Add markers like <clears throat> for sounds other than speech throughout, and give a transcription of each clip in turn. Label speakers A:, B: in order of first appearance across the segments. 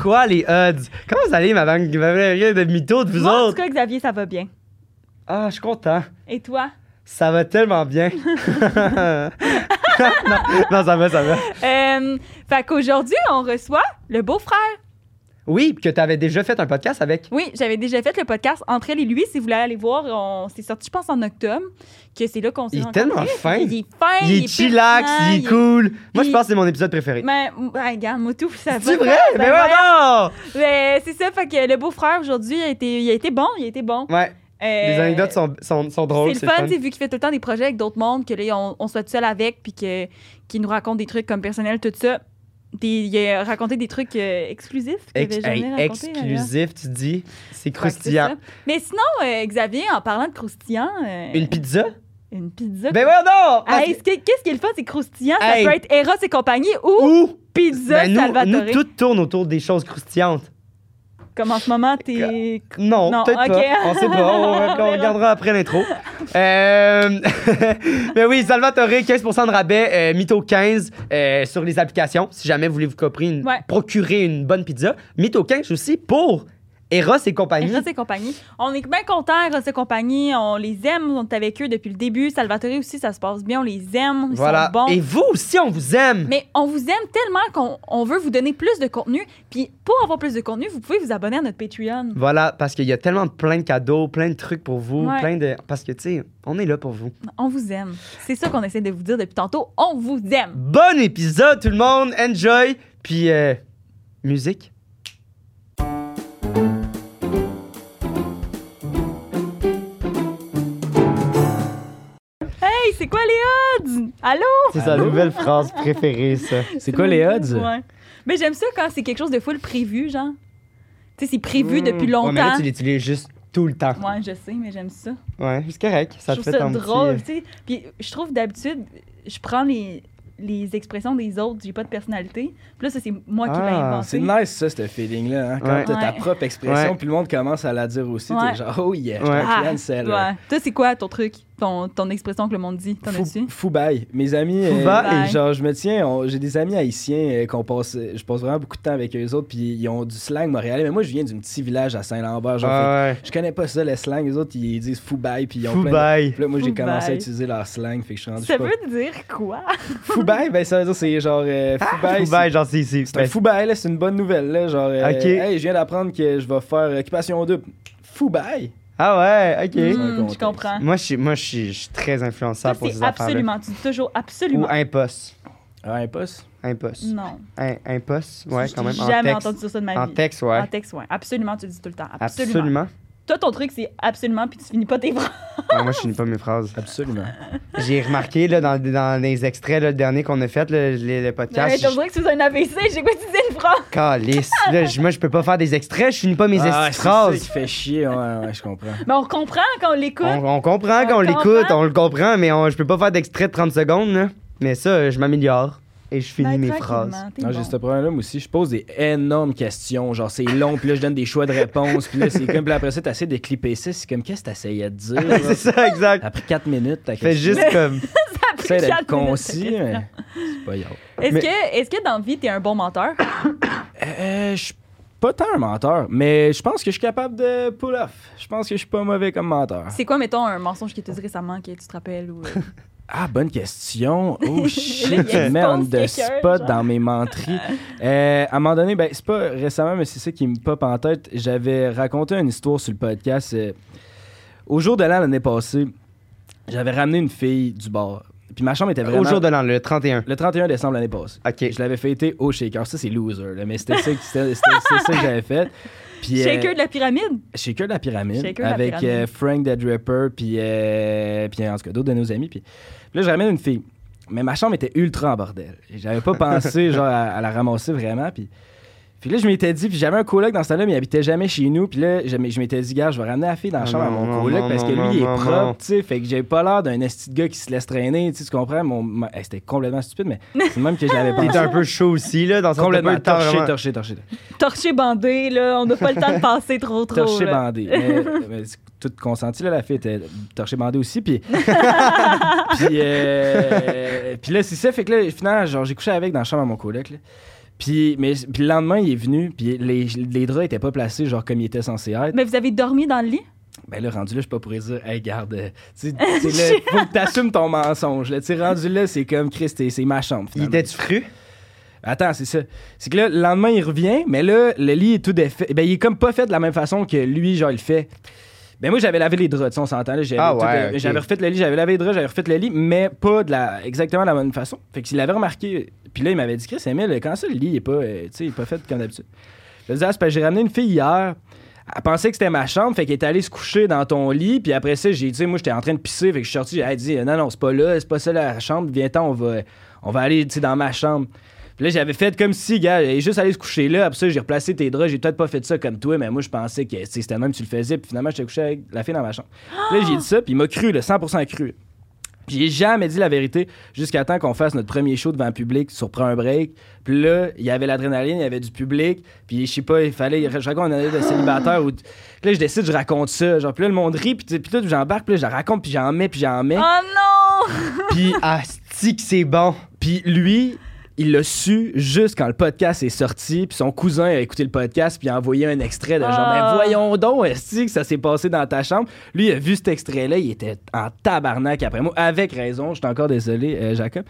A: quoi les odds? Comment vous allez, ma banque rien de mytho de vous
B: Moi, en tout
A: autres?
B: cas, Xavier, ça va bien.
A: Ah, je suis content.
B: Et toi?
A: Ça va tellement
B: <laughs>
A: bien. non, non, ça va, ça va.
B: Euh, fait qu'aujourd'hui, on reçoit le beau-frère.
A: Oui, que tu avais déjà fait un podcast avec.
B: Oui, j'avais déjà fait le podcast Entre elle et lui. Si vous voulez aller voir, on s'est sorti, je pense, en octobre, que c'est là qu'on s'est
A: Il est
B: rencontrés.
A: tellement fin.
B: Il est fin,
A: Il est chillax,
B: pertinent,
A: il est cool. Moi, je
B: il-
A: pense que c'est mon épisode préféré.
B: Mais, ouais, regarde, moi, tout, ça va.
A: C'est vrai?
B: ça
A: Mais
B: va.
A: non!
B: Mais c'est ça, fait que le beau-frère, aujourd'hui, il, a été- il a été bon, il a été bon.
A: Ouais, les
B: Euh,
A: anecdotes sont, sont, sont drôles.
B: C'est le fun, tu sais, vu qu'il fait tout le temps des projets avec d'autres mondes, que là, on, on soit tout seul avec, puis que- qu'il nous raconte des trucs comme personnels, tout ça. Des, il a raconté des trucs euh, exclusifs. qu'il
A: Ex-
B: avait jamais
A: hey,
B: raconté, euh, d'ailleurs.
A: exclusif, tu dis. C'est
B: Fait que c'est
A: croustillant.
B: ça. Mais sinon, euh, Xavier, en parlant de croustillant, euh,
A: Une pizza?
B: une pizza.
A: Ben ouais, non! Parce
B: Hey,
A: que-
B: ce qui- Qu'est-ce qui est le fun, c'est croustillant.
A: Hey.
B: Ça peut être Eros et compagnie ou
A: Ouh!
B: pizza
A: Ben, nous,
B: Salvatore.
A: nous, tout tourne autour des choses croustillantes.
B: Comme en ce moment, t'es.
A: Non,
B: Non,
A: peut-être
B: ok.
A: pas. On sait pas.
B: <laughs>
A: On, on
B: verra.
A: regardera après l'intro. Euh, <laughs> Mais oui, Salvatore, 15 de rabais, euh, Mytho 15 euh, sur les applications. Si jamais vous voulez vous copier une-
B: Ouais.
A: procurer une bonne pizza. Mytho 15 aussi pour Eros et compagnie.
B: Eros et compagnie. On est bien contents, Eros et compagnie. On les aime. On est avec eux depuis le début. Salvatore aussi, ça se passe bien. On les aime. Ils
A: voilà.
B: sont bons.
A: Et vous aussi, on vous aime.
B: Mais on vous aime tellement qu'on on veut vous donner plus de contenu. Puis pour avoir plus de contenu, vous pouvez vous abonner à notre Patreon.
A: Voilà, parce qu'il y a tellement de plein de cadeaux, plein de trucs pour vous,
B: Ouais.
A: plein de. Parce que, tu sais, on est là pour vous.
B: On vous aime. C'est ça qu'on essaie de vous dire depuis tantôt. On vous aime.
A: Bon épisode, tout le monde. Enjoy. Puis, euh, musique.
B: Hey, c'est quoi les odds? Allô?
A: C'est sa nouvelle phrase préférée, ça.
C: C'est quoi les odds?
B: Ouais. Mais j'aime ça quand c'est quelque chose de full prévu, genre. Tu sais, c'est prévu
A: Mmh.
B: depuis
A: Ouais, mais là,
B: longtemps.
A: tu l'utilises juste tout le temps.
B: Ouais, je sais, mais j'aime ça.
A: Ouais, c'est correct. Ça
B: je
A: te
B: trouve
A: fait
B: ça
A: ton
B: drôle,
A: petit... euh,
B: tu sais. Puis je trouve d'habitude, je prends les, les expressions des autres, j'ai pas de personnalité. Puis là, ça, c'est moi qui l'ai
A: Ah,
B: inventé.
C: C'est nice, ça, ce feeling-là. hein, Quand
A: Ouais.
C: t'as ta
B: Ouais.
C: propre expression,
A: Ouais.
C: puis le monde commence à la dire aussi,
B: Ouais.
C: t'es genre, oh yeah,
A: Ouais.
C: je
B: Ah,
C: comprends celle-là.
B: Ouais. Toi, c'est quoi ton truc, ton, ton expression que le monde dit? T'en as-tu?
C: Fou, fou bail. Mes amis, euh,
A: bail.
C: genre, je me tiens, on- j'ai des amis haïtiens euh, qu'on passe, euh, je passe vraiment beaucoup de temps avec eux autres, puis ils ont du slang montréalais. Mais moi, je viens d'un petit village à Saint-Lambert, genre, fait
A: Ah,
C: que je connais pas ça, le slang. Les autres, ils disent fou bail, puis
A: ouais.
C: ils ont
A: Fou
C: plein de-
A: bye.
C: Puis là, moi, j'ai
B: Fou
C: commencé à
B: bail.
C: utiliser leur slang, fait que je suis rendu
B: Ça
C: pas-
B: veut dire <laughs> quoi?
C: Fou bail, ben ça veut dire, c'est genre, euh, fou bail,
A: Ah, Fou
C: c'est-
A: bye, genre, c'est ici.
C: C'est un fou bail, là, c'est une bonne nouvelle. Là, genre, euh,
A: Ok.
C: hey, je viens d'apprendre que je vais faire Occupation 2. Fou bail!
A: Ah ouais, ok.
C: Mm.
B: Hmm, je
C: contexte.
B: comprends.
A: Moi, je suis, moi, je suis, je suis très influençable
B: Ça,
A: pour ces
B: c'est
A: affaires-là.
B: absolument. Tu dis toujours
A: Ou
B: absolument.
A: imposte.
C: Ah, un poste.
A: Imposte.
B: Non.
A: Un, imposte, ouais,
B: Je
A: quand
B: t'ai
A: même. en
B: jamais
A: texte.
B: entendu ça de ma
A: En
B: vie.
A: texte, ouais.
B: En texte, ouais. Absolument, tu le dis tout le temps. Absolument.
A: Absolument.
B: Toi, ton truc, c'est absolument, puis tu finis pas tes phrases.
A: Ah, moi, je finis pas mes phrases.
C: Absolument.
A: J'ai remarqué là, dans, dans les extraits, là, le dernier qu'on a fait, là, le, le podcast.
B: Ouais,
A: je-
B: Je dirais que tu faisais un AVC, j'ai quoi tu disais une phrase.
A: Calisse. Là, je- moi, je peux pas faire des extraits, je finis pas mes
C: ah,
A: esti
C: c'est ça qui
A: phrases.
C: fait chier. Ouais, ouais, je comprends.
B: Mais on comprend quand on l'écoute.
A: On, on comprend
B: On
A: qu'on l'écoute,
B: comprend.
A: on le comprend, mais on- je peux pas faire d'extrait de 30 secondes. là. Mais ça, je m'améliore et je finis
B: Ben,
A: mes
B: tranquillement,
A: phrases. <laughs>
B: t'es
C: Non,
B: bon. <laughs>
C: j'ai ce problème-là, moi aussi. Je pose des énormes questions. Genre, c'est long, puis là, je donne des choix de réponses. Puis là, c'est comme, puis après ça, t'essaies de clipper ça. C'est comme, qu'est-ce que t'essayais de dire? là?
A: c'est ça, exact.
C: Après 4 minutes, t'as
A: Fais juste comme.
B: Ça a pris
C: <laughs> T'essaies d'être
B: quatre minutes,
C: concis,
B: cette question.
C: mais c'est pas grave.
B: Est-ce
A: Mais-
B: que, est que dans la vie, t'es un bon menteur?
C: Euh, je suis pas tant un menteur, mais je pense que je suis capable de pull off. Je pense que je suis pas mauvais comme menteur.
B: C'est quoi, mettons, un mensonge qui te dit récemment que tu te rappelles? Ou... euh,
C: Ah, bonne question.
B: <laughs>
C: Oh
B: Là, il
C: shit, tu
B: expose
C: mets on the
B: quelqu'un,
C: spot
B: genre.
C: dans mes menteries. Euh, à un moment donné, ben, c'est pas récemment, mais c'est ça qui me pop en tête. J'avais raconté une histoire sur le podcast. euh, au jour de l'an, l'année passée, j'avais ramené une fille du bar. Puis ma chambre était vraiment...
A: Au jour de l'an, le 31.
C: Le 31 décembre l'année passée.
A: Ok.
C: Je l'avais fêté au shaker. Ça, c'est loser. là, mais c'était ça, que- c'était- c'était- c'était ça que j'avais fait. Puis, euh,
B: Shaker de la pyramide?
C: Shaker de la pyramide
B: Shaker de la
C: avec
B: pyramide.
C: euh, Frank the Dripper puis euh, puis en tout cas d'autres de nos amis puis puis là je ramène une fille mais ma chambre était ultra en bordel Et j'avais pas pensé genre à, à la ramasser vraiment puis puis là je m'étais dit puis j'avais un coloc dans ce temps-là mais il habitait jamais chez nous puis là je m- je m'étais dit gars je vais ramener la fille dans la
A: Ah
C: chambre
A: non,
C: à mon
A: non,
C: coloc
A: non,
C: parce que
A: non,
C: lui il est
A: non, non.
C: propre tu sais fait que j'ai pas l'air d'un esti de gars qui se laisse traîner tu sais, tu comprends mon ma- eh, c'était complètement stupide mais c'est le même que j'avais
A: T'es
C: pensé
A: un peu chaud aussi, là, dans son
C: complètement torché torché torché
B: Torché bandé, là, on n'a pas le temps de passer trop, trop.
C: Torché
B: là. <laughs>
C: bandé. Mais, mais c'est tout consenti, là, la fille était torché bandé
B: <laughs>
C: aussi. Puis, puis, euh, puis là, c'est ça. Fait que là, finalement, genre, j'ai couché avec dans la chambre à mon coloc. là. Puis, mais, puis le lendemain, il est venu, puis les, les draps étaient pas placés genre comme ils étaient censés être.
B: Mais vous avez dormi dans le lit?
C: Ben là, rendu là, je suis pas pour dire, hey, garde, euh, tu sais, tu
B: <laughs>
C: sais, là, faut que t'assumes ton mensonge. Là, tu sais, rendu là, c'est comme Christ, c'est- c'est ma chambre.
A: Il
C: finalement.
A: était-tu fru?
C: Attends, c'est ça. C'est que là, le lendemain, il revient, mais là, le lit est tout défait. Ben, il est comme pas fait de la même façon que lui, genre, il le fait. Ben, moi, j'avais lavé les draps, tu sais, on s'entend. là, J'avais
A: Ah
C: tout,
A: ouais,
C: euh,
A: ok.
C: j'avais refait le lit, j'avais lavé les draps, j'avais refait le lit, mais pas de la, exactement de la même façon. Fait qu'il l'avait remarqué. Puis là, il m'avait dit, Chris, Emile, quand ça, le lit, il est pas, euh, tu sais, il est pas fait comme d'habitude. Je lui ai dit, Ah, c'est parce que j'ai ramené une fille hier. Elle pensait que c'était ma chambre, fait qu'elle est allée se coucher dans ton lit, puis après ça, j'ai dit, moi, j'étais en train de pisser, fait que je suis sorti, j'ai dit, non, non, c'est pas là, c'est pas ça la chambre, viens-t'en, on va, on va aller, tu sais, dans ma chambre. Puis là, j'avais fait comme si, gars, elle est juste allée se coucher là, après ça, j'ai replacé tes draps, j'ai peut-être pas fait ça comme toi, mais moi, je pensais que tu sais, c'était le même, tu le faisais, puis finalement, j'étais couché avec la fille dans ma chambre. Puis là, j'ai dit ça, puis il m'a cru, le 100% cru. J'ai jamais dit la vérité jusqu'à temps qu'on fasse notre premier show devant le public sur Prends un break. Puis là, il y avait l'adrénaline, il y avait du public. Puis je sais pas, il fallait. Je raconte une année de célibataire. Où, Puis là, je décide, je raconte ça. Genre, puis là, le monde rit. Puis, puis là, j'embarque. Puis là, je la raconte. Puis j'en mets. Puis j'en mets.
B: Oh non! <laughs>
A: Puis,
C: ah,
A: asti que c'est bon.
C: Puis lui, il l'a su juste quand le podcast est sorti. Puis son cousin a écouté le podcast. Puis il a envoyé un extrait de genre,
B: Ah.
C: ben voyons donc, est que ça s'est passé dans ta chambre? Lui, il a vu cet extrait-là. Il était en tabarnak après moi. Avec raison. Je suis encore désolé,
B: <laughs>
C: euh, Jacob.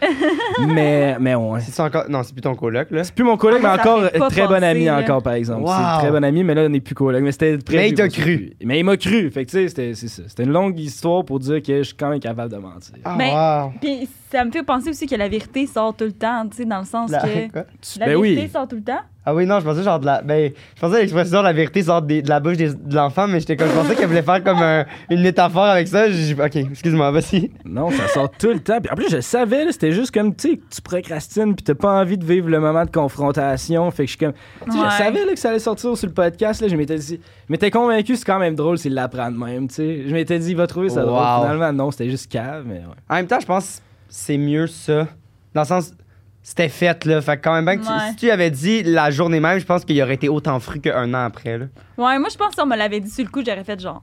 C: mais, mais on.
A: C'est encore. Non, c'est plus ton coloc, là.
C: C'est plus mon collègue, mais
B: Ah, ça
C: encore
B: fait pas
C: très bon
B: penser, hein.
C: ami,
B: là.
C: encore par exemple.
A: Wow.
C: C'est un très bon ami, mais là, on n'est plus collègue. Mais c'était prévu
A: Mais il t'a
C: qu'on soit
A: cru.
C: plus. Mais il m'a cru. Fait que tu sais, c'était c'est ça. C'était une longue histoire pour dire que je suis quand même capable de mentir.
A: Ah,
B: Mais-
A: wow.
B: Puis ça me fait penser aussi que la vérité sort tout le temps, tu sais, dans le sens
A: La-
B: que.
A: quoi?
B: La
C: Ben
B: vérité
C: oui.
B: sort tout le temps.
A: Ah oui, non, je pensais genre de la. Ben, je pensais que l'expression de la vérité sort des- de la bouche des- de l'enfant, mais j'étais comme. Je pensais qu'elle voulait faire comme un- une métaphore avec ça. J'ai- Ok, excuse-moi, vas-y.
C: Non, ça sort tout le temps. Puis en plus, je le savais, là, c'était juste comme, tu sais, que tu procrastines, puis t'as pas envie de vivre le moment de confrontation. Fait que je suis comme, tu sais,
B: Ouais.
C: je savais là, que ça allait sortir sur le podcast. Là, je m'étais dit, je m'étais convaincu, c'est quand même drôle s'il l'apprend de même, tu sais. Je m'étais dit, il va trouver ça
A: Wow.
C: drôle. Finalement, non, c'était juste cave, mais ouais.
A: En même temps, je pense que c'est mieux ça. Dans le sens. C'était fait, là. Fait que quand même, bien que tu-
B: Ouais.
A: si tu avais dit la journée même, je pense qu'il aurait été autant fru qu'un an après, là.
B: Ouais, moi, je pense que si on me l'avait dit sur le coup, j'aurais fait genre,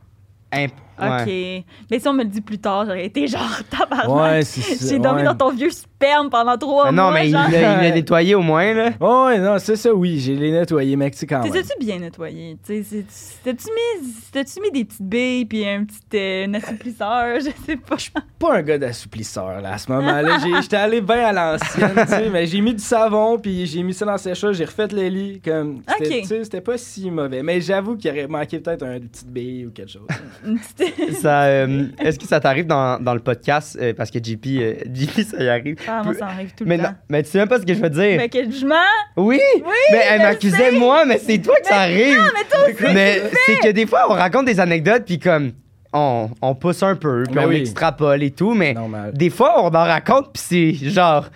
A: Imp-
B: OK.
A: ouais.
B: Mais si on me le dit plus tard, j'aurais été genre, <laughs> tabarnak.
C: Ouais, c'est ça,
B: Ah, J'ai dormi
C: ouais. Ben
B: dans ton vieux sperme pendant trois
A: Mais Ben non,
B: mois.
A: mais il
B: genre.
A: l'a il
B: <laughs>
A: l'a nettoyé au moins, là.
C: Oh, ouais, non, c'est ça, oui, j'ai les nettoyés, mec, tu sais, quand même.
B: T'es-tu bien nettoyé? T'sais, c'est- T'as-tu mis, t'as-tu mis des petites billes puis un petit euh, un assouplisseur? <laughs> Je sais pas.
C: pas un gars d'assoupisseur là, à ce moment-là.
A: <laughs>
C: J'ai- J'étais allé bien à l'ancienne, tu sais, mais j'ai mis du savon, puis j'ai mis ça dans le séchage, j'ai refait le lit. Comme, c'était-
B: Ok.
C: tu sais, c'était pas si mauvais. Mais j'avoue qu'il aurait manqué peut-être un- une petite bille ou quelque chose.
B: Une petite-
A: Ça, euh, Est-ce que ça t'arrive dans, dans le podcast? euh, parce que JP, euh, <laughs> JP, ça y arrive.
B: Ah, moi, ça arrive tout le
A: mais,
B: temps.
A: non, Eh. mais tu sais même pas ce que je veux dire.
B: Fait que je mens.
A: Oui, mais elle
B: je
A: m'accusait
B: sais.
A: moi, mais c'est toi que ça arrive.
B: mais toi aussi,
A: mais c'est que des fois, on raconte des anecdotes, puis comme, on, on pousse un peu, puis
C: Ben
A: on
C: oui.
A: extrapole et tout, <laughs> mais
C: Normal.
A: des fois, on en raconte, puis c'est genre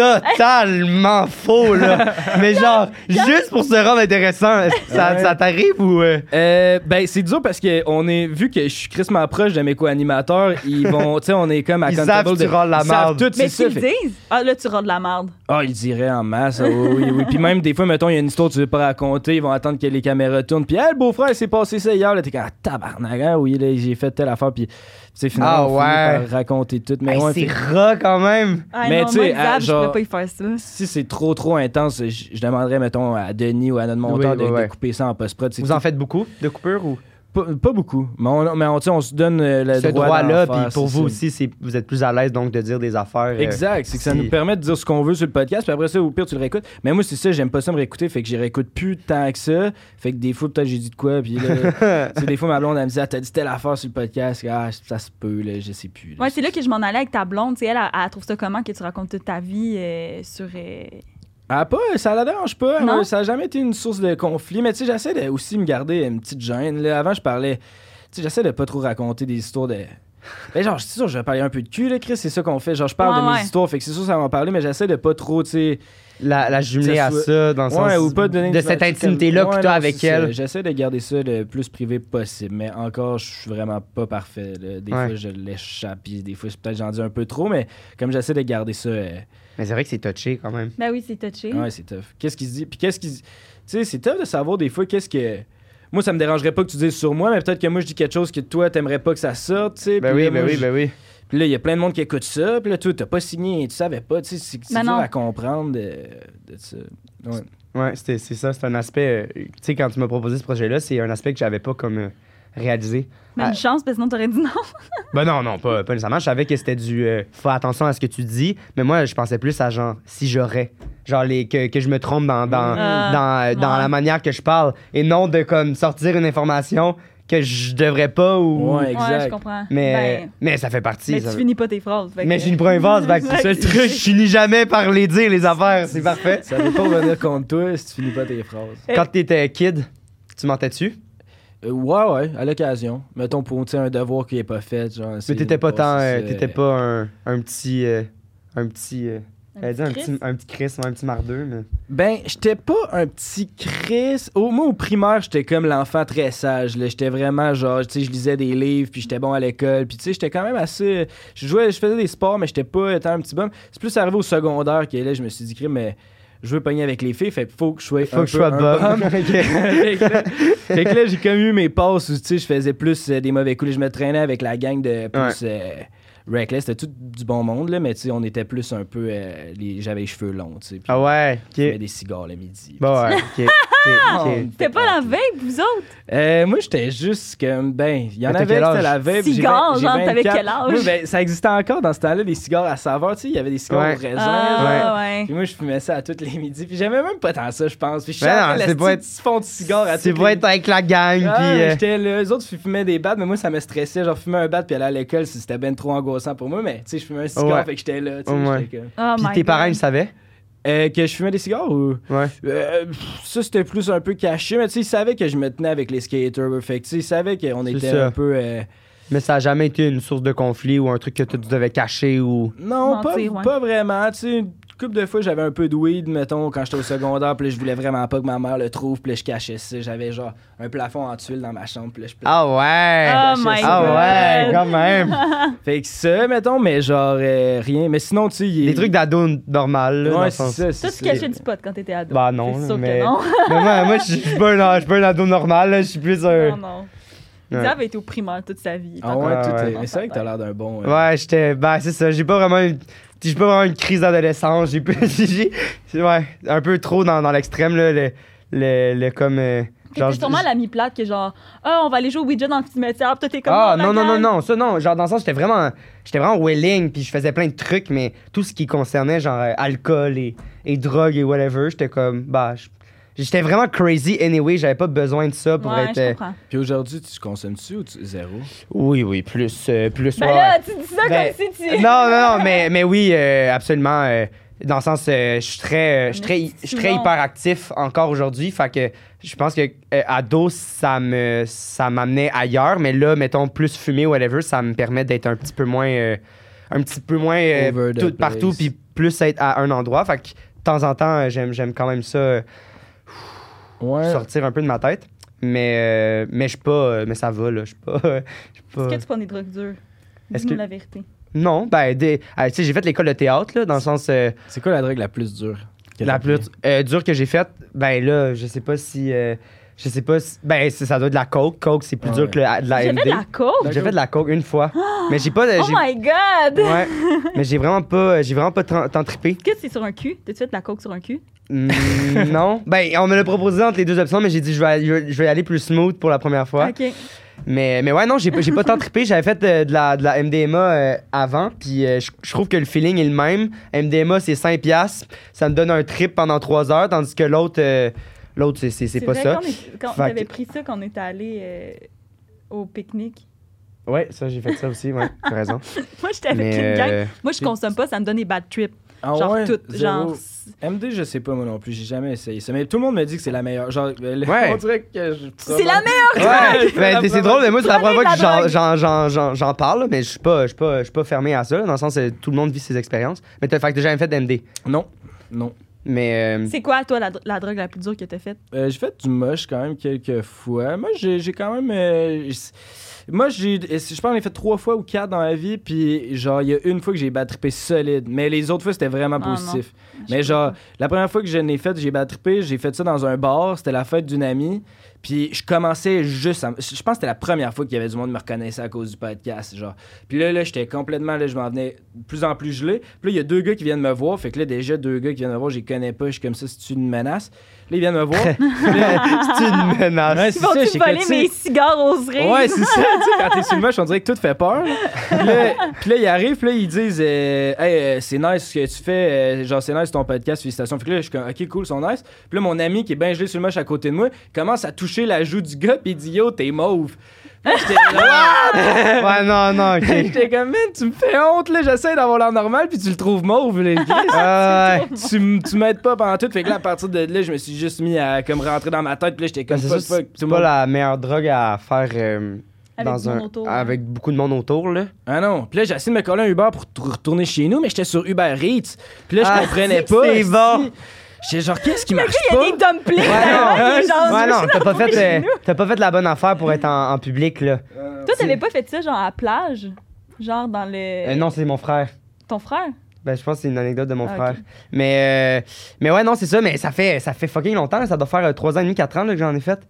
A: totalement <laughs> faux, là. <laughs> mais genre, juste pour se rendre intéressant, ça,
C: Ouais.
A: ça t'arrive ou... euh,
C: Euh, ben, c'est dur parce que on est, vu que je suis crissement proche de mes co-animateurs, ils vont, tu sais, on est comme à
A: Ils savent que tu rôles la
C: Ils savent
A: marde.
C: tout, c'est
B: Mais tu
C: ça.
B: le
C: fait-
B: disent. Ah, là, tu rends de la merde.
C: Ah, ils diraient en masse. ah oui, oui, oui. Puis même des fois, mettons, il y a une histoire que tu veux pas raconter, ils vont attendre que les caméras tournent. Puis, hey, le beau-frère, il s'est passé ça hier. Là, t'es comme, ah, tabarnak, hein, oui, là, j'ai fait telle affaire. Puis, tu sais,
A: Ah,
C: finalement, on
A: ouais.
C: finit par raconter tout. Mais
A: hey,
C: ouais,
A: c'est
C: fait-
A: rat quand même.
B: Ah,
C: Mais
B: non,
C: tu
B: moi,
C: sais,
B: le
C: ah,
B: zap, je
C: genre-
B: pourrais pas y faire ça.
C: si c'est trop, trop intense, je, je demanderais, mettons, à Denis ou à notre monteur
A: Oui,
C: de,
A: oui,
C: de
A: ouais.
C: couper ça en post-prod. C'est
A: Vous
C: tout-
A: en faites beaucoup de coupures ou...
C: pas, pas beaucoup. Mais on, mais on, tu sais, on se donne euh, le
A: ce
C: droit
A: droit-là,
C: d'en
A: puis
C: faire,
A: pour
C: c'est
A: vous
C: ça.
A: aussi, c'est- vous êtes plus à l'aise donc de dire des affaires. euh,
C: Exact, c'est que ça
A: si-
C: nous permet de dire ce qu'on veut sur le podcast, puis après ça, au pire, tu le réécoutes. Mais moi, c'est ça, j'aime pas ça me réécouter, fait que j'y réécoute plus tant que ça. Fait que des fois, peut-être j'ai dit de quoi, puis
A: <laughs>
C: là, tu sais, des fois, ma blonde, elle me dit, ah, t'as dit telle affaire sur le podcast, ah, ça se peut, là, je sais plus. là.
B: Ouais, c'est là que je m'en allais avec ta blonde. Tu sais, elle, elle, elle trouve ça comment que tu racontes toute ta vie euh, sur. euh,
C: Ah, pas, ça la dérange pas.
B: Non?
C: euh, Ça a jamais été une source de conflit. Mais tu sais, j'essaie de aussi me garder une petite gêne. Là, avant, je parlais. Tu sais, j'essaie de pas trop raconter des histoires de. <laughs> Ben, genre, c'est sûr, je vais parler un peu de cul, là, Chris. C'est ça qu'on fait. Genre, je parle
B: Ouais,
C: de mes
B: ouais.
C: histoires. Fait que c'est sûr, ça va en parler, mais j'essaie de pas trop, tu sais.
A: la, la jumeler
C: Ça
A: à
C: soit-
A: ça, dans le
C: Ouais,
A: sens
C: ou pas donner une
A: de cette
C: image comme-
A: intimité-là que
C: Ouais,
A: tu as
C: non,
A: avec
C: c'est ça.
A: elle.
C: J'essaie de garder ça le plus privé possible, mais encore, je suis vraiment pas parfait. là. Des
A: Ouais.
C: fois, je l'échappe, puis des fois, c'est peut-être j'en dis un peu trop, mais comme j'essaie de garder ça. euh,
A: Mais c'est vrai que c'est touché quand même.
B: Ben oui, c'est touché.
C: Ouais, c'est tough. Qu'est-ce qu'il se dit? Puis qu'est-ce qu'il. Tu sais, c'est tough de savoir des fois qu'est-ce que. Moi, ça me dérangerait pas que tu dises sur moi, mais peut-être que moi, je dis quelque chose que toi, t'aimerais pas que ça sorte, tu sais.
A: Ben
C: Puis
A: oui,
C: là,
A: ben
C: moi,
A: oui,
C: je-
A: ben oui.
C: Puis là, il y a plein de monde qui écoute ça. Puis là, toi, t'as pas signé, tu savais pas, tu sais. C'est c'est
B: Ben
C: dur
B: non.
C: à comprendre de, de euh, ça. Ouais.
A: Ouais, c'était- c'est ça. C'est un aspect. euh, tu sais, quand tu m'as proposé ce projet-là, c'est un aspect que j'avais pas comme euh, réalisé.
B: Mais une
A: Ah.
B: chance, parce que sinon, t'aurais dit non.
A: Ben non, non, pas, pas nécessairement. Je savais que c'était du euh, fais attention à ce que tu dis, mais moi, je pensais plus à genre si j'aurais. Genre les, que, que je me trompe dans, dans,
B: Euh,
A: dans, euh, dans
B: ouais.
A: la manière que je parle et non de comme sortir une information que je devrais pas ou.
C: Ouais, exact.
B: Ouais, je comprends.
A: Mais,
B: Ben,
A: mais ça fait partie.
B: mais
A: ça
B: tu
A: fait-
B: finis pas tes phrases. fait
A: mais
B: que-
A: j'ai une
B: <laughs>
A: première vase, fait que
B: Ouais.
A: c'est ça le truc. Je finis jamais par les dire, les affaires. C'est parfait.
C: Ça veut pas revenir contre toi si tu finis pas tes phrases.
A: Quand t'étais kid, tu mentais-tu?
C: Euh, ouais, ouais, à l'occasion. Mettons pour tu sais, un devoir qui est pas fait. Genre,
A: Mais
C: essayer
A: t'étais
C: de
A: pas
C: passer
A: tant. euh,
C: ça.
A: t'étais pas un, un petit. euh, un petit. euh,
B: <laughs> Un
A: j'allais dire
B: petit
A: un petit, un petit Chris, ouais, un petit mardeux, mais.
C: Ben, j'étais pas un petit Chris. Au, moi, au primaire, j'étais comme l'enfant très sage. là. J'étais vraiment genre, tu sais, je lisais des livres, puis j'étais bon à l'école. Puis, tu sais, j'étais quand même assez. Je jouais, je faisais des sports, mais j'étais pas tant un petit bum. C'est plus arrivé au secondaire que là, je me suis dit, Chris, mais je veux pogner avec les filles, fait faut que je sois.
A: Faut
C: un
A: que je
C: peu
A: sois
C: un
A: bum. <laughs> Ok.
C: fait que là- fait que là, j'ai comme eu mes passes où tu sais, je faisais plus euh, des mauvais coups. Je me traînais avec la gang de plus euh, reckless. C'était tout du bon monde, là, mais tu sais, on était plus un peu. euh, les- J'avais les cheveux longs, tu sais. puis
A: Ah ouais,
C: je fumais
A: ok.
C: des cigares le midi.
A: Bon, ouais, ok. ok, ok.
C: Puis-
B: T'es pas la vape, vous autres?
C: Euh, moi, j'étais juste comme, ben, il y en
A: Mais t'as
C: avait,
A: quel âge?
C: c'était la vape. j'ai
B: Cigares,
C: vingt- j'ai
B: genre, t'avais
C: 24.
B: quel âge?
C: Moi, ben, ça existait encore dans ce temps-là, les cigares à saveur, tu sais, il y avait des cigares
A: Ouais.
C: au raisin. genre.
B: Ah, ouais.
C: Puis moi, je fumais ça à tous les midis. Puis j'aimais même pas tant ça, je pense. Puis je
A: Ben non,
C: chantais
A: c'est
C: le
A: pas
C: petit petit fond de cigare à
A: C'est
C: tous
A: pour
C: les
A: être avec la gang,
C: Ah,
A: puis. euh,
C: j'étais là, eux autres fumaient des battes, mais moi ça me stressait. Genre, fumer un bat puis aller à l'école, c'était ben trop angoissant pour moi, mais tu sais, je fumais un cigare,
A: Ouais.
C: fait que j'étais là. tu sais,
A: Ouais.
C: j'étais comme-
B: Oh
A: Puis
B: my
A: tes
B: God.
A: parents, ils savaient?
C: Euh, que je fumais des cigares ou.
A: Ouais.
C: Euh, pff, ça c'était plus un peu caché, mais tu sais, ils savaient que je me tenais avec les skaters. Fait que tu sais, ils savaient qu'on
A: C'est
C: était
A: ça.
C: un peu. euh,
A: Mais ça a jamais été une source de conflit ou un truc que tu devais cacher ou.
C: Non,
B: Mentir,
C: pas,
B: ouais.
C: pas vraiment. Tu sais, une couple de fois, j'avais un peu de weed, mettons, quand j'étais au secondaire, puis là, je voulais vraiment pas que ma mère le trouve, puis là, je cachais ça. J'avais genre un plafond en tuiles dans ma chambre, puis là, je
A: Ah ouais!
B: Oh my
A: Ah
B: God.
A: ouais, quand même!
C: Fait que ça, mettons, mais genre euh, rien. Mais sinon, tu sais, il-
A: Des trucs d'ado normal, là, dans
C: Ouais,
A: le
C: c'est
A: sens.
C: ça. c'est
B: Toi, tu
C: ça.
B: cachais du pot quand t'étais ado.
A: Bah non,
B: C'est sûr
A: mais- <laughs>
B: que non.
A: Mais moi, moi, je suis- je suis pas un- je suis pas un ado normal, là, je suis plus un.
B: non, non.
A: Ouais.
B: Xav a été au primaire toute sa vie.
C: Ah ouais,
A: Ouais,
C: tout
A: ouais.
C: est- mais c'est vrai que t'as l'air d'un bon. euh,
A: Ouais, j'étais. Ben, c'est ça. J'ai pas vraiment une. J'ai pas vraiment une crise d'adolescence. <laughs> J'ai pas- j'ai- j'ai- Ouais, un peu trop dans, dans l'extrême, là. Le, le, le comme. euh,
B: T'es
A: je-
B: sûrement l'ami plate qui est genre, ah, on va aller jouer au Ouija dans le cimetière, pis toi, t'es comme.
A: Ah,
B: Oh, la
A: non, non, non,
B: gang.
A: non, ça, non. Genre, dans le sens, j'étais vraiment, j'étais vraiment willing, puis je faisais plein de trucs, mais tout ce qui concernait, genre, euh, alcool et, et drogue et whatever, j'étais comme, bah, je- j'étais vraiment crazy anyway, j'avais pas besoin de ça pour
B: Ouais,
A: être.
B: je
A: euh,
B: comprends.
C: Puis aujourd'hui, tu consommes-tu ou tu zéro?
A: Oui, oui, plus, euh, plus,
B: Ben
A: ouais,
B: là,
A: ouais.
B: tu dis ça
A: Ben,
B: comme si tu.
A: Non, non, non, mais, mais oui, euh, absolument. euh, dans le sens, euh, je suis très, euh, je suis très, je suis très
B: Souvent.
A: hyperactif encore aujourd'hui. Fait que je pense que euh, ado, ça me, ça m'amenait ailleurs. Mais là, mettons, plus fumé ou whatever, ça me permet d'être un petit peu moins, euh, un petit peu moins euh,
C: Over the
A: tout partout,
C: place.
A: puis plus être à un endroit. Fait que de temps en temps, euh, j'aime, j'aime quand même ça euh,
C: Ouais.
A: sortir un peu de ma tête. Mais, euh, mais je suis pas, euh, mais ça va là, je suis pas, <laughs> je suis pas.
B: Est-ce que tu prends des drogues dures?
A: Est-ce
B: Dis-nous
A: que-
B: la vérité.
A: Non, ben, des- ah, tu sais, j'ai fait l'école de théâtre là, dans le sens. euh,
C: C'est quoi la drogue la plus dure? que
A: La
C: t'as
A: plus
C: pris?
A: euh, dure que j'ai faite, ben là, je sais pas si. euh, je sais pas si. Ben, c'est- ça doit être de la coke. Coke, c'est plus
C: Ouais.
A: dur que le- de la
B: J'ai
A: MD.
B: fait de la coke?
A: J'ai fait de la coke une fois. mais j'ai pas.
B: Oh
A: j'ai-
B: my god!
A: Ouais. mais j'ai vraiment pas. euh, J'ai vraiment pas tant tant trippé.
B: Est-ce que c'est sur un cul? T'as-tu fait de la coke sur un cul?
A: Mm, non. Ben, on me l'a proposé entre les deux options, mais j'ai dit, je vais, aller- je vais- je vais aller plus smooth pour la première fois.
B: Ok.
A: Mais, mais ouais, non, j'ai pas- j'ai pas tant trippé. J'avais fait euh, de, la, de la MDMA euh, avant, puis euh, je je trouve que le feeling est le même. MDMA, c'est 5$. piastres. Ça me donne un trip pendant 3 heures, tandis que l'autre, euh, l'autre c'est- c'est c'est pas
B: vrai,
A: ça.
B: Quand, on est- quand
A: Fait
B: t'avais
A: que-
B: pris ça quand on était allé euh, au pique-nique. <laughs>
A: Ouais, ça, j'ai fait ça aussi, ouais, t'as raison.
B: Moi, j'étais <laughs> avec une
A: Mais,
B: gang. <laughs>
A: euh,
B: Moi, je consomme pas, ça me donne des bad trips.
C: Ah
B: genre
C: ouais?
B: tout.
C: Zéro.
B: Genre.
C: MD, je sais pas moi non plus, j'ai jamais essayé ça. Mais tout le monde me dit que c'est la meilleure. Genre, euh, le-
A: Ouais.
C: on dirait que je.
B: C'est la
A: Ouais,
B: meilleure!
A: ben, c'est drôle, mais moi, c'est la
B: Prenez
A: première fois que
B: de la
A: j'en-
B: drogue.
A: j'en- j'en- j'en- j'en parle, là, mais je suis pas, je suis pas, je suis pas fermé à ça, là, dans le sens que tout le monde vit ses expériences. Mais t'as fait que t'as jamais fait d'MD.
C: Non, non.
A: Mais. euh,
B: C'est quoi, toi, la, dro- la drogue la plus dure que t'as faite?
C: Euh, j'ai fait du moche quand même quelques fois. Moi, j'ai j'ai quand même. euh, j- moi, j'ai, je pense que j'en ai fait trois fois ou quatre dans ma vie. Puis, genre, il y a une fois que j'ai battrippé solide. Mais les autres fois, c'était vraiment
B: Ah, non.
C: positif.
B: Je
C: Mais,
B: sais
C: genre,
B: pas.
C: la première fois que je l'ai fait, j'ai battrippé. J'ai fait ça dans un bar. C'était la fête d'une amie. Puis je commençais juste à... Je pense que c'était la première fois qu'il y avait du monde qui me reconnaissait à cause du podcast, genre. Puis là, là j'étais complètement... Là, je m'en venais de plus en plus gelé. Puis là, il y a deux gars qui viennent me voir. Fait que là, déjà, deux gars qui viennent me voir, je les connais pas. Je suis comme ça, c'est une menace. Là, ils viennent
B: <laughs>
C: me voir.
A: <laughs> c'est une menace.
C: Ouais,
B: Ah, Ils
C: c'est ça,
B: vont-tu
C: j'étais comme,
B: voler
C: tu sais,
B: mes cigares aux cerises?
C: Ouais, c'est ça. Tu sais, quand t'es sur le match, on dirait que tout fait peur. là. Puis là, puis là, ils arrivent, puis là, ils disent euh, Hey, euh, c'est nice ce que tu fais. euh, genre, c'est nice ton podcast, félicitations. Fait que là, je suis comme Ok, cool, ils sont nice. Puis là, mon ami qui est bien gelé sur le match à côté de moi commence à toucher la joue du gars, puis il dit Yo, t'es mauve. Puis j'étais là,
A: Ouais, non, non,
B: <laughs>
A: ok.
C: <laughs> J'étais comme, man, tu me fais honte, là. J'essaie d'avoir l'air normal, puis tu le trouves
A: <laughs>
C: mauve, là. Chris
A: Ah, ouais.
C: tu, m- tu m'aides pas pendant tout. Fait que là, à partir de là, je me suis juste mis à comme rentrer dans ma tête. Puis là, j'étais comme,
A: Ben, c'est
C: fuck,
A: sûr,
C: fuck,
A: c'est
C: tout le
A: pas
C: monde-
A: la meilleure drogue à faire euh,
B: Avec
A: dans
B: du
A: un
B: monde autour,
A: avec beaucoup de monde autour là.
C: Ah non. Puis là, j'ai essayé de me coller un Uber pour t- retourner chez nous, mais j'étais sur Uber Eats. Puis là, je
A: Ah,
C: comprenais
A: c'est-
C: pas.
A: c'est
C: esti.
A: bon.
C: J'étais genre, qu'est-ce qui marche
B: Il y
C: pas?
B: a des dumplings
A: non,
B: là-bas,
C: hein,
B: des gens-
A: ouais, non, t'as pas fait euh, t'as pas fait la bonne affaire pour être en, en public là.
B: <laughs>
C: Euh,
B: Toi, t'avais pas fait ça, genre, à la plage? Genre, dans le...
A: Euh, non, c'est mon frère.
B: Ton frère?
A: Ben, je pense que c'est une anecdote de mon
B: Ah, ok.
A: frère. Mais, euh, mais ouais, non, c'est ça. Mais ça fait, ça fait fucking longtemps. Ça doit faire euh, trois ans et demi, quatre ans là, que j'en ai fait.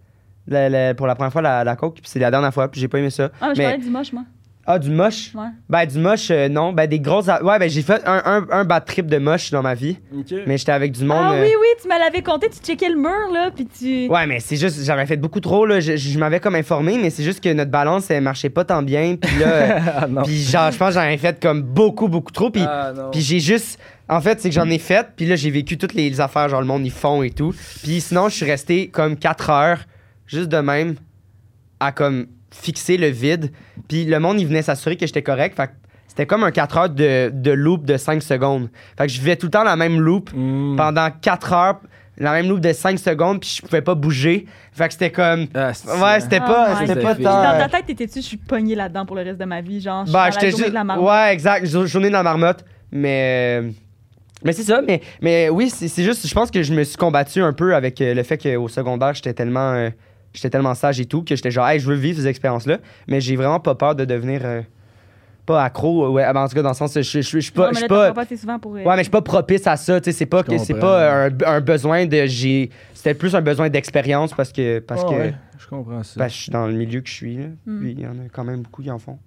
A: La- la- pour la première fois, la, la coke. Puis c'est la dernière fois. Puis j'ai pas aimé ça.
B: Ah, mais je
A: Mais-
B: parlais du moche, moi.
A: Ah, du moche?
B: Ouais.
A: Ben, du moche, euh, non. Ben, des grosses. a- Ouais, ben, j'ai fait un, un, un bad trip de moche dans ma vie.
C: Ok.
A: Mais j'étais avec du monde.
B: ah
A: euh,
B: oui, oui, tu me l'avais compté, tu checkais le mur, là, puis tu...
A: Ouais, mais c'est juste, j'avais fait beaucoup trop, là. Je, je m'avais comme informé, mais c'est juste que notre balance, elle marchait pas tant bien. Puis
C: <laughs>
A: là, euh,
C: <laughs> Ah non.
A: puis genre, je pense que j'en ai fait comme beaucoup, beaucoup trop. Puis
C: Ah non.
A: Puis j'ai juste. En fait, c'est que j'en ai fait, puis là, j'ai vécu toutes les, les affaires, genre le monde, ils font et tout. Puis sinon, je suis resté comme 4 heures, juste de même, à comme fixer le vide. Puis le monde, il venait s'assurer que j'étais correct. Fait que c'était comme un 4 heures de, de loop de 5 secondes. Fait que je vivais tout le temps la même loop
C: Mm.
A: pendant 4 heures, la même loop de 5 secondes, puis je pouvais pas bouger. Fait que c'était comme.
C: Ah, c'est-
A: Ouais, c'était
B: Ah,
A: pas,
B: ouais.
A: c'était pas
C: Puis
B: Puis dans
A: tant.
B: ta tête, t'étais-tu, je suis pogné là-dedans pour le reste de ma vie, genre, je suis
A: euh, Bah,
B: dans la
A: j'étais
B: journée
A: juste.
B: de la marmotte.
A: Ouais, exact. jour- Journée de la marmotte. Mais. euh, Mais c'est ça. Mais, mais oui, c'est c'est juste. Je pense que je me suis combattu un peu avec euh, le fait qu'au secondaire, j'étais tellement. euh, j'étais tellement sage et tout que j'étais genre, hey, je veux vivre ces expériences-là. Mais j'ai vraiment pas peur de devenir. euh, pas accro. Ouais, ben, en tout cas, dans le sens. Je je- je suis je suis
B: Non,
A: pas.
B: mais
A: je
B: là,
A: suis
B: t'en
A: pas
B: vas pas assez souvent pour... euh,
A: Ouais, mais je suis pas propice à ça, tu sais, c'est pas
C: Je
A: que c'est
C: comprends.
A: pas un, un besoin de j'ai c'était plus un besoin d'expérience parce que parce
C: Ah
A: que
C: ouais, je comprends ça.
A: parce que je suis dans le milieu que je suis là.
B: Mm.
A: Puis il y en a quand même beaucoup qui en font.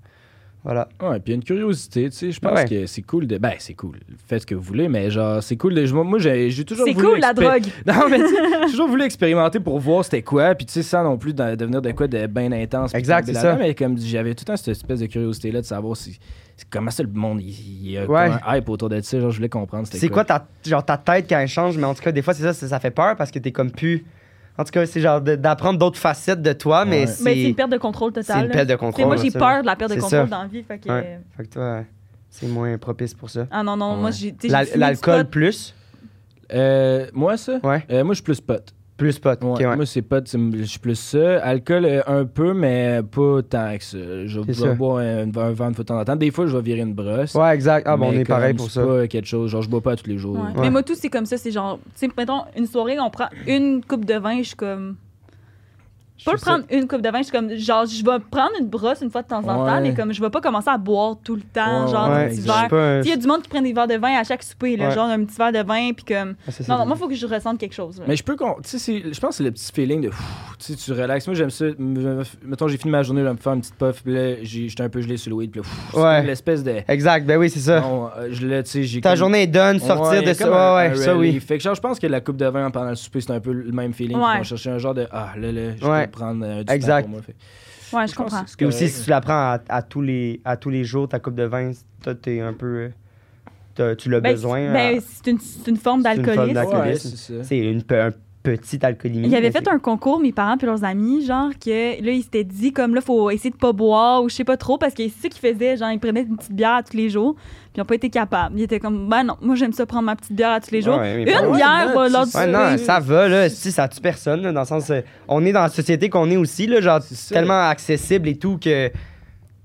A: Voilà.
C: Ouais, puis il y a une curiosité, tu sais. Je pense
A: Ouais.
C: que c'est cool de. Ben, c'est cool. Faites ce que vous voulez, mais genre, c'est cool de. Moi, j'ai j'ai toujours.
B: C'est
C: voulu
B: cool, la
C: expé-
B: drogue!
C: <laughs> Non, mais tu sais, j'ai toujours voulu expérimenter pour voir c'était quoi, puis tu sais, sans non plus de- devenir de quoi de bien intense. puis
A: Exact,
C: tomber
A: c'est
C: là-dedans,
A: ça.
C: Mais comme j'avais tout le temps cette espèce de curiosité-là de savoir si, c'est comment ça le monde, il, il a
A: Ouais.
C: comme un hype autour de ça, genre je voulais comprendre c'était
A: C'est quoi ta, genre, ta tête quand elle change, mais en tout cas, des fois, c'est ça, ça, ça fait peur parce que t'es comme plus. En tout cas, c'est genre de- d'apprendre d'autres facettes de toi,
C: Ouais.
A: mais
B: Mais c'est
A: c'est.
B: une perte de contrôle
A: C'est
B: totale.
A: une perte de
B: Tu sais,
A: contrôle.
B: moi, j'ai
A: ça.
B: peur de la perte de
A: C'est
B: contrôle
A: ça.
B: dans la vie. Fait que... euh,
A: Ouais. Fait que toi, c'est moins propice pour ça.
B: Ah non, non,
C: Ouais.
B: moi, j'ai... tu sais, j'ai
A: L'al-
B: fumé du
A: L'alcool
B: pot.
A: plus.
C: Euh, moi, ça?
A: Ouais.
C: Euh, moi, je suis plus pot.
A: Plus pot.
C: Ouais,
A: ok, ouais.
C: Moi, c'est pot, c'est- je suis plus ça. Alcool, euh, un peu, mais pas tant que ça. Je
A: C'est
C: vais
A: ça.
C: boire un, un verre de fois de temps en temps. Des fois, je vais virer une brosse.
A: Ouais, exact. Ah, bon, on
C: mais
A: est pareil
C: comme
A: pour
C: c'est
A: ça.
C: pas quelque chose, genre, je bois pas tous les jours.
B: Ouais.
A: Ouais.
B: Mais moi, tout, c'est comme ça. C'est genre, tu sais, mettons, une soirée, on prend une coupe de vin, je suis comme.
A: Je
B: Pas
A: fais
B: le prendre une coupe de vin, je suis comme, genre, je vais prendre une brosse une fois de temps en temps,
C: Ouais.
B: mais comme, je vais pas commencer à boire tout le temps,
C: Ouais,
A: ça.
B: genre,
A: Ouais,
B: un petit
A: je suis
B: verre.
A: pas un-
B: Tu sais, il Ah, y a du monde qui prend des verres de vin à chaque souper, là,
A: Ouais.
B: genre, un petit verre de vin, puis comme.
A: Ah, c'est ça,
B: Non, non,
A: c'est-
B: moi, faut que je ressente quelque chose. là.
C: <laughs> Mais je peux. con- Tu sais, c'est- je pense que c'est le petit feeling de. pff, Tu sais, tu relaxes. Moi, j'aime ça. m- m- Mettons, j'ai fini ma journée, je vais me faire une petite puff. Puis là, j'ai- j'étais un peu gelé sur le weed. Puis là, pff, c'est
A: Ouais.
C: comme l'espèce de.
A: Exact, ben oui, c'est ça.
C: Non, euh, je l'ai, tu sais, j'ai.
A: Ta
C: comme-
A: journée est done,
C: Ouais,
A: sortir
C: il y
A: de
C: a
A: ça.
C: comme un-
A: Ouais, ouais,
C: un
A: ça,
C: relief.
A: oui.
C: Fait que genre, je pense que la coupe de vin pendant le souper, c'est un peu le même feeling.
B: Ouais.
C: Ils vont chercher un genre de. Ah, là, là, je
A: Ouais.
C: vais prendre euh, du
A: Exact.
C: temps pour moi. Fait-
B: Ouais, je
C: je pense
B: comprends.
C: que c'est
A: Puis aussi,
C: correct.
A: si tu la prends à, à tous les, à tous les jours, ta coupe de vin, toi, t'es un peu. euh, t'as- tu l'as
B: Ben,
A: besoin.
B: c'est- ben,
A: à-
B: c'est une, c'est une forme
A: C'est une forme
B: d'alcoolisme.
A: d'alcoolisme.
C: Ouais,
A: alcoolisme.
C: c'est ça.
A: C'est une pe- un petite alcoolimie.
B: Il y avait
A: mais
B: fait
A: c'est-
B: un concours, mes parents puis leurs amis, genre que là, ils s'étaient dit comme là, faut essayer de pas boire ou je sais pas trop, parce que c'est ça qu'ils faisaient, genre ils prenaient une petite bière à tous les jours, puis ils ont pas été capables. Ils étaient comme, ben non, moi j'aime ça prendre ma petite bière à tous les jours.
A: Ouais, mais
B: une
A: bon.
C: ouais,
B: bière
C: non,
B: euh,
C: tu-
B: lors du
A: Ouais,
C: Oui,
A: non,
B: souper.
A: ça va, là. Si, ça tue personne, là, dans le sens. euh, on est dans la société qu'on est aussi, là, genre,
C: C'est ça.
A: tellement accessible et tout que.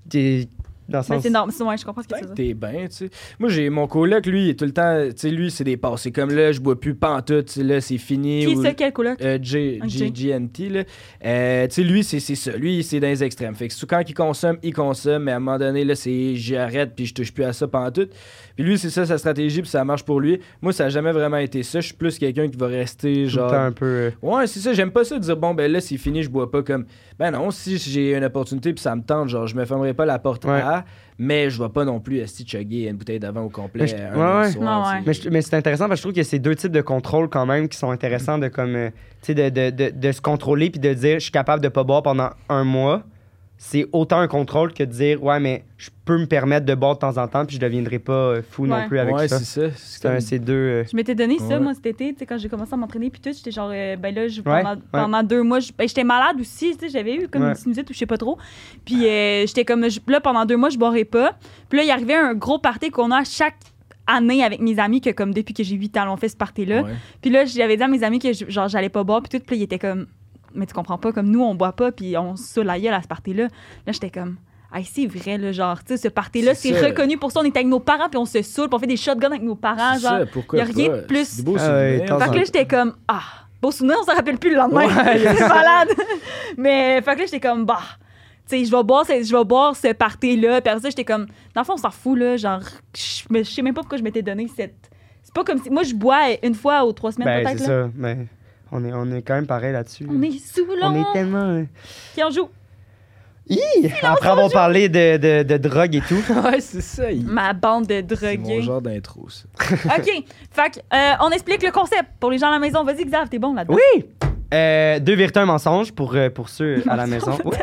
A: t'es- Dans le
B: Mais
A: sens.
B: Ben, c'est normal. Ouais, je comprends ce que tu
C: Ben,
B: veux dire.
C: t'es bien, tu sais. Moi, j'ai mon coloc, lui, il est tout le temps. Tu sais, lui, c'est des passes. C'est comme là, je bois plus pantoute, tu sais, là, c'est fini.
B: Qui est
C: ou-
B: ça, quel coloc?
C: Euh, J-
B: Ok.
C: J- GNT, là. Euh, tu sais, lui, c'est c'est ça. Lui, c'est dans les extrêmes. Fait que sou- quand il consomme, il consomme, mais à un moment donné, là, c'est j'arrête, puis je touche plus à ça pendant tout. Puis lui, c'est ça sa stratégie, puis ça marche pour lui. Moi, ça a jamais vraiment été ça. Je suis plus quelqu'un qui va rester,
A: Tout le
C: genre.
A: temps un peu. euh,
C: Ouais, c'est ça, j'aime pas ça de dire bon ben là c'est fini, je bois pas comme ben non, si j'ai une opportunité puis ça me tente, genre je me fermerai pas la porte
A: Ouais.
C: à, mais je vais pas non plus esti chugger une bouteille d'avant au complet
A: Mais je-
C: un
A: ouais,
C: autre
A: ouais.
C: soir,
B: Ouais,
A: Mais,
C: tu sais.
A: je- mais c'est intéressant parce que je trouve que c'est deux types de contrôle quand même qui sont intéressants de comme euh, tu sais de, de, de, de se contrôler puis de dire je suis capable de pas boire pendant un mois. C'est autant un contrôle que de dire ouais mais je peux me permettre de boire de temps en temps puis je deviendrai pas euh, fou
B: Ouais.
A: non plus avec
C: Ouais,
A: ça.
C: c'est ça. C'est
A: C'est un-
C: comme-
A: C'est deux. euh,
B: Je m'étais donné ça,
C: Ouais.
B: moi, cet été, tu sais, quand j'ai commencé à m'entraîner, puis tout, j'étais genre, euh, ben là, je,
A: Ouais,
B: pendant,
A: ouais.
B: pendant deux mois, je- ben, j'étais malade aussi, tu sais, j'avais eu comme
A: Ouais.
B: une sinusite ou je sais pas trop. Puis euh, j'étais comme, je- là, pendant deux mois, je boirais pas. Puis là, il arrivait un gros party qu'on a chaque année avec mes amis, que comme depuis que j'ai 8 ans, on fait ce party-là.
C: Ouais.
B: Puis là, j'avais dit à mes amis que je- genre j'allais pas boire, puis tout, puis là, ils étaient comme, mais tu comprends pas, comme nous, on boit pas, puis on se saoule la gueule à ce party-là. Là, j'étais comme, ah, c'est vrai, le genre, tu sais, ce party-là,
C: C'est
B: c'est
C: ça.
B: reconnu pour ça, on est avec nos parents, puis on se saoule, puis on fait des shotguns avec nos parents,
C: C'est
B: Ah, genre.
C: ça, pourquoi
B: y a rien
C: pas?
B: de plus.
C: C'est des beaux
A: Ah
C: souvenirs,
A: ouais, t'en
C: ça.
B: Fait que là, j'étais comme, ah, beau souvenir, on s'en rappelle plus le lendemain.
A: Ouais,
B: <laughs> c'est malade. Mais, fait que là, j'étais comme, bah, tu sais, je vais boire, ce- je vais boire ce party-là. Puis après ça, j'étais comme, dans le fond, on s'en fout, là. Genre, je me- je sais même pas pourquoi je m'étais donné cette. C'est pas comme si. Moi, je bois une fois aux trois semaines,
A: ben c'est
B: peut-être, là.
A: ça. Mais on est on est quand même pareil là-dessus.
B: On est sous
A: On est
B: l'ombre.
A: tellement. euh,
B: Qui en joue?
A: Hi! Après avoir parlé de, de, de drogue et
B: <laughs>
A: tout.
C: ouais, c'est ça. il-
B: Ma bande de
C: C'est mon
B: drogués.
C: genre d'intro, ça.
B: <laughs> OK. Fait que, euh, on explique le concept pour les gens à la maison. Vas-y, Xav, t'es bon là-dedans.
A: Oui! Euh, deux vérités, un mensonge pour, euh, pour ceux
B: <laughs>
A: à la maison. Oui!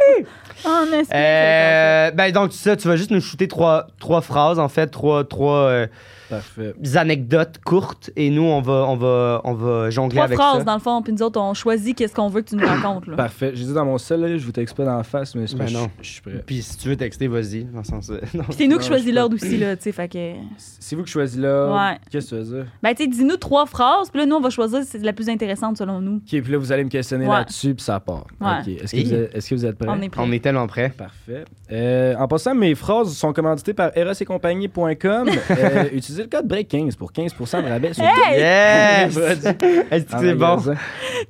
B: On explique le
A: Euh, ben donc ça, tu vas juste nous shooter trois, trois phrases en fait, trois, trois euh,
C: Parfait.
A: anecdotes courtes et nous on va on va on va jongler
B: concept. Trois
A: avec
B: phrases,
A: ça.
B: dans le fond, puis nous autres, on choisit qu'est-ce qu'on veut que tu nous racontes, là.
C: Parfait. J'ai dit dans mon seul, là, je vous texte pas dans la face, mais c'est
A: Ben
C: parce que
A: non.
C: je je suis prêt.
A: Puis si tu veux texter, vas-y. Dans le sens, euh, <laughs> non.
B: Puis c'est nous
C: Non,
B: qui
C: je
B: choisis
C: peux-
B: l'ordre aussi, là, tu sais, fait que...
C: C'est vous qui choisissez là.
B: Ouais.
C: Qu'est-ce que tu veux dire?
B: Ben, tu sais, dis-nous trois phrases, puis là, nous, on va choisir si c'est la plus intéressante selon nous.
C: Ok, puis là, vous allez me questionner
B: Ouais.
C: là-dessus, puis ça part.
B: Ouais.
C: Ok. Est-ce que,
A: Et-
C: vous êtes- est-ce que vous êtes prêts?
B: On est prêts.
A: on est tellement prêts.
C: Parfait. Euh, en passant, mes phrases sont commanditées par
B: <laughs>
C: erosetcompagnie.com. Euh, utilisez le code BREAK15 pour 15% de rabais sur tous
A: <laughs>
B: Hey!
A: Yes!
C: les produits
A: Est-ce que
C: <laughs> en
A: c'est bon?
C: magasin.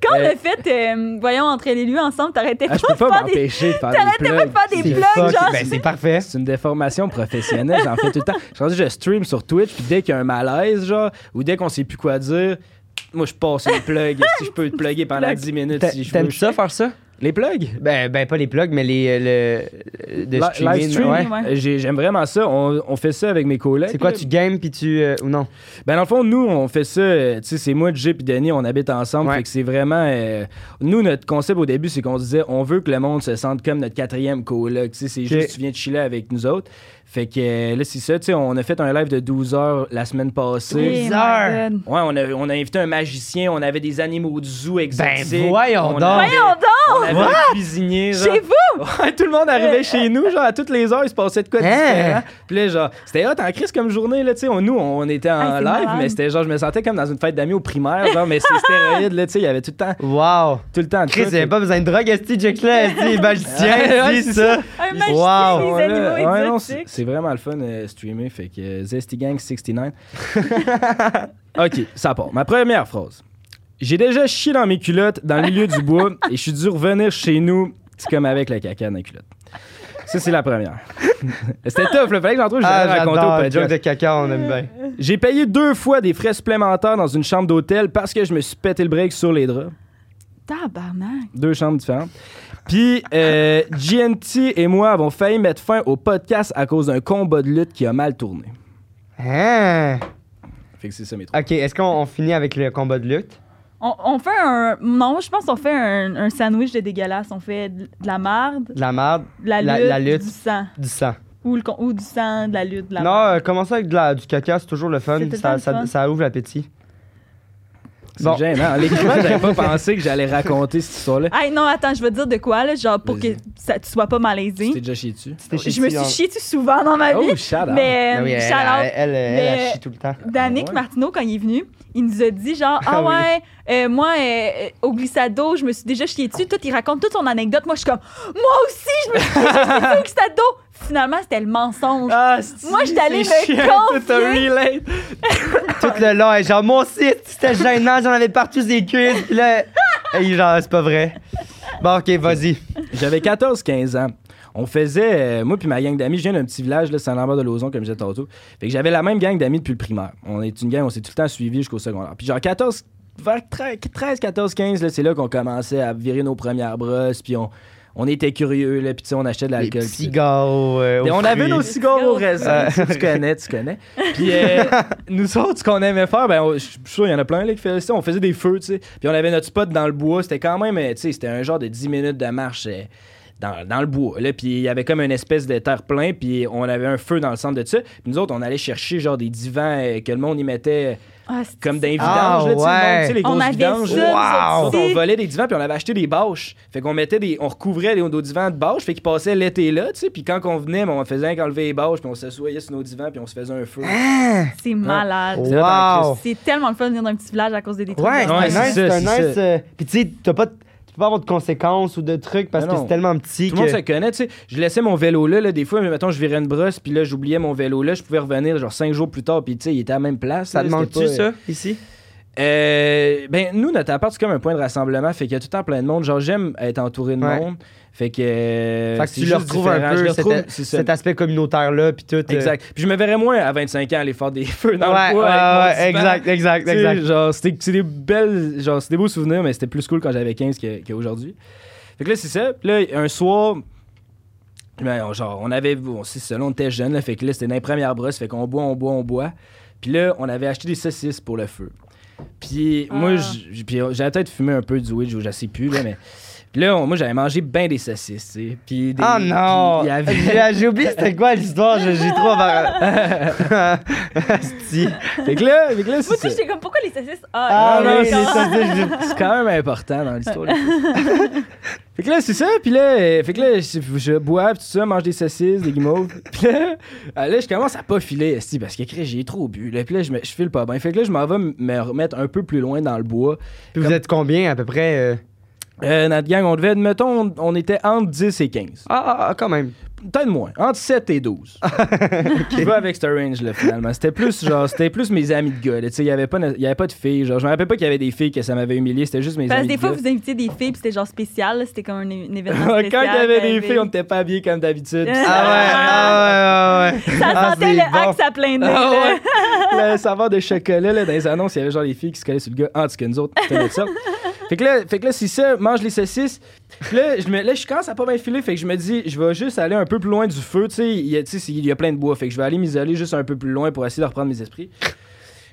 B: Quand on
C: Euh,
B: a fait, euh, voyons, entrer les lieux ensemble, t'arrêtais pas,
C: Ah, je peux
B: de
C: pas
B: faire des...
C: m'empêcher de faire des
B: T'arrêtais pas de
C: plugs.
B: faire des
A: C'est
B: plugs,
A: fuck-
B: genre...
A: ben, c'est parfait.
C: C'est une déformation professionnelle, j'en fais tout le temps. Je suis rendu, je stream sur Twitch, puis dès qu'il y a un malaise, genre, ou dès qu'on sait plus quoi dire, moi je passe une plug. si je peux te plugger pendant
B: Plug.
C: 10 minutes,
A: T'a-
C: si je veux.
A: T'aimes ça faire ça?
C: Les plugs?
A: Ben, ben pas les plugs, mais les euh, le de
C: Li-
A: streaming.
C: live stream,
A: ouais.
B: ouais.
C: euh, j'ai- J'aime vraiment ça. On, on fait ça avec mes collègues.
A: C'est quoi,
C: là.
A: tu games puis tu euh, ou <laughs> non?
C: Ben, dans le fond, nous, on fait ça. euh, Tu sais, c'est moi, Jay puis Denis, on habite ensemble.
A: Ouais.
C: Fait que c'est vraiment. euh, nous, notre concept au début, c'est qu'on se disait, on veut que le monde se sente comme notre quatrième coloc. Tu sais, c'est juste, tu viens de chiller avec nous autres. Fait que euh, là, c'est ça. Tu sais, on a fait un live de 12 heures la semaine passée.
B: Eh, my
A: bizarre.
B: God.
C: Ouais, on a, on a invité un magicien, on avait des animaux du zoo exotiques.
A: Ben, voyons
C: on
A: donc.
C: avait-
B: Voyons donc,
C: On avait un cuisinier, genre.
B: chez vous!
C: Ouais, tout le monde arrivait chez nous, genre à toutes les heures, il se passait de quoi de
A: Hein?
C: différent. Puis là, genre, c'était hot en crise comme journée, là, tu sais. on- Nous, on était en
B: Ah, c'est
C: live,
B: malade.
C: mais c'était genre, je me sentais comme dans une fête d'amis au primaire, genre, mais c'est stéroïde, là, tu sais, il y avait tout le temps,
A: Wow!
C: tout le temps de
A: Chris, il
C: ça,
A: n'y avait
C: fait-
A: pas besoin de drogue, est-ce Jack là, <laughs> est-ce
C: Ouais,
A: magicien,
C: ouais,
A: est
C: c'est
A: ça?
B: Un
C: Wow.
B: magicien des
C: Ouais,
B: animaux
C: ouais, non, c'est
B: exotiques.
C: c'est vraiment le fun euh, streamer, fait que euh, Zesty Gang 69. <laughs> ok, ça part. Ma première phrase. J'ai déjà chié dans mes culottes dans le milieu du bois et je suis dû revenir chez nous, c'est comme avec le caca dans les culottes. Ça, c'est la première. C'était tough, le fallait que j'en trouve, je l'avais
A: Ah,
C: raconté au
A: j'adore, le
C: podcast.
A: joke de caca, on aime bien.
C: J'ai payé deux fois des frais supplémentaires dans une chambre d'hôtel parce que je me suis pété le break sur les draps.
B: Tabarnak.
C: Deux chambres différentes. Puis, euh, GNT et moi avons failli mettre fin au podcast à cause d'un combat de lutte qui a mal tourné.
A: Hein?
C: Fait que c'est ça mes trois.
A: Ok, est-ce qu'on on finit avec le combat de lutte?
B: On, on fait un... Non, je pense qu'on fait un, un sandwich de dégueulasse. On fait de de la marde,
A: De la merde,
B: de la lutte,
A: La- la lutte.
B: du sang.
A: du sang.
B: Ou, le, con- ou du sang, de la lutte, de la
A: non, euh, commencer avec de la- du caca, c'est toujours le fun.
B: C'est tout le temps
A: Ça,
B: le
A: ça-
B: fun.
A: ça ouvre l'appétit.
C: C'est
A: Bon. <laughs>
C: gênant. En l'écrivant, j'avais pas pensé que j'allais raconter cette histoire-là.
B: Hey, non, attends, je veux te dire de quoi, là, genre, pour que
C: euh, Vas-y.
B: ça, tu sois pas
C: Tu t'es
B: malaisé.
C: déjà chié dessus.
A: Tu t'es
B: Je me suis
A: en-
B: chié dessus souvent dans ma vie.
C: Oh, shout out.
B: mais,
A: Ah oui, elle,
B: shout out.
A: elle, elle, elle, elle
B: Mais-
A: chie tout le temps.
B: Danick
C: Ah ouais.
B: Martineau, quand il est venu, il nous a
A: <laughs>
B: dit genre, ah
A: Ah oui.
B: ouais, euh, moi, euh, euh, au glissado, je me suis déjà chié dessus. Tout, il raconte toute son anecdote. Moi, je suis comme, moi aussi, je me suis déjà chié dessus au glissado. Finalement, c'était le mensonge.
A: Ah, c'est-
B: Moi, j'étais allée
A: c'est
B: me
A: chiant,
B: confier.
A: tout un relate. Tout le long, elle, genre, moi aussi, c'était gênant, j'en avais partout des cuisses. Puis là, elle, genre, c'est pas vrai. Bon, ok, vas-y.
C: J'avais 14-15 ans. On faisait, euh, moi puis ma gang d'amis, je viens d'un petit village, là, Saint-Lambert-de-Lauzon, comme je disais tantôt. Fait que j'avais la même gang d'amis depuis le primaire. On est une gang, on s'est tout le temps suivi jusqu'au secondaire. Puis genre 14, vers 13, 13, 14, 15, là, c'est là qu'on commençait à virer nos premières brosses, puis on, on était curieux, là, puis tu sais, on achetait de
A: Les
C: l'alcool.
A: petits
C: puis tout.
A: cigares. euh,
C: Et
A: aux
C: on avait
A: fruits.
C: nos cigares au raisin.
A: Euh,
C: tu sais, tu connais, tu connais. Puis euh, <laughs> nous autres, ce qu'on aimait faire, ben, on- je suis sûr, il y en a plein là, qui faisaient ça. On faisait des feux, tu sais. Puis on avait notre spot dans le bois. C'était quand même, euh, tu sais, c'était un genre de 10 minutes de marche. euh, dans, dans le bois. Là, puis il y avait comme une espèce de terre-plein, puis on avait un feu dans le centre de ça. Puis nous autres, on allait chercher genre des divans euh, que le monde y mettait
B: Ah, c'est-
C: comme des vidanges,
A: Ah,
C: là, tu sais, le monde,
A: ouais.
C: tu sais, les
B: On
C: grosses
B: avait
C: vidanges.
B: ça,
C: là.
A: Wow!
B: nous
C: Donc,
B: autres
C: on
B: aussi.
C: volait des divans puis on avait acheté des bâches. Fait qu'on mettait des on recouvrait les nos divans de bâches, fait qu'ils passaient l'été là, tu sais, puis quand on venait, ben, on faisait un qu'enlever les bâches, puis on s'assoyait sur nos divans puis on se faisait un feu.
A: Ah,
B: C'est malade.
C: C'est là, dans la
A: Wow!
B: C'est tellement le fun de venir d'un petit village à cause des détruits.
A: Ouais,
C: Ouais,
A: c'est un
C: c'est
A: nice.
C: ça,
A: C'est un
C: c'est
A: nice.
C: ça.
A: euh, Puis tu sais, t'as pas, tu peux pas avoir de conséquences ou de trucs parce
C: Mais
A: que
C: non.
A: c'est tellement petit
C: Tout le monde se
A: que.
C: connaît, tu sais. Je laissais mon vélo là, là, des fois, mais mettons, je virais une brosse, puis là, j'oubliais mon vélo là, je pouvais revenir genre cinq jours plus tard, puis tu sais, il était à la même place.
A: Ça
C: là,
A: te
C: c'était
A: manque-tu,
C: pas, euh,
A: ça, ici?
C: Euh, ben, nous, notre appart, c'est comme un point de rassemblement. Fait qu'il y a tout le temps plein de monde. Genre, j'aime être entouré de
A: Ouais.
C: monde. Fait que. euh,
A: Fait que
C: c'est
A: tu le
C: juste
A: retrouves
C: différent.
A: un
C: Je le
A: peu,
C: retrouve,
A: cet,
C: c'est ça.
A: cet aspect communautaire-là, puis tout. euh,
C: Exact. Puis je me verrais moins à 25 ans aller faire des <laughs> feux dans
A: ouais,
C: le bois.
A: ouais,
C: avec mon
A: ouais,
C: divan.
A: exact, exact,
C: Tu sais,
A: exact.
C: Genre, c'était c'est des belles. Genre, c'est des beaux souvenirs, mais c'était plus cool quand j'avais 15 que- qu'aujourd'hui. fait que là, c'est ça. Puis là, un soir. ben, on- genre, on avait. On, c'est ça, là, on était jeunes, là. Fait que là, c'était dans les premières brosses. Fait qu'on boit, on boit, on boit. Puis là, on avait acheté des saucisses pour le feu. Puis moi,
B: Ah.
C: j- j- puis j'avais peut-être fumé un peu du weed, je je sais plus, là, mais. Puis là, on- moi, j'avais mangé ben des saucisses, tu sais. Puis des-
A: Oh non!
C: puis il
A: <laughs>
C: y avait-
A: J'ai- ah, J'ai oublié c'était quoi l'histoire, j'ai j'ai trop
C: <laughs>
A: embarrassé. Asti.
C: fait que là, fait que là,
B: Moi, tu
C: c'est
B: sais,
C: ça.
B: j'étais comme, pourquoi les saucisses?
A: Ah,
C: Ah,
A: non,
C: oui,
A: c'est
C: c'est
A: ça, c'est- je-
C: C'est quand même important dans l'histoire. là. <laughs> fait que là, c'est ça. Puis là, euh, fait que là je, je bois, puis tout ça, mange des saucisses, des guimauves. <laughs> Puis là, euh, là, je commence à pas filer, esti, parce que crée, j'ai trop bu. Là, puis là, je, me- je file pas bien. Fait que là, je m'en vais m- me remettre un peu plus loin dans le bois.
A: Puis vous
C: Comme-
A: êtes combien à peu près? euh?
C: Euh, notre gang, on devait, mettons, on, on était entre 10 et 15.
A: Ah, ah, ah, quand même.
C: Peut-être moins, entre 7 et <laughs> 12. Je vais avec ce range-là, finalement. C'était plus, genre, c'était plus mes amis de gars. là. Tu sais, il y avait pas, na- il y avait pas de filles. Genre, je me rappelle pas qu'il y avait des filles que ça m'avait humilié. C'était juste mes
B: Parce que
C: amis
B: des
C: de
B: fois,
C: gars.
B: vous invitiez des filles, puis c'était genre spécial. là, C'était comme un, é- un événement
C: Quand
B: spécial. ben,
C: il y avait des
B: t'avais-
C: filles, on n'était pas habillés comme d'habitude.
A: Ah ouais, ah ouais, ah ouais.
B: Ça
A: Ah,
B: sentait le
A: c'est bon.
B: axe à plein nez.
C: Ah
B: là.
C: ouais. Le saveur de chocolat, là, dans les annonces, il y avait genre les filles qui se collaient sur le gars. Ah, tu que nous autres, c'était notre sorte. Fait que là, fait que là c'est ça, mange les saucisses. Puis Là, je me, là, je commence à pas m'infiler. Fait que je me dis, je vais juste aller un peu plus loin du feu. Tu sais, il y, a- tu sais, c'est- il y a plein de bois. Fait que je vais aller m'isoler juste un peu plus loin pour essayer de reprendre mes esprits.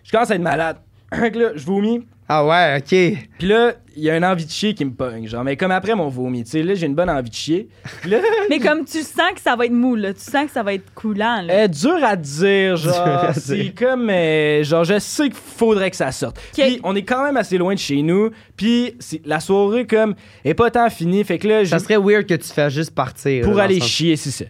C: Je commence à être malade. <clears throat> Fait que là, je vomis.
A: Ah ouais, ok.
C: Puis là, il y a une envie de chier qui me pogne. Genre, mais comme après mon vomi, tu sais, là, j'ai une bonne envie de chier. Puis là,
B: <laughs> Mais comme tu sens que ça va être mou, là. Tu sens que ça va être coulant, là.
C: Euh, dur à dire,
A: Dur
C: genre.
A: à
C: C'est
A: dire.
C: comme, euh, genre, je sais qu'il faudrait que ça sorte. Puis on est quand même assez loin de chez nous. Puis c'est- la soirée, comme, est pas tant finie. Fait que là, je,
A: Ça serait weird que tu fasses juste partir.
C: pour
A: là, dans
C: aller
A: le sens.
C: chier, c'est ça.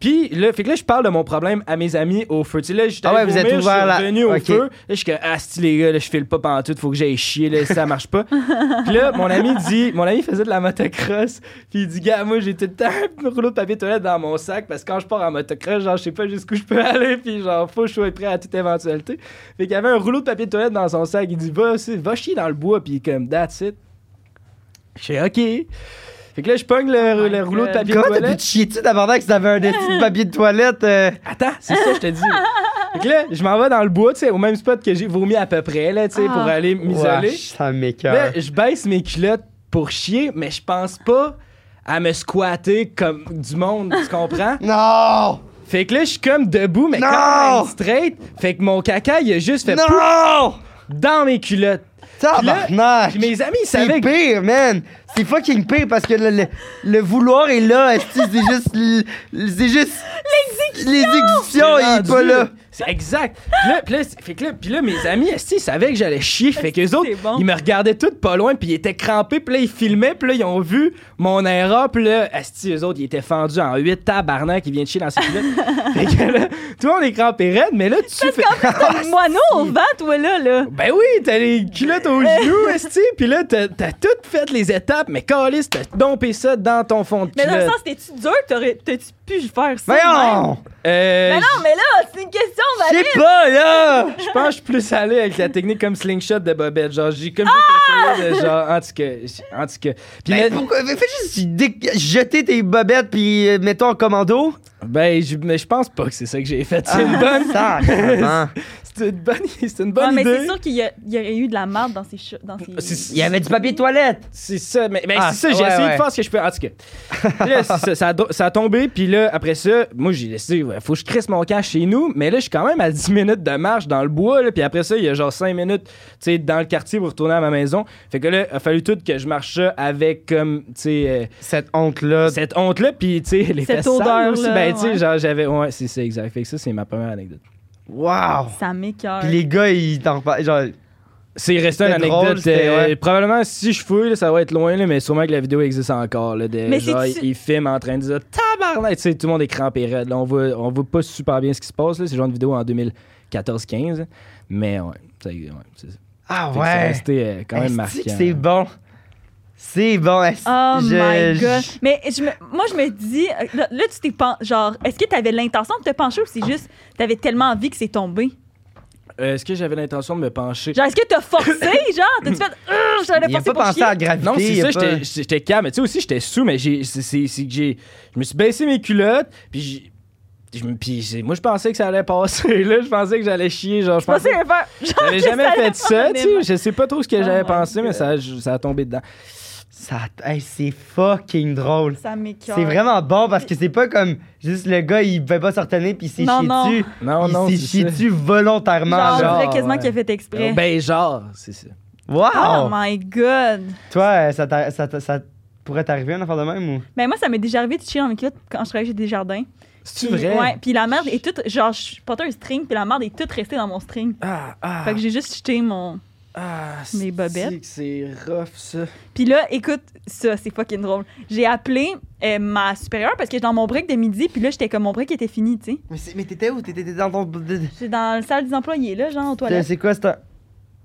C: Puis là, fait que là, je parle de mon problème à mes amis au feu. Tu sais, là, j'étais
A: Ah ouais,
C: allé
A: vous êtes
C: vomir,
A: ouvert
C: je
A: là.
C: suis revenu au
A: Ok.
C: feu. Là, je suis comme, ah, si les gars, là, je file pas pantoute, faut que j'aille chier, là, ça marche pas. puis là, mon ami dit, mon ami faisait de la motocross. Puis il dit, gars, moi, j'ai tout le temps un rouleau de papier toilette dans mon sac parce que quand je pars en motocross, genre, je sais pas jusqu'où je peux <laughs> aller. Puis genre, faut que je sois prêt à toute éventualité. Fait qu'il y avait un rouleau de papier toilette dans son sac. Il dit, va, c'est- va chier dans le bois. Puis comme, that's it. Je suis OK. Fait que là, je pogne le,
B: my
C: le rouleau de
B: God.
C: papier
A: Comment t'as
C: toilette.
A: pu te chier dessus d'abord que si t'avais un dessus de papier de toilette? euh?
C: Attends, c'est ça, je
A: <laughs>
C: te dis. Fait que là, je m'en vais dans le bois, tu sais, au même spot que j'ai vomi à peu près, là, tu sais,
B: Ah.
C: pour aller m'isoler.
A: Wesh, Ça m'écoeure.
C: Là, je baisse mes culottes pour chier, mais je pense pas à me squatter comme du monde, tu
A: <laughs>
C: comprends?
A: Non!
C: Fait que là, je suis comme debout, mais
A: Non!
C: quand même straight. Fait que mon caca, il a juste fait pouf
A: Non!
C: dans mes culottes.
A: Tabarnak!
C: Puis mes amis, ils
A: C'est
C: savaient que...
A: pire, man! C'est fucking pire parce que le, le- le vouloir est là, esti, c'est juste. l- l- C'est juste. L'exécution! L'exécution
C: C'est
A: est pas
C: rendu-
A: là!
C: C'est exact. Puis là, puis là, c'est- fait que là, puis là, mes amis, esti, ils savaient que j'allais chier. Fait qu'eux autres,
B: C'est bon.
C: ils me regardaient tout pas loin, puis ils étaient crampés, puis là, ils filmaient, puis là, ils ont vu mon erreur, puis là, esti, eux autres, ils étaient fendus en 8 tabarnak, ils viennent chier dans ces culottes.
B: <laughs>
C: fait que là, tout le monde est crampé raide, mais là, tu fais...
B: <laughs> Comme moi, non, on vend, toi, là, là.
C: <laughs> Ben oui, t'as les
B: <laughs>
C: culottes aux genoux, esti, puis là, t'as t'as toutes fait les étapes, mais calice, t'as dompé ça dans ton fond de
B: Mais dans le
C: culotte.
B: sens, t'es-tu dur? T'aurais- T'as-tu pu faire ça? de même?
A: Voyons!
C: Euh,
B: Mais non, mais là, c'est une question
A: Je
B: valide.
A: sais pas, là!
C: Je pense que je suis plus allé avec la technique comme slingshot de Bobette. Genre, j'ai comme juste essayé de genre, en tout cas, en tout cas. Puis
A: Mais
C: là-
A: Ben, pourquoi? Fais juste dé- jeter tes bobettes puis euh, mets-toi en commando.
C: ben, je, mais je pense pas que c'est ça que j'ai fait. C'est
A: Ah.
C: une bonne,
A: Sacrement.
C: c'est une bonne, c'est une bonne
B: Ouais, mais
C: idée.
B: c'est sûr qu'il y, a- il y aurait eu de la marde dans ses che- dans ses-
A: <laughs>
C: C'est-
A: Il y avait du papier de toilette.
C: C'est ça, mais, mais
A: Ah,
C: c'est ça, j'ai
A: ouais,
C: essayé
A: ouais.
C: de faire ce que je peux. En tout cas, Puis là, c'est ça, ça, a, do- ça a tombé, puis là, après ça, moi, j'ai laissé, ouais, faut que je crisse mon camp chez nous, mais là, je suis quand même à 10 minutes de marche dans le bois, là, puis après ça, il y a genre 5 minutes, tu sais, dans le quartier pour retourner à ma maison. Fait que là, il a fallu tout que je marche ça avec, comme, tu sais, euh,
A: Cette honte-là.
C: cette honte-là, puis, tu sais, les
B: Cette
C: fesses sales
B: odeur-là,
C: aussi, ben, tu sais,
B: ouais.
C: genre, j'avais, ouais, c'est ça, exact. Fait que ça, c'est ma première anecdote.
A: Wow!
B: Ça m'écœure.
A: Puis les gars, ils t'en reparlent. Genre,
C: C'est resté une
A: C'était
C: anecdote.
A: drôle, c'était-
C: euh,
A: ouais.
C: Probablement, si je fouille, là, ça va être loin, là, mais sûrement que la vidéo existe encore. Là, de,
B: Mais
C: genre,
B: c'est-tu-
C: ils filment en train de dire Tabarnak! Tu sais, tout le monde est crampé raide. Là, on, voit, on voit pas super bien ce qui se passe. là. C'est genre une vidéo en 2014-15. Mais ouais, ça- ouais, c'est ça.
A: ah
C: Fait que C'est
A: ouais!
C: resté euh, quand même
A: Esti que
C: marquant.
A: C'est bon. C'est bon. esti.
B: Oh
A: Je-
B: my
A: je-
B: god. Mais je me- moi, je me dis, euh, là, là, tu t'es pen- genre, est-ce que t'avais l'intention de te pencher ou c'est juste, t'avais tellement envie que c'est tombé?
C: Euh, Est-ce que j'avais l'intention de me pencher?
B: Genre, est-ce que
A: <laughs>
B: t'as forcé, genre? T'as-tu fait, Urgh, j'aurais
A: Il a
B: forcé
A: pas
B: pour
A: pensé
B: chier?
A: à la gravité.
C: Non, c'est
A: il a
C: ça,
A: pas-
C: j'étais- j'étais j'étais calme. Mais tu sais aussi, j'étais sous, mais j'ai- c'est c'est- c'est que j'ai. Je me suis baissé mes culottes, puis j'ai- je me- puis j'ai- moi, je pensais que ça allait passer. <laughs> Là, je pensais que j'allais chier. Genre,
B: <laughs>
C: je
B: Je pensais
C: pensais.
B: rien faire. Genre,
C: J'avais
B: que
C: jamais
B: allait
C: fait ça, tu sais.
B: profondément.
C: Je sais pas trop ce que
B: Oh
C: j'avais
B: my
C: pensé, mais
B: God.
C: ça, a- ça a tombé dedans.
A: Ça- hey, c'est fucking drôle.
B: Ça m'écœure.
A: C'est vraiment bon parce que c'est pas comme juste le gars, il veut pas se retenir puis il s'est
B: Non,
A: chié
B: non.
A: dessus.
C: Non,
A: il
C: non,
A: s'est
C: c'est
A: chié
C: ça.
A: dessus volontairement.
B: Genre, on
A: Genre.
B: dirait quasiment
C: ouais.
B: qu'il a fait exprès.
C: Ben, genre, c'est ça.
A: Oh, Wow!
B: Oh my god.
A: Toi, euh, ça, t'a- ça, t'a- ça pourrait t'arriver une affaire de même ou?
B: Mais moi, ça m'est déjà arrivé de chier dans mes culottes quand je travaillais chez Desjardins.
C: C'est-tu
B: Puis-
C: vrai?
B: Ouais, puis la merde est toute. Genre, je portais un string, puis la merde est toute restée dans mon string.
C: Ah, ah.
B: Fait que j'ai juste jeté mon.
C: ah,
B: mes bobettes.
C: c'est- C'est rough, ça.
B: Puis là, écoute, ça, c'est fucking drôle. J'ai appelé euh, ma supérieure parce que dans mon break de midi, puis là, j'étais comme mon break était fini, tu sais.
A: Mais, c'est- mais t'étais où? T'étais t'étais dans ton.
B: J'étais dans la salle des employés, là, genre, aux toilettes.
A: C'est quoi? C'est un...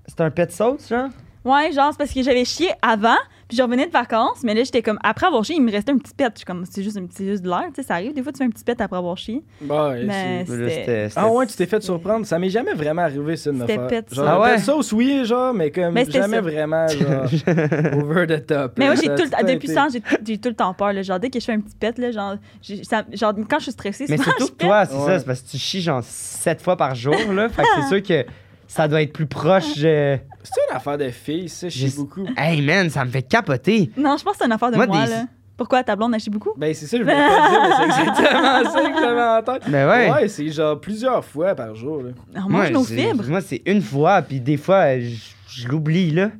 A: C'est un pet sauce, genre?
B: Ouais, genre, c'est parce que j'avais chié avant, puis je revenais de vacances, mais là, j'étais comme. Après avoir chié, il me restait un petit pet. Je suis comme, c'est juste un petit juste de l'air, tu sais, ça arrive. Des fois, tu fais un petit pet après avoir chié. Mais
A: Là,
B: c'était.
A: c'était- c'était-
C: Ah ouais, tu t'es fait surprendre. Ça m'est jamais vraiment arrivé, ça, de me
B: C'était
C: faire.
B: pet
C: Genre,
A: sauce. Ah ouais?
C: pet sauce, oui, genre, mais comme
B: Mais c'était
C: jamais
B: ça.
C: vraiment,
A: <laughs>
C: genre, over the top.
B: Mais
C: là.
B: moi, j'ai
C: Ça a
B: tout le temps,
C: été-
B: depuis ça, j'ai- j'ai tout le temps peur. Là. Genre, dès que je fais un petit pet, là, genre, j'ai- ça- genre, quand je suis stressée,
A: Mais
B: souvent,
A: surtout
B: je
A: que
B: pète.
A: toi, c'est
C: Ouais.
A: ça, c'est parce que tu chies genre 7 fois par jour, là. fait que c'est sûr que ça doit être plus proche. euh,
C: C'est une affaire de fille, ça, je
A: Juste-
C: sais beaucoup.
A: <laughs> Hey man, ça me fait capoter.
B: Non, je pense que c'est une affaire de moi,
A: Moi, des-
B: là. Pourquoi ta blonde a chié beaucoup?
C: Ben, c'est ça, je voulais pas dire, mais c'est exactement ça que j'avais en tête.
A: Mais ouais.
C: Ouais, c'est genre plusieurs fois par jour, là.
B: On mange nos
A: c'est-
B: fibres.
A: Moi, c'est une fois, puis des fois, je, je l'oublie, là.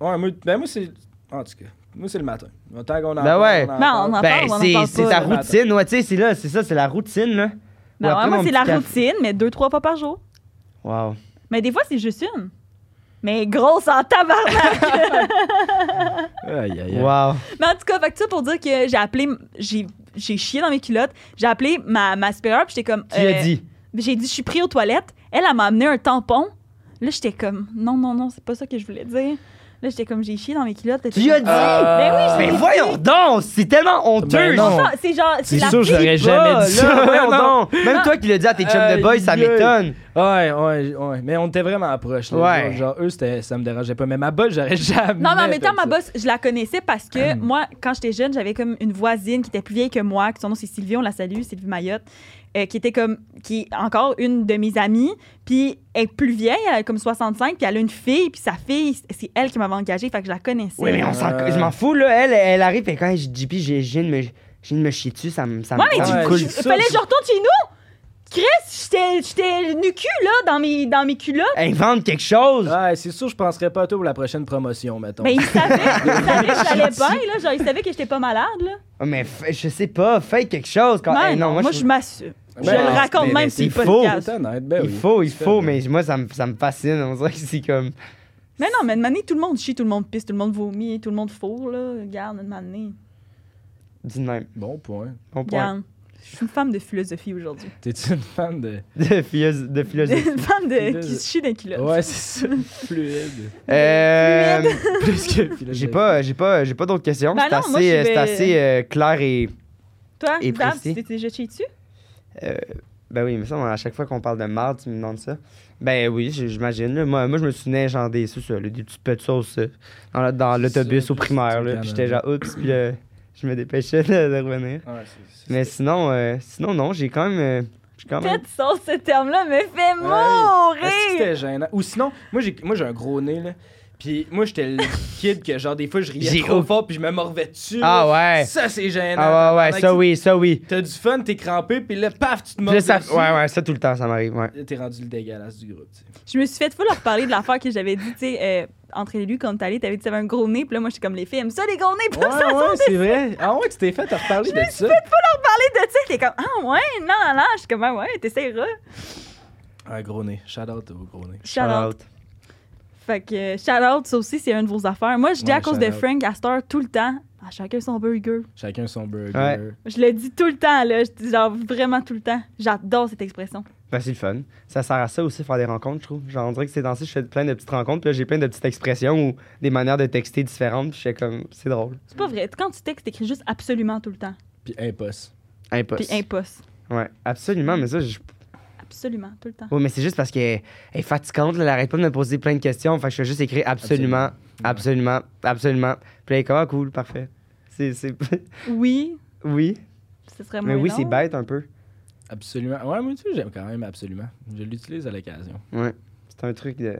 C: Ouais, moi, ben, moi, c'est. En tout cas, moi, c'est le matin. Tant qu'on en
A: Ben
C: parle,
A: ouais.
C: on en
B: Ben,
C: parle.
B: on en
A: Ben,
B: parle, on en
A: c'est
B: parle
A: c'est
B: pas,
A: ta
B: là.
A: routine, ouais, tu sais, c'est là, c'est ça, c'est la routine, là.
B: Ben ouais,
A: après
B: moi,
A: mon
B: c'est
A: petit
B: la
A: café.
B: routine, mais deux, trois fois par jour.
A: Wow.
B: Mais des fois, c'est juste une. Mais grosse en tabarnak! <laughs>
C: Aïe, aïe, aïe.
A: Wow.
B: mais en tout cas, fait que ça pour dire que j'ai appelé, j'ai j'ai chié dans mes culottes, j'ai appelé ma, ma supérieure, puis j'étais comme.
A: Tu as
B: euh,
A: dit.
B: J'ai dit, je suis pris aux toilettes. Elle, elle m'a amené un tampon. Là, j'étais comme, non, non, non, c'est pas ça que je voulais dire. Là, j'étais comme, j'ai chié dans mes culottes.
A: Tu as dit?
B: Ben oui,
A: Mais
B: je l'ai
A: voyons donc, c'est tellement honteux.
C: Ben non.
B: On s'en- C'est genre, c'est la
C: sûr, je l'aurais jamais dit
A: <laughs>
C: ça.
A: voyons
C: Non.
A: donc. Même toi qui l'as dit à tes chums de
C: Aïe,
A: boys, ça
C: aïe.
A: m'étonne.
C: Ouais, ouais, ouais. Mais on était vraiment proches. là.
A: Ouais.
C: Genre, genre, eux, c'était- ça me dérangeait pas. Mais ma bosse, j'aurais <laughs> jamais.
B: Non, mais en même temps,
C: fait
B: ma
C: ça.
B: boss, je la connaissais parce
A: Mm.
B: que moi, quand j'étais jeune, j'avais comme une voisine qui était plus vieille que moi, que son nom c'est Sylvie, on la salue, Sylvie Mayotte, euh, qui était comme, qui est encore une de mes amies, puis elle est plus vieille, elle a comme 65, puis elle a une fille, puis sa fille, c'est elle qui m'avait engagée, fait que je la connaissais.
A: Oui, mais on s'en...
C: Euh.
A: Je m'en fous, là. Elle, elle arrive, et quand elle dit, JP, j'ai j'ai une me... J'ai une me chier dessus, ça me... Ça me-
B: Ouais, mais
A: ça me
C: Ouais.
B: tu,
A: coule.
B: tu-
C: ça,
B: fallait que
C: c'est-
B: je retourne chez nous! Chris, j'étais- j'étais nu cul, là, dans mes, dans mes culottes.
A: Invente quelque chose.
C: Ouais, Ah, c'est sûr, je penserais pas à toi pour la prochaine promotion, mettons.
B: Mais Ben, il savait, il savait que
A: <laughs>
B: j'allais bien, là. Genre, il savait que j'étais pas malade, là.
A: Ah, Mais f- je sais pas, fais quelque chose. Quand...
B: Non,
A: Hey,
B: non,
A: non,
B: moi,
A: je... Ben,
B: je m'assume. Je le
A: mais-
B: raconte même
A: mais
B: si
A: c'est
B: le
A: faux.
B: podcast.
C: C'est honnête, ben
A: il
C: oui.
A: faut, il
C: C'est
A: faut,
C: vrai.
A: mais moi, ça me, ça me fascine. On dirait que c'est comme.
B: Mais non, mais de manière, tout le monde chie, tout le monde pisse, tout le monde vomit, tout le monde fourre, là. Regarde, de manière.
A: Dis de même.
C: Bon <laughs> point.
A: Bon point.
B: Regarde. Je suis une femme de philosophie aujourd'hui.
C: T'es-tu une fan de.
A: <laughs> De, philo- de philosophie.
B: <laughs> Une femme de...
C: Philo-
B: qui se chie d'un culotte.
C: <laughs> Ouais, c'est ça. Fluide.
A: Euh,
C: Plus <laughs> que philosophe.
A: j'ai pas, j'ai pas, j'ai pas d'autres questions.
B: Ben
A: c'est
B: non, moi,
A: assez,
B: je
A: euh, c'est
B: vais-
A: assez euh, clair et.
B: Toi,
A: Et
B: Dab,
A: précis.
B: tu t'es déjà chié dessus?
A: Ben oui, mais ça, à chaque fois qu'on parle de marde, tu me demandes ça. Ben oui, j- j'imagine. là. Moi, moi, je me souvenais, genre, des, c'est ça, là, des petites petites sauces euh, dans, la- dans l'autobus
C: Ça,
A: au primaire. là,
C: c'est quand
A: Puis
C: même.
A: j'étais genre, oups, puis là, je me dépêchais de, de revenir.
C: Ouais, c'est- c'est-
A: Mais sinon, euh, sinon non, j'ai quand même. euh, j'ai quand même...
B: Faites sauce ce terme-là me fait
C: Ouais. Est-ce que
B: mourir!
C: c'était gênant? Ou sinon, moi j'ai, moi j'ai un gros nez là. Puis moi j'étais <laughs> le kid que genre des fois je riais
A: J'ai-
C: trop fort puis je me mordais dessus.
A: Ah
C: là.
A: ouais!
C: Ça c'est gênant.
A: Ah ouais, ouais, ça
C: Pendant que
A: oui, ça oui.
C: tu- T'as du fun, t'es crampé puis là paf tu te
A: Puis
C: mords
A: là, ça-
C: dessus.
A: ouais, ouais, ça tout le temps, ça m'arrive. Ouais.
C: Là, T'es rendu le dégueulasse du groupe. tu sais.
B: Je me suis fait fou leur parler de l'affaire que j'avais dit, tu sais, euh, entre les lui, quand t'allais, t'avais dit que t'avais un gros nez, puis là, moi, j'étais comme les filles, aiment ça, les gros nez, puis
C: Ouais,
B: là, ça,
C: ouais, c'est vrai. Ah ouais, tu t'es fait reparler de ça.
B: parler de ça, t'es comme, ah ouais, non, non, non, je suis comme, ah ouais, t'essayeras.
C: Un gros nez. Shout out au gros nez.
B: Shout out. Fait que, euh, shout out, ça aussi, c'est une de vos affaires. Moi, je dis
C: Ouais,
B: à cause de
C: shout out.
B: Frank Astor tout le temps, à chacun son burger.
C: Chacun son burger.
A: Ouais.
B: Je le dis tout le temps, là, je dis genre vraiment tout le temps. J'adore cette expression.
A: Ben, c'est le fun. Ça sert à ça aussi, faire des rencontres, je trouve. Genre, on dirait que c'est dans ça, je fais plein de petites rencontres, puis là, j'ai plein de petites expressions ou des manières de texter différentes, puis je fais comme, c'est drôle.
B: C'est pas vrai. Quand tu textes, t'écris juste absolument tout le temps.
C: Puis impost.
A: Impossible.
B: Puis imposte.
A: ouais, absolument, mais ça, je...
B: Absolument, tout le temps.
A: Oui, mais c'est juste parce qu'elle elle est fatigante, là, elle arrête pas de me poser plein de questions, fait que je fais juste écrire absolument, absolument, absolument. Puis là, elle est comme, ah, cool, parfait. C'est... c'est- <laughs>
B: Oui,
A: oui,
B: ce serait
A: mais
B: moins
A: oui,
B: long.
A: c'est bête un peu.
C: Absolument. Ouais, moi tu sais, j'aime quand même absolument. Je l'utilise à l'occasion.
A: Ouais, c'est un truc de...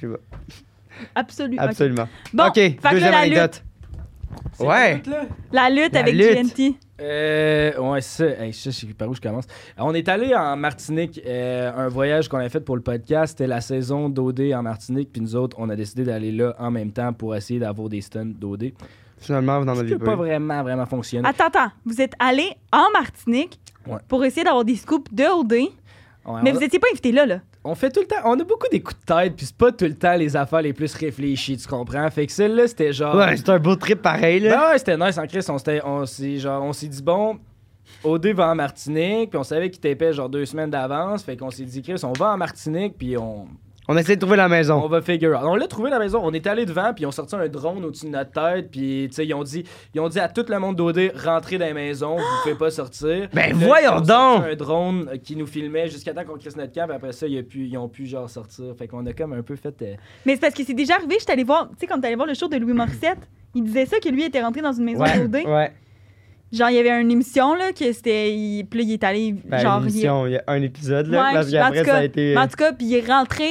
A: je sais pas.
B: Absolu- ok.
A: Absolument.
B: Bon,
A: OK,
B: fait que là,
A: deuxième
B: la
A: anecdote.
C: C'est
A: Ouais.
C: tout, là.
B: La lutte
A: La
B: avec
A: lutte.
B: GNT.
C: Euh, ouais, ça, hey, je sais par où je commence. On est allé en Martinique, euh, un voyage qu'on a fait pour le podcast. C'était la saison d'OD en Martinique, puis nous autres, on a décidé d'aller là en même temps pour essayer d'avoir des stuns d'OD.
A: Finalement, vous n'en
C: Ça
A: avez
C: n'a pas
A: pas. eu.
C: vraiment, vraiment fonctionné.
B: Attends, attends. Vous êtes allé en Martinique
C: Ouais.
B: pour essayer d'avoir des scoops de OD,
C: Ouais,
B: mais
C: on,
B: vous étiez pas invité là, là.
C: on fait tout le temps, on a beaucoup des coups de tête, puis c'est pas tout le temps les affaires les plus réfléchies, tu comprends? Fait que celle-là, c'était genre.
A: Ouais, c'est un beau trip pareil, là.
C: Ben ouais, c'était nice en Chris. On s'était- on s'est genre, on s'est dit, bon, OD va en Martinique, puis on savait qu'il tapait genre deux semaines d'avance. Fait qu'on s'est dit, Chris, on va en Martinique, puis on,
A: On essaie de trouver la maison.
C: on va figure out. On l'a trouvé la maison, on est allé devant, puis ils ont sorti un drone au-dessus de notre tête, puis tu sais, ils ont dit, ils ont dit à tout le monde d'OD, rentrez dans les maisons, vous pouvez pas sortir.
A: <gasps> Ben
C: Puis là,
A: voyons
C: ils ont
A: donc!
C: sorti un drone euh, qui nous filmait jusqu'à temps qu'on crisse notre camp, puis après ça, ils, a pu, ils ont pu genre sortir. Fait qu'on a comme un peu fait. euh,
B: Mais c'est parce que c'est déjà arrivé, j'étais allé voir, tu sais, quand t'allais voir le show de Louis Morissette, il disait ça que lui était rentré dans une maison
A: Ouais,
B: d'OD.
A: ouais.
B: Genre, il y avait une émission, là, que c'était. il- Puis là, il est allé.
A: Ben,
B: genre, il-
A: l'émission, il y a un épisode, là.
B: Ouais,
A: parce
B: mais en
A: qu'après,
B: tout
A: ça a
B: cas-
A: été. euh,
B: Mais en tout cas, puis il est rentré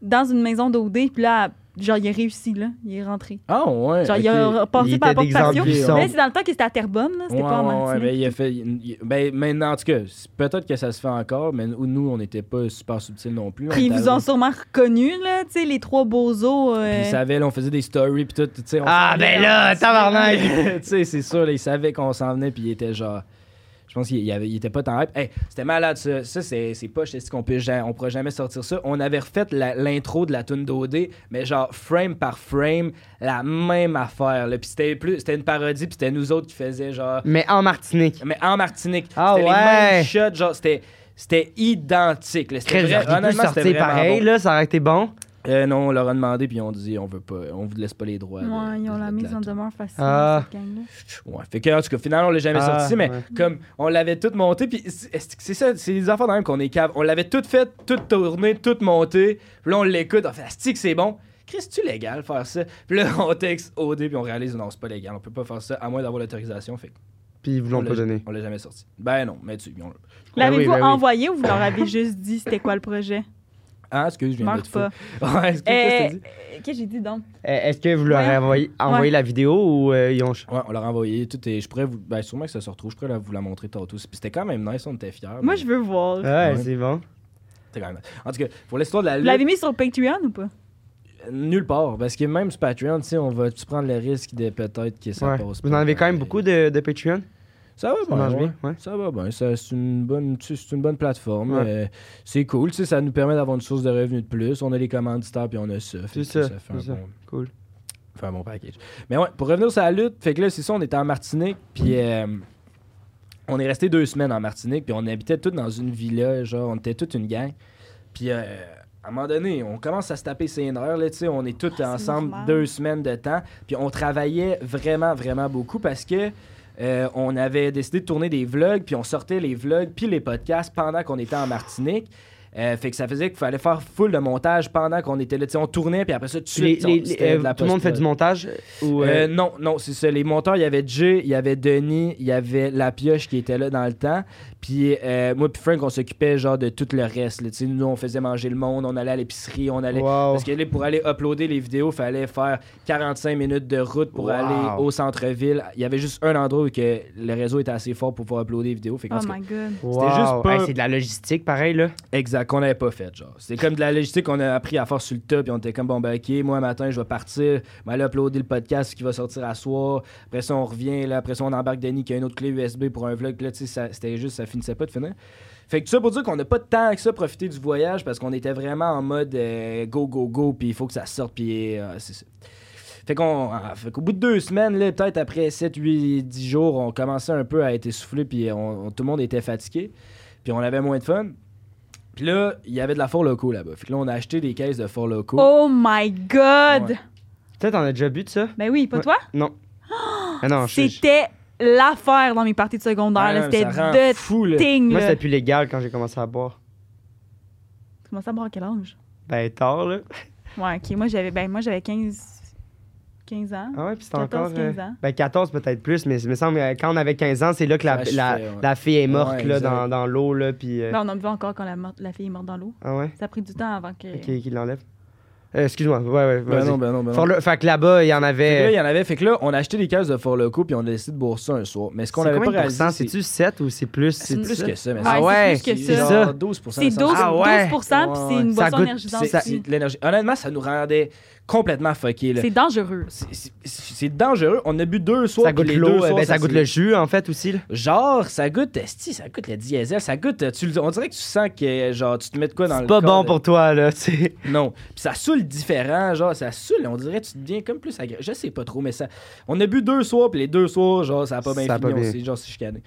B: dans une maison d'OD, puis là, genre, il a réussi, là. Il est rentré.
C: Ah ouais!
B: Genre, il
A: ok.
B: a
A: Il
B: reparti par la
A: était
B: porte
A: déguisé en
B: patio. Mais
A: buisson.
B: là, c'est dans le temps que c'était à Terrebonne, là. C'était
C: Ouais,
B: pas en
C: ouais, ouais,
B: Martinique.
C: mais il a fait. il- il- ben, maintenant, en tout cas, c'est- peut-être que ça se fait encore, mais nous, nous, on n'était pas super subtils non plus.
B: Puis
C: on
B: ils vous
C: était
B: ont
C: allés-
B: sûrement reconnu, là, tu sais, les trois bozos.
C: Puis
B: euh,
C: ils savaient, là, on faisait des stories, puis tout, tu sais. on
A: Ah,
C: s'en
A: ben
C: venait
A: là,
C: en-
A: tabarnak!
C: <laughs> tu sais, c'est sûr, là, ils savaient qu'on s'en venait, puis ils étaient genre. Je pense qu'il y avait- il était pas tant hype. Hey, c'était malade, ça. Ça, c'est c'est pas, je sais qu'on peut, ja- on pourra jamais sortir ça. On avait refait la- l'intro de la tune d'OD, mais genre frame par frame, la même affaire. Là. Puis c'était plus- c'était une parodie, puis c'était nous autres qui faisaient genre.
A: Mais en Martinique.
C: Mais en Martinique,
A: Ah
C: c'était les
A: ouais.
C: mêmes shots, genre c'était c'était identique. là. C'était
A: Très
C: vrai,
A: j'aurais pu
C: honnêtement,
A: sortir
C: c'était vraiment
A: pareil,
C: bon.
A: là, ça aurait été bon.
C: Euh, non, on leur a demandé puis on dit on veut pas, on vous laisse pas les droits. de-
B: Ouais, ils ont
C: de-
B: la
C: de
B: mise en
C: tune.
B: demeure facile,
A: Ah.
B: cette gang-là.
C: Ouais, fait que en tout cas finalement on l'a jamais
A: Ah,
C: sorti, mais
A: ouais.
C: comme on l'avait tout monté puis c'est- c'est ça, c'est des affaires de même qu'on est cave. On l'avait tout fait, tout tourné, tout monté. Puis là on l'écoute, on fait asti que c'est bon. Chris, tu légal faire ça Puis là on texte OD puis on réalise non c'est pas légal, on peut pas faire ça à moins d'avoir l'autorisation. Fait que
A: Puis ils vous l'ont
C: on
A: pas
C: l'a-
A: donné.
C: On l'a jamais sorti. Ben non, mais tu, on-
A: Ben oui,
B: L'avez-vous
A: ben oui.
B: envoyé ou vous leur avez juste dit c'était quoi le projet?
C: Ah, excuse, je viens de
B: Marque
C: te
B: pas.
C: foutre. Ouais, excuse, qu'est-ce que t'as
B: Euh,
C: dit?
B: Qu'est-ce que j'ai dit donc?
A: Euh, Est-ce que vous leur avez
B: Ouais.
A: envoyé, envoyé
B: Ouais.
A: la vidéo ou euh, ils ont.
C: Ouais, on leur a envoyé tout et je pourrais vous. Ben, sûrement que ça se retrouve, je pourrais la- vous la montrer tantôt. Puis c'était quand même nice, on était fiers.
B: Moi,
C: mais
B: je veux voir.
A: Ouais,
C: Ouais.
A: c'est bon.
C: c'était quand même nice. En tout cas, pour l'histoire de la
B: Vous
C: lutte,
B: l'avez mis sur Patreon ou pas?
C: nulle part. Parce que même sur Patreon, tu sais, on va tu prendre le risque de peut-être que ça
A: Ouais.
C: passe.
A: Vous en
C: pas,
A: avez quand même
C: mais-
A: beaucoup de, de Patreon?
C: Ça va,
A: Ça
C: bien,
A: marche
C: ouais.
A: bien, ouais.
C: Ça va bien, ça, c'est une bonne, tu sais, c'est une bonne plateforme.
A: Ouais.
C: euh, c'est cool, tu sais, ça nous permet d'avoir une source de revenus de plus. On a les commanditaires puis on a ça. fait
A: C'est
C: que ça,
A: ça,
C: fait un
A: c'est ça.
C: bon-
A: Cool.
C: fait un bon package. Mais ouais, pour revenir sur la lutte, fait que là, c'est ça, on était en Martinique, puis euh, on est resté deux semaines en Martinique, puis on habitait tous dans une villa, genre, on était toute une gang. Puis euh, à un moment donné, on commence à se taper ses nerfs, là, tu sais, on est tous
B: Ah, c'est
C: ensemble
B: normal.
C: deux semaines de temps, puis on travaillait vraiment, vraiment beaucoup parce que. euh, on avait décidé de tourner des vlogs, puis on sortait les vlogs, puis les podcasts pendant qu'on était en Martinique. Euh, fait que ça faisait qu'il fallait faire full de montage pendant qu'on était là. Tu sais, on tournait, puis après ça, tout de
A: Les-
C: suite,
A: les-
C: on-
A: les-
C: c'était
A: euh,
C: de la
A: tout le monde fait
C: post-prod.
A: du montage euh, ou
C: Euh,
A: euh,
C: non, non, c'est ça. Les monteurs, il y avait Jay, il y avait Denis, il y avait La Pioche qui était là dans le temps. Puis euh, moi puis Frank, on s'occupait genre de tout le reste. là. Tu sais, Nous, on faisait manger le monde, on allait à l'épicerie, on allait...
A: wow.
C: Parce que là, pour aller uploader les vidéos, il fallait faire 45 minutes de route pour
A: Wow.
C: aller au centre-ville. Il y avait juste un endroit où que le réseau était assez fort pour pouvoir uploader les vidéos. Fait que, en
B: Oh
C: tout cas,
B: my god.
A: Wow.
C: juste pas-
A: Hey, c'est de la logistique, pareil, là.
C: Exact, qu'on n'avait pas fait, genre. C'est comme de la logistique qu'on a appris à faire sur le top, puis on était comme, bon, ben, ok, moi, matin, je vais partir, ben, aller uploader le podcast qui va sortir à soir. Après ça, on revient, là, après ça, on embarque Denis qui a une autre clé USB pour un vlog, Puis là, tu sais, ça- c'était juste, ça finissait pas de finir. Fait que tout ça pour dire qu'on n'a pas de temps que ça profiter du voyage parce qu'on était vraiment en mode euh, go, go, go, puis il faut que ça sorte, puis euh, c'est ça. Fait qu'on ah, fait qu'au bout de deux semaines, là, peut-être après 7, 8, 10 jours, on commençait un peu à être essoufflé, puis on- on- tout le monde était fatigué, puis on avait moins de fun. Puis là, il y avait de la Fort Loco là-bas. Fait que là, on a acheté des caisses de Fort Loco.
B: Oh my god.
C: Ouais.
A: Peut-être t'en as déjà bu de ça?
B: Ben oui, pas
A: Ouais.
B: toi?
A: Non.
B: Oh,
A: Ah non, je- je-
B: C'était l'affaire dans mes parties de secondaire.
C: Ah
B: là.
C: non,
B: C'était
C: ça rend
B: de
C: fou, là.
B: ting.
A: Moi,
B: là.
A: c'était plus légal quand j'ai commencé à boire.
B: Tu commences à boire à quel âge?
A: Ben, tard, là.
B: Ouais, ok. Moi, j'avais ben, moi, j'avais 15... 15 ans.
A: Ah ouais, puis c'était
B: 14,
A: encore. euh,
B: 15 ans.
A: Ben, 14 peut-être plus, mais il me semble euh, quand on avait 15 ans, c'est là que la,
C: Ça
A: la,
C: achevait, ouais.
A: la fille est morte
C: Ouais,
A: là,
C: exact.
A: dans, dans l'eau. Là, puis, euh,
B: Ben, on en buvait encore quand la, mor- la fille est morte dans l'eau.
A: Ah ouais?
B: Ça a pris du temps avant que.
A: Ok, qu'il l'enlève. Euh, Excuse-moi, ouais, ouais,
C: Ben
A: vas-y.
C: non, ben non, ben non.
A: Fort le- Fait que là-bas, il y en
C: Fait que là, il
A: avait.
C: y en avait. Fait que là, on a acheté des caisses de Fort Loco, puis on a décidé de bourser un soir. Mais ce qu'on
A: C'est
C: avait pas
A: combien de
C: réalisé.
A: pourcents? C'est-tu 7 ou c'est plus?
C: c'est plus
A: ça?
C: que ça, mais
A: Ah ouais,
B: c'est plus que
A: c'est
B: ça.
A: ça.
C: genre 12
B: C'est 12,
C: me semble.
A: Ah ouais.
B: 12 puis c'est une
A: Ça
B: boisson
A: goûte-
B: énergisante.
C: C'est-
B: aussi.
C: c'est de l'énergie. Honnêtement, ça nous rendait complètement fuckés. là.
B: C'est dangereux.
C: C'est- c'est- C'est dangereux. On a bu deux soirs.
A: Ça
C: puis
A: goûte
C: les deux
A: l'eau, euh,
C: soirs,
A: ben, ça
C: s'est-
A: goûte le jus en fait aussi. là.
C: Genre, ça goûte, esti, ça goûte le diesel, ça goûte. euh, Tu, le- on dirait que tu sens que genre, tu te mets de quoi dans le.
A: C'est pas
C: corps,
A: bon
C: là.
A: pour toi, là, tu sais.
C: Non. Puis ça saoule différent, genre, ça saoule. On dirait que tu deviens comme plus agré... Je sais pas trop, mais ça. On a bu deux soirs, puis les deux soirs, genre, ça a pas bien
A: Ça a
C: fini.
A: pas
C: on
A: bien.
C: s'est genre, c'est chicané.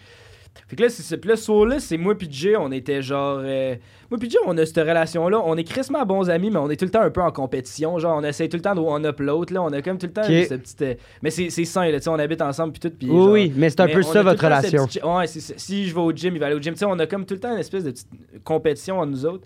C: Fait que là, c'est, c'est- puis là, ce soir-là, c'est moi puis Jay, on était genre. euh, Moi puis Jay, on a cette relation-là. On est crissement bons amis, mais on est tout le temps un peu en compétition. Genre, on essaie tout le temps de one-up l'autre, là. On a comme tout le temps
A: Ok.
C: eu cette petite. euh, Mais c'est, c'est sain, là, tu sais, on habite ensemble, puis tout. Puis,
A: Oui,
C: genre,
A: oui, mais c'est un
C: mais
A: peu
C: on
A: ça
C: a tout le
A: votre
C: temps cette
A: relation.
C: petite- ouais, c'est ça. Si je vais au gym, il va aller au gym. Tu sais, on a comme tout le temps une espèce de petite compétition entre nous autres.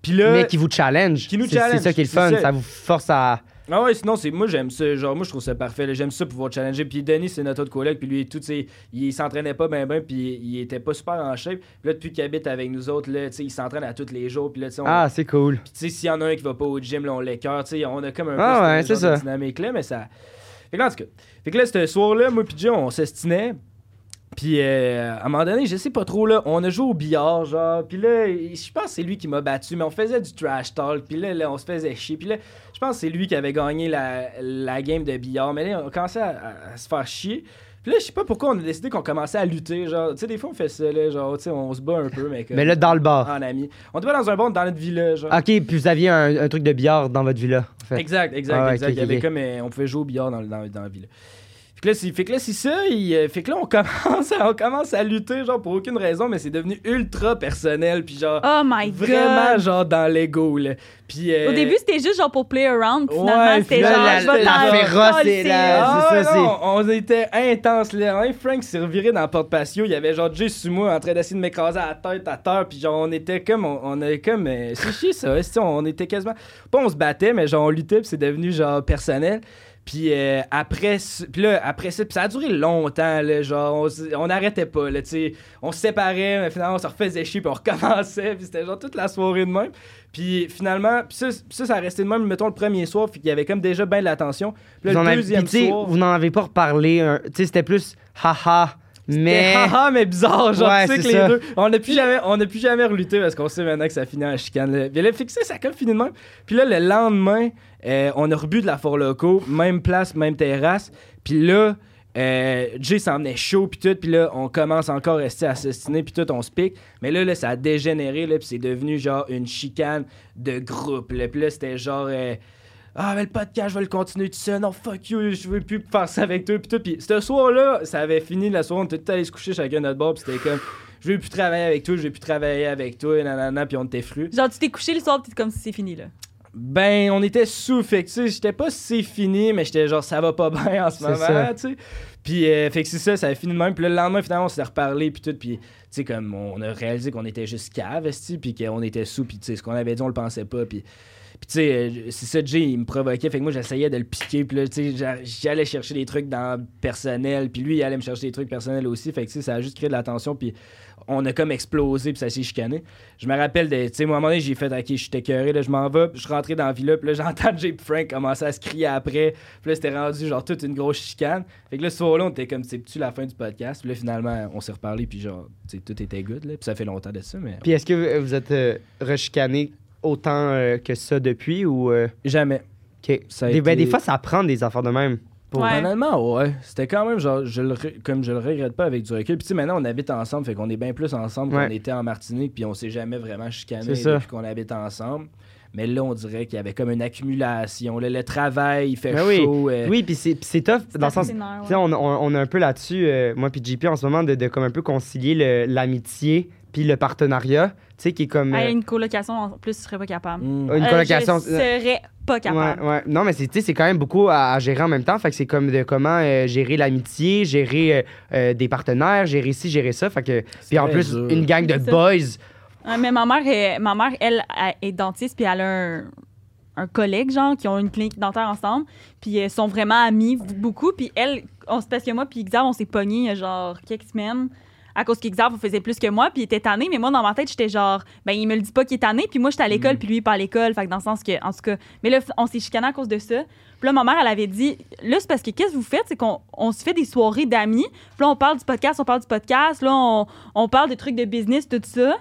C: Puis là.
A: Mais qui vous challenge.
C: Qui nous
A: C'est- C'est
C: challenge,
A: ça qui est le
C: c'est
A: fun,
C: ça.
A: ça vous force à.
C: Ah ouais, sinon, c'est moi, j'aime ça. Genre, moi, je trouve ça parfait. là. J'aime ça pouvoir challenger. Puis Denis, c'est notre autre collègue. Puis lui, tout, tu sais, il s'entraînait pas ben ben. Puis il était pas super en shape. Puis là, depuis qu'il habite avec nous autres, là, tu sais, il s'entraîne à tous les jours. Puis là, tu sais, on-
A: Ah, c'est cool.
C: puis tu sais, s'il y en a un qui va pas au gym, là, on l'écœure. Tu sais, on a comme un
A: Ah ouais,
C: peu cette
A: c'est
C: genre de
A: ça.
C: dynamique-là, mais ça. Fait que là, en tout cas. Fait que là, ce soir-là, moi puis Jay, on s'estinait. Puis euh, à un moment donné, je sais pas trop, là, on a joué au billard, genre. Puis là, je pense que c'est lui qui m'a battu, mais on faisait du trash talk. Puis là, là, on se faisait chier. Puis là, je pense que c'est lui qui avait gagné la, la game de billard. Mais là, on commençait à, à- à se faire chier. Puis là, je sais pas pourquoi on a décidé qu'on commençait à lutter. Genre, tu sais, des fois, on fait ça, là, genre, tu sais, on se bat un peu, mais comme.
A: Mais là, dans le bar.
C: En ami. On était pas dans un bon dans notre village, genre.
A: Ok, puis vous aviez un, un truc de billard dans votre villa, en fait.
C: Ah. Exact, exact,
A: Ah ouais,
C: exact.
A: ok,
C: Il y avait
A: ok.
C: comme, euh, on pouvait jouer au billard dans, le- dans, dans la ville. Fait que là, c'est, fait que là, c'est ça. il, euh, fait que là, on <laughs> commence, à, on commence à lutter, genre, pour aucune raison, mais c'est devenu ultra personnel, puis genre,
B: Oh my
C: vraiment,
B: god.
C: genre, dans l'ego, là. Puis, euh,
B: Au début, c'était juste genre pour play around. puis Finalement,
C: Ouais,
B: c'était
C: puis là,
B: genre.
C: la-
B: je vais
C: la
B: t'en-
A: féroce
B: coller,
A: et la-
B: là.
C: ah,
A: c'est ça,
C: ouais, non, on était intense là. Hein, Frank s'est reviré dans la porte patio. Il y avait genre Jay sur moi en train d'essayer de m'écraser à la tête à terre. Puis genre, on était comme. On, on avait comme. euh, c'est chier ça. <laughs> hein, c'est-tu, on était quasiment. Pas on se battait, mais genre on luttait. Puis c'est devenu genre personnel. Puis euh, après, ce- puis là, après ça, puis ça a duré longtemps, là, genre, on s- on n'arrêtait pas, là, tu sais. On se séparait, mais finalement, on se refaisait chier, puis on recommençait, <laughs> puis c'était genre toute la soirée de même. Puis finalement, puis ça, puis ça, ça a resté de même, mettons, le premier soir, puis il y avait comme déjà bien de la tension. Puis
A: vous
C: là,
A: en
C: le
A: avez-
C: deuxième
A: puis, tu sais,
C: soir...
A: vous n'en avez pas reparlé. hein. Tu sais, c'était plus haha, mais.
C: <laughs> Mais... Haha, Ah, mais bizarre, genre,
A: Ouais,
C: tu sais
A: c'est
C: que les
A: ça.
C: deux. On n'a plus jamais, on n'a plus jamais reluté parce qu'on sait maintenant que ça finit en chicane. là. Mais là, fait que ça, ça a comme fini de même. Puis là, le lendemain, euh, on a rebu de la Fort Loco, même place, même terrasse. Puis là, Euh, Jay s'en venait chaud, puis tout, puis là, on commence encore à rester assassiné, puis tout, on se pique. Mais là, là, ça a dégénéré, là, puis c'est devenu genre une chicane de groupe. Là, puis là, c'était genre. euh, ah, mais le podcast, je vais le continuer tout seul. Non, fuck you, je veux plus faire ça avec toi. Puis tout. Puis ce soir-là, ça avait fini la soirée. On était tous allés se coucher chacun de notre bord. Puis c'était comme, je veux plus travailler avec toi, je veux plus travailler avec toi. Nanana, puis on était frus.
B: Genre, tu t'es couché le soir, pis t'es comme si c'est fini, là.
C: Ben, on était sous. Fait que, tu sais, j'étais pas si fini, mais j'étais genre, ça va pas <laughs> bien en ce
A: C'est
C: moment,
A: ça.
C: tu sais. Puis, euh, fait que c'est ça, ça a fini de même. Puis là, le lendemain, finalement, on s'est reparlé, puis tout. Puis, tu sais, comme, on a réalisé qu'on était juste cave, esti, puis qu'on était sous, puis, tu sais, ce qu'on avait dit, on le pensait pas. Puis, puis tu sais, euh, c'est ça, Jay, il me provoquait. Fait que moi, j'essayais de le piquer. Puis là, tu sais, j'a- j'allais chercher des trucs dans le personnel. Puis lui, il allait me chercher des trucs personnels aussi. Fait que, tu sais, ça a juste créé de la tension. Puis on a comme explosé. Puis ça s'est chicané. Je me rappelle, de- tu sais, moi, à un moment donné, j'ai fait, OK, je suis écœuré. Là, je m'en vais. Puis je suis rentré dans la villa. Puis là, <laughs> j'entends Jay puis Frank commencer à se crier après. Puis là, c'était rendu, genre, toute une grosse chicane. Fait que là, ce soir-là, on était comme, c'est-tu la fin du podcast? Puis là, finalement, on s'est reparlé. Puis genre, tu sais, tout était good. Là. Puis ça fait longtemps de ça. Mais
A: Puis est-ce que vous, vous êtes euh, rechicané autant euh, que ça depuis ou. euh,
C: jamais.
A: ok.
C: Ça a
A: des, ben,
C: été-
A: des fois, ça prend des affaires de même.
C: Pour
B: Ouais.
C: Honnêtement, ouais. C'était quand même, genre, je le, re- comme je le regrette pas avec du recul. Puis, tu sais, maintenant, on habite ensemble, fait qu'on est bien plus ensemble qu'on
A: Ouais.
C: était en Martinique, puis on s'est jamais vraiment chicané
A: C'est ça.
C: depuis qu'on habite ensemble. Mais là, on dirait qu'il y avait comme une accumulation. Là, le travail, il fait
A: Ben oui.
C: chaud. euh,
A: Oui, puis c'est puis c'est tough dans le sens.
B: C'est nerf,
A: Tu
B: ouais.
A: sais, on, on, on est un peu là-dessus, euh, moi puis JP en ce moment, de, de comme un peu concilier le- l'amitié puis le partenariat, tu sais, qui est comme.
B: Hey,
A: euh,
B: une colocation, en plus, je serais pas capable.
C: hmm.
A: Une
B: Euh,
A: colocation,
B: Je serais pas capable.
A: Ouais, ouais. Non, mais c'est tu sais, c'est quand même beaucoup à, à gérer en même temps. Fait que c'est comme de comment euh, gérer l'amitié, gérer euh, euh, des partenaires, gérer ci, gérer ça. Fait que. Puis en
C: très
A: plus,
C: dur.
A: une gang de
B: C'est ça.
A: boys.
B: Ouais, mais ma mère, est- ma mère elle, elle est dentiste, puis elle a un, un collègue, genre, qui ont une clinique dentaire ensemble, puis elles sont vraiment amies, beaucoup. Puis elle, on, se- parce que moi, puis Xav, on s'est pognés il y a genre quelques semaines. À cause que Xav faisait plus que moi, puis il était tanné, mais moi, dans ma tête, j'étais genre, ben, il me le dit pas qu'il est tanné, puis moi, j'étais à l'école,
C: Mm.
B: puis lui, il est pas à l'école. Fait que dans le sens que, en tout cas, mais là, on s'est chicané à cause de ça. Puis là, ma mère, elle avait dit, là, c'est parce que qu'est-ce que vous faites? C'est qu'on on se fait des soirées d'amis, puis là, on parle du podcast, on parle du podcast, là, on, on parle des trucs de business, tout ça.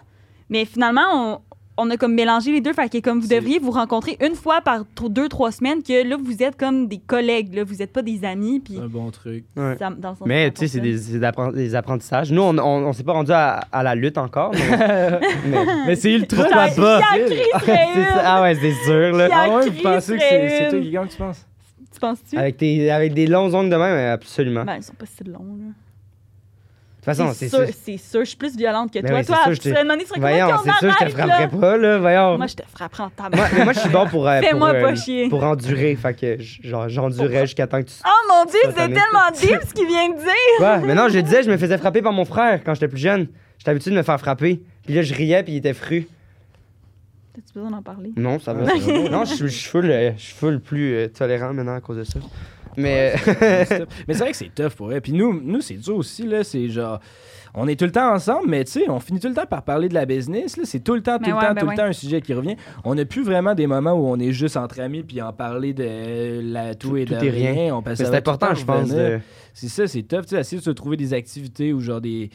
B: Mais finalement, on, on a comme mélangé les deux. Fait que comme vous
C: C'est-
B: devriez vous rencontrer une fois par t- deux, trois semaines, que là, vous êtes comme des collègues, là, vous n'êtes pas des amis. Puis
C: C'est un bon truc.
A: Ouais.
B: ça- dans le sens
A: Mais
B: que
A: tu sais,
B: ça
A: c'est
B: fonctionne.
A: des, c'est d'appren- des apprentissages. Nous, on, on, on s'est pas rendu à, à la lutte encore. Mais,
B: <laughs>
A: mais-
C: Mais c'est ultra
B: Pourquoi
C: facile.
B: pas?
A: <laughs> c'est ça. Ah ouais, c'est sûr, là.
B: Pierre
C: Ah ouais,
B: Chris
C: vous pensez que c'est c'est toi
B: Réum.
C: qui gagne, tu penses?
B: Tu penses-tu?
A: Avec, tes, avec des longs ongles de même, euh, absolument. De
B: Ben, ils sont pas si longs, là.
A: toute façon, c'est
B: C'est
A: sûr.
B: sûr, c'est sûr, je suis plus violente que
A: Ben
B: toi.
A: oui, c'est
B: toi,
A: sûr,
B: tu
A: je t'ai-
B: serais demandé sur
A: Voyons,
B: comment
A: c'est sûr, je te frapperai pas, là. Voyons.
B: Moi, je te frapperai en ta
A: Moi, mais moi, je suis bon pour. euh,
B: Fais-moi
A: pour, euh,
B: pas chier.
A: Pour endurer. Fait que j- genre, j'endurais jusqu'à temps que tu.
B: Oh mon dieu,
A: Ça,
B: c'est
A: t'en es-
B: tellement deep ce qu'il vient de dire! <laughs>
A: Quoi? Mais non, je le disais, je me faisais frapper par mon frère quand j'étais plus jeune. J'étais habitué de me faire frapper. Puis là, je riais, puis il était fru.
B: T'as-tu besoin d'en parler?
A: Non, ça va.
C: <laughs> Ah,
A: ça
C: ça
A: va. non, je suis- je suis full, euh, je suis full plus euh, tolérant maintenant à cause de ça. <laughs> Mais.
C: Ouais, c'est tough. mais c'est vrai que c'est tough pour elle. Puis nous, nous c'est dur aussi, là. C'est genre. On est tout le temps ensemble, mais tu sais, on finit tout le temps par parler de la business. là. C'est tout le temps, tout
B: Mais
C: le
B: ouais,
C: temps,
B: ben
C: tout le
B: ouais.
C: temps un sujet qui revient. On n'a plus vraiment des moments où on est juste entre amis puis en parler de euh, la, tout,
A: Tout-
C: et de
A: tout est
C: rien.
A: rien.
C: On passe-
A: Mais
C: ça
A: c'est
C: va tout le
A: important,
C: temps
A: je pense.
C: revenir.
A: de-
C: C'est ça, c'est tough. Tu sais, essayer de se trouver des activités ou genre des.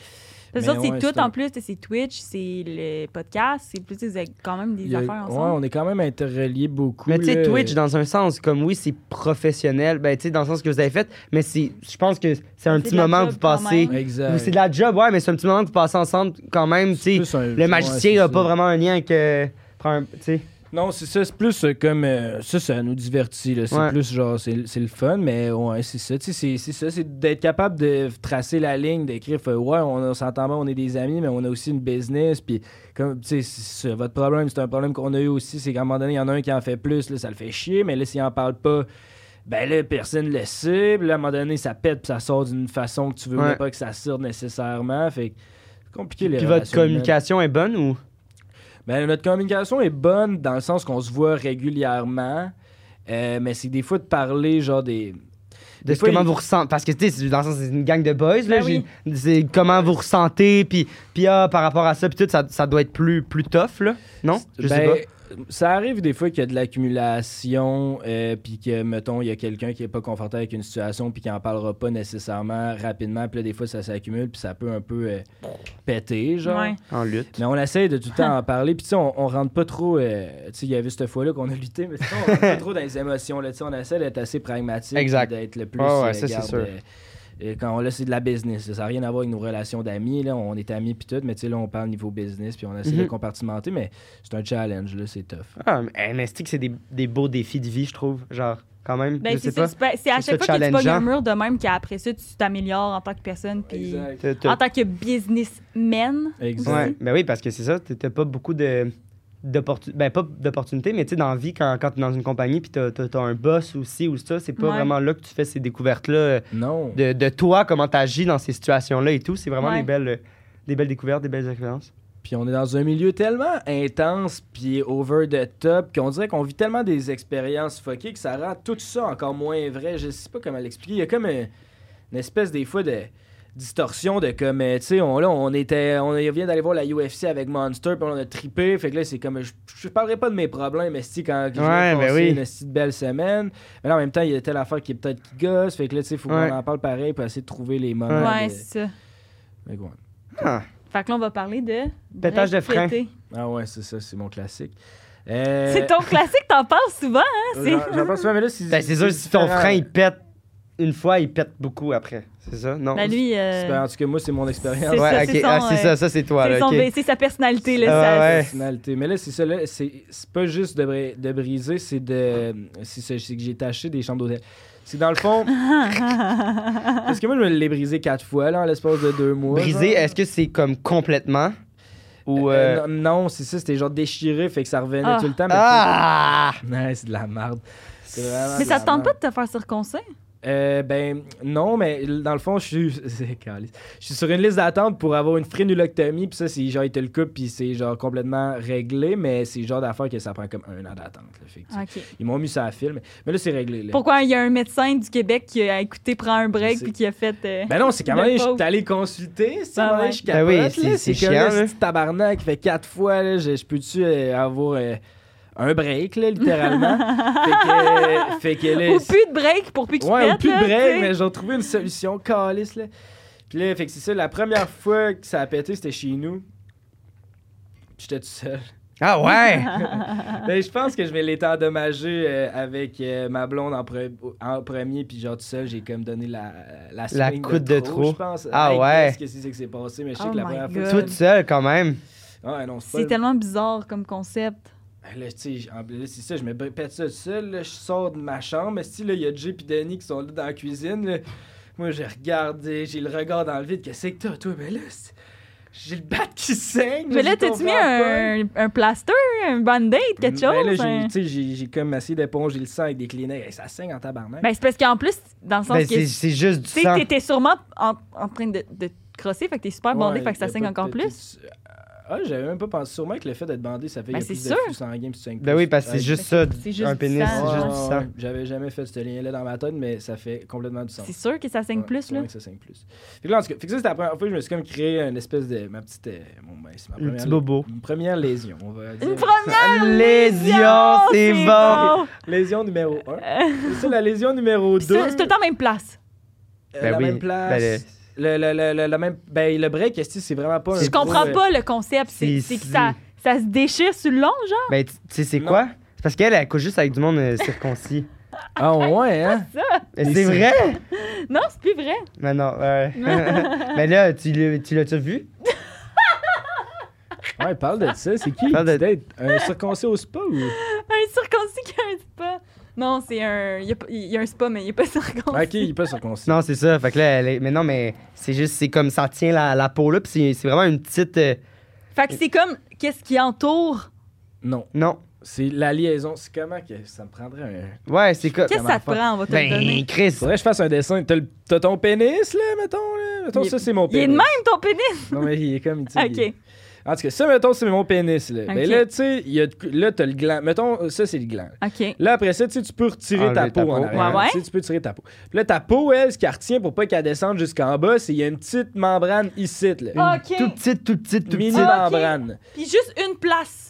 B: Parce
C: Mais
B: que
C: ouais,
B: c'est
C: c'est
B: tout
C: un-
B: en plus, c'est Twitch, c'est le podcast, c'est plus c'est quand même des
C: Il y a-
B: affaires
C: Ouais,
B: ensemble.
C: on est quand même interreliés beaucoup.
A: Mais tu sais,
C: là.
A: Twitch, dans un sens, comme oui, c'est professionnel, ben tu sais, dans le sens que vous avez fait, mais c'est, je pense que c'est un
B: C'est
A: petit
B: de la
A: moment que
B: job
A: vous
B: quand
A: passez.
B: même.
C: Exact.
A: C'est de la job, ouais, mais c'est un petit moment que vous passez ensemble quand même, tu sais.
C: Plus un-
A: Le
C: ouais,
A: magicien
C: c'est
A: n'a
C: ça.
A: pas vraiment un lien avec. euh, prend un- tu sais.
C: Non, c'est ça, c'est plus euh, comme euh, ça, ça nous divertit. là. C'est
A: Ouais.
C: plus genre, c'est c'est le fun, mais ouais, c'est ça. Tu sais, c'est- c'est ça, c'est d'être capable de tracer la ligne, d'écrire, fait, ouais, on, on s'entend bien, on est des amis, mais on a aussi une business. Puis, comme, tu sais, c'est ça, votre problème, c'est un problème qu'on a eu aussi, c'est qu'à un moment donné, il y en a un qui en fait plus, là, ça le fait chier, mais là, s'il en parle pas, ben là, personne le sait. Puis là, à un moment donné, ça pète, puis ça sort d'une façon que tu veux
A: Ouais.
C: pas que ça sorte nécessairement. Fait que, c'est compliqué les
A: Puis votre
C: relations humaines.
A: communication est bonne ou.
C: Ben, notre communication est bonne dans le sens qu'on se voit régulièrement, euh, mais c'est des fois de parler genre des.
A: De
C: Des
A: ce-
C: fois,
A: comment
C: il-
A: vous ressentez. Parce que, tu sais, c'est- dans le sens, c'est une gang de boys, là.
B: Ben oui.
A: j'ai- C'est comment vous ressentez, puis, puis ah, par rapport à ça, puis tout, ça, ça doit être plus, plus tough, là. Non? Je sais
C: Ben,
A: pas.
C: Ça arrive des fois qu'il y a de l'accumulation, euh, puis que, mettons, il y a quelqu'un qui est pas confortable avec une situation, puis qui en parlera pas nécessairement rapidement, puis là, des fois, ça s'accumule, puis ça peut un peu euh, péter, genre.
B: Ouais.
A: En lutte.
C: Mais on essaye de tout le temps en parler. Puis, tu sais, on, on rentre pas trop. euh, tu sais, il y avait cette fois-là qu'on a lutté, mais sinon, on rentre pas trop dans les émotions. Là, Tu sais, on essaie d'être assez pragmatique.
A: Exact.
C: puis D'être le plus.
A: Ouais, ouais,
C: euh,
A: ça, c'est
C: garde,
A: sûr.
C: euh, Et quand là, c'est de la business. là. Ça n'a rien à voir avec nos relations d'amis. Là, on est amis puis tout, mais tu sais, là, on parle niveau business puis on essaie de
A: Mhm.
C: compartimenter, mais c'est un challenge, là, c'est tough.
A: Ah, mais, hey, mais c'est que c'est des, des beaux défis de vie, je trouve. Genre, quand même,
B: Ben,
A: je sais
B: c'est ça,
A: pas.
B: c'est pas- c'est à
A: Je trouve
B: chaque
A: ça
B: fois que tu pognes un
A: challengeant.
B: mur de même qu'après ça, tu t'améliores en tant que personne. Puis
A: T'as- t'as-
B: en tant que businessman.
C: Exact.
A: Ouais, ben oui, parce que c'est ça, t'as t'as pas beaucoup de d'opportunités, ben pas d'opportunités, mais tu sais, dans la vie, quand, quand t'es dans une compagnie, puis t'as t'as- t'as un boss aussi ou ça, c'est pas
B: Ouais.
A: vraiment là que tu fais ces découvertes-là euh,
C: Non.
A: de, de toi, comment t'agis dans ces situations-là et tout. C'est vraiment
B: Ouais.
A: des, belles, euh, des belles découvertes, des belles expériences.
C: Puis on est dans un milieu tellement intense, puis over the top, qu'on dirait qu'on vit tellement des expériences fuckées que ça rend tout ça encore moins vrai. Je sais pas comment l'expliquer. Il y a comme euh, une espèce des fois de distorsion de comme euh, tu sais on là on était on vient d'aller voir la UFC avec Monster puis on a trippé fait que là c'est comme je, je parlerai pas de mes problèmes mais si quand j'ai
A: Ouais, ben oui.
C: une esti de belle semaine mais là, en même temps il y a telle affaire qui est peut-être qui gosse fait que là tu sais faut
A: Ouais.
C: qu'on en parle pareil pour essayer de trouver les moments
B: Ouais,
C: de-
B: c'est ça.
C: Mais ouais.
A: Ah,
B: Fait que là, on va parler de.
A: Pétage de frein.
B: répéter.
C: ah ouais c'est ça c'est mon classique Euh,
B: C'est ton classique, t'en parles souvent, hein? <laughs> c'est-
C: J'en j'en pense souvent, mais là, c'est.
A: Ben, c'est sûr, si ton
C: différent.
A: frein, il pète une fois, il pète beaucoup après. C'est ça? Non?
B: Ben, lui, euh,
C: C'est- En tout cas, moi, c'est mon expérience.
B: C'est
A: ouais,
B: ça,
A: ok.
B: c'est son,
A: ah, c'est
B: euh,
A: ça, ça, c'est toi.
B: c'est
A: Là,
B: son
A: ok.
B: ba- c'est sa personnalité. Là,
A: Ah,
B: ça-
A: ouais.
C: Personnalité. Mais là, c'est ça, là, c'est c'est pas juste de, bri- de briser, c'est de. C'est ça, c'est que j'ai taché des chambres d'hôtel. C'est dans
B: <laughs>
C: le fond. parce que moi, je me l'ai brisé quatre fois, là, en l'espace de deux mois.
A: Brisé,
C: genre.
A: est-ce que c'est comme complètement? Ou.
C: Euh,
A: euh,
C: non, non, c'est ça, c'était genre déchiré, fait que ça revenait
B: Ah.
C: tout le temps. Mais
A: Ah!
C: Ouais, c'est de la merde. C'est vraiment
B: Mais
C: de
B: ça
C: la
B: te tente
C: merde.
B: pas de te faire circoncer?
C: Euh, ben non, mais dans le fond, je suis, <laughs> c'est calice. je suis sur une liste d'attente pour avoir une frénuloctomie, puis ça, c'est genre il te le coupe, puis c'est genre complètement réglé, mais c'est le genre d'affaire que ça prend comme un an d'attente. là. Fait que, tu sais,
B: OK.
C: Ils m'ont mis ça à film, mais là c'est réglé. Là.
B: Pourquoi il y a un médecin du Québec qui a écouté, prend un break
C: C'est-
B: puis qui a fait. euh,
C: Ben non, c'est quand
B: Le
C: même, je
B: pauvre.
C: suis allé consulter, c'est
B: Ah
C: quand
B: ouais.
C: même, je
A: Ben
C: capote,
A: oui,
C: là.
A: c'est-
C: c'est
A: c'est
C: comme
A: chiant, hein.
C: là, ce
A: là.
C: petit tabarnak qui fait quatre fois, là, je, je peux-tu euh, avoir euh, un break,
B: <laughs>
C: là, littéralement? fait que, fait que là,
B: Ou plus de break pour plus qu'il
C: Ouais, ou
B: pète,
C: plus
B: là,
C: de break,
B: tu
C: mais
B: sais.
C: j'ai trouvé une solution, calice, là. Puis là, fait que c'est ça, la première fois que ça a pété, c'était chez nous. Puis J'étais tout seul.
B: <laughs>
A: Ah ouais!
B: Ah.
C: Mais je pense que je vais l'étais endommagé euh, avec euh, ma blonde en, pre- en premier, puis genre tout seul, j'ai comme donné la la, swing
A: coude de trop.
C: Je pense.
A: Ah ouais.
C: Qu'est-ce que c'est que c'est passé, mais je sais
B: Oh
C: que la
B: my
C: première
B: God.
C: fois.
A: Toute seule, quand même.
C: Ouais, non, c'est
B: C'est
C: pas.
B: tellement bizarre comme concept.
C: Ben Là, tu sais, j- en- là, c'est ça, je me pète ça tout seul, là, je sors de ma chambre, mais si là, il y a Jay puis Danny qui sont là dans la cuisine, là, moi j'ai regardé, j'ai le regard dans le vide, qu'est-ce que t'as, toi, mais là, c'est- j'ai le bat qui saigne.
B: Mais là,
C: je
B: t'as-tu
C: comprends
B: mis
C: pas.
B: un, un plaster, un band-aid, quelque
C: Ben là,
B: chose?
C: j'ai-
B: un-
C: tu sais, j'ai, j'ai comme assez d'éponge, j'ai le sang avec des Kleenex, Hey, ça saigne en tabarnak.
B: Ben, c'est parce qu'en plus, dans le sens
A: Ben,
B: que.
A: c'est c'est juste du
B: Tu sais,
A: sang.
B: t'étais sûrement en, en train de, de te crosser, fait que t'es super bandé, fait que ça saigne encore plus.
C: Ah, j'avais même pas pensé. Sûrement que le fait d'être bandé, ça fait
B: Ben,
C: qu'il y a
B: c'est
C: plus
B: sûr.
C: de flux sanguin, puis tu saignes
A: Ben
C: plus.
A: oui, parce que
C: Ouais.
A: c'est juste ça,
B: c'est- c'est juste
A: un
B: du
A: pénis,
B: sang.
A: c'est juste du
C: Ouais,
A: sang.
C: ouais, J'avais jamais fait ce lien-là dans ma tête, mais ça fait complètement du sens.
B: C'est sûr que ça saigne
C: Ouais,
B: plus,
C: c'est
B: là.
C: vrai que ça saigne plus. Fait que là, en tout cas, fait que ça, c'était la première fois que je me suis comme créé une espèce de. Ma petite. euh, bon, ben, c'est ma
A: Le
C: première.
A: petit bobo.
C: une première lésion, on va dire.
B: Une première
A: Lésion, c'est bon. Ben
C: lésion numéro 1. c'est ça, la lésion numéro
B: Euh, Puis ça,
C: 2.
B: C'est tout le temps même place.
A: Ben
C: la
A: oui,
C: même
A: ben
C: place. le, le, le, le- le même. Ben, le break, est-ce que c'est vraiment pas un.
B: Je
C: gros,
B: comprends
C: euh,
B: pas le concept.
A: c'est-
B: C'est c'est que ça, ça se déchire sur le long, genre.
A: Ben, tu tu sais, c'est
C: Non.
A: quoi? C'est parce qu'elle, elle couche juste avec du monde euh, circoncis.
B: <laughs>
C: Ah ouais, hein?
A: <laughs> Mais c'est vrai?
B: Non, c'est plus vrai.
A: Mais non, ouais. <laughs> Mais là, tu l'as- tu l'as-tu vu?
C: Ouais, parle de ça. C'est qui?
A: Parle de-
C: Peut-être un circoncis au spa ou.
B: Un circoncis qui a un spa. Non, c'est un. Il y, a pas- il y a un spa, mais il n'y a pas circoncis.
C: ok, il est pas circoncis.
A: Non, c'est ça. Fait que là, elle est- mais non, mais c'est juste, c'est comme ça tient la, la peau là, puis c'est- c'est vraiment une petite. euh,
B: Fait que c'est comme. Qu'est-ce qui entoure?
C: Non.
A: Non.
C: C'est la liaison. C'est comment que ça me prendrait un.
A: Ouais, c'est comme.
B: Qu'est-ce que ça te
C: Comment
B: prend? On va te le
A: Ben,
B: donner.
A: Chris.
C: Faudrait que je fasse un dessin. T'as, le- t'as ton pénis, là, mettons, là. Mettons,
B: Il est-
C: ça, c'est mon
B: Il est
C: pénis.
B: de même, ton pénis?
C: Non, mais il est comme, tu sais, il est-
B: Ok.
C: En tout cas, ça, mettons, c'est mon pénis, là. Mais
B: Ok.
C: là, tu sais, il y a de- là, t'as le gland. Mettons, ça, c'est le gland.
B: Ok.
C: Là, après ça, tu sais, tu peux retirer
A: Enlever
C: ta
A: ta
C: peau en
A: peau.
C: arrière.
B: Ouais, ouais.
C: Tu sais, tu peux tirer ta peau. Puis là, ta peau, elle, ce qu'elle retient pour pas qu'elle descende jusqu'en bas, c'est qu'il y a une petite membrane ici, là.
A: Une
B: Ok.
A: Tout petite, tout petite, tout
C: Mini
A: petite.
C: membrane.
B: Puis juste une place.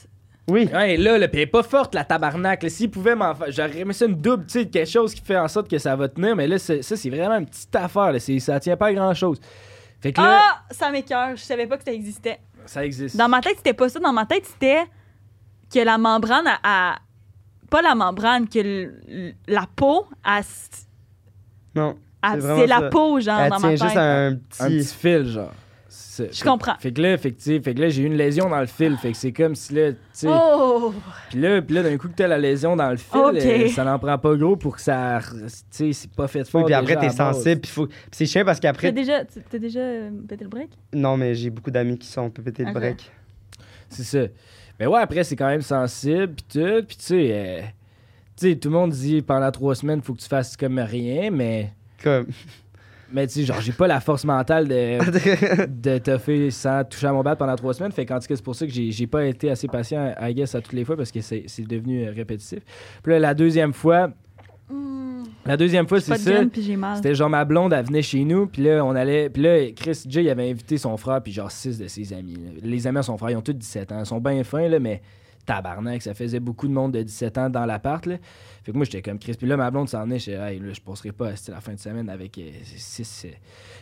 A: Oui.
C: Ouais, là, là, pis elle est pas forte, la tabarnak. là. S'il pouvait m'en faire. J'aurais aimé ça une double, tu sais, de quelque chose qui fait en sorte que ça va tenir, mais là, c'est- ça, c'est vraiment une petite affaire, là. C'est- Ça tient pas à grand chose. Fait que là,
B: Ah, ça m'écœure. Je savais pas que ça existait.
C: ça existe.
B: Ah! Dans ma tête, c'était pas ça. Dans ma tête, c'était que la membrane a. a- Pas la membrane, que l- l- la peau, a...
A: Non.
B: Ah,
A: C'est vraiment
B: C'est la
A: ça.
B: peau, genre,
A: Elle
B: dans
A: tient
B: ma
A: juste
B: tête.
A: un
C: un petit
A: petit.
C: fil, genre. C'est-
B: Je
C: fait-
B: comprends.
C: Fait que là, fait que, tu sais, fait que là, j'ai eu une lésion dans le fil. Fait que c'est comme si là, tu sais.
B: Oh!
C: Puis là, puis là, d'un coup que t'as la lésion dans le fil,
B: Ok.
C: euh, ça n'en prend pas gros pour que ça. re- Tu sais, c'est pas fait fort.
A: Oui, puis après,
C: déjà à
A: t'es
C: base.
A: sensible. Puis, faut... puis c'est chiant parce
B: T'as
A: qu'après.
B: déjà, t'as déjà euh, pété le break?
A: Non, mais j'ai beaucoup d'amis qui sont pétés le
B: Ok.
A: break.
C: C'est ça. Mais ouais, après, c'est quand même sensible, puis tout. Puis tu sais, euh, tu sais, tout le monde dit pendant trois semaines, faut que tu fasses comme rien, mais.
A: <laughs> Comme.
C: Mais tu sais, genre, j'ai pas la force mentale de. de toffer sans toucher à mon bat pendant trois semaines. Fait qu'en tout cas, c'est pour ça que j'ai j'ai pas été assez patient, I guess, à toutes les fois parce que c'est c'est devenu euh, répétitif. Puis là, la deuxième fois, la deuxième fois, c'est
B: Pas de
C: ça.
B: gun, puis j'ai mal.
C: C'était genre ma blonde, elle venait chez nous, puis là, on allait. Puis là, Chris J, il avait invité son frère, puis genre six de ses amis. là. Les amis à son frère, ils ont tous 17 ans. Ils sont bien fins, là, mais tabarnak, ça faisait beaucoup de monde de 17 ans dans l'appart, là. Fait que moi, j'étais comme Chris. Puis là, ma blonde s'en est, je hey, là, je passerai pas c'est la fin de semaine avec 6.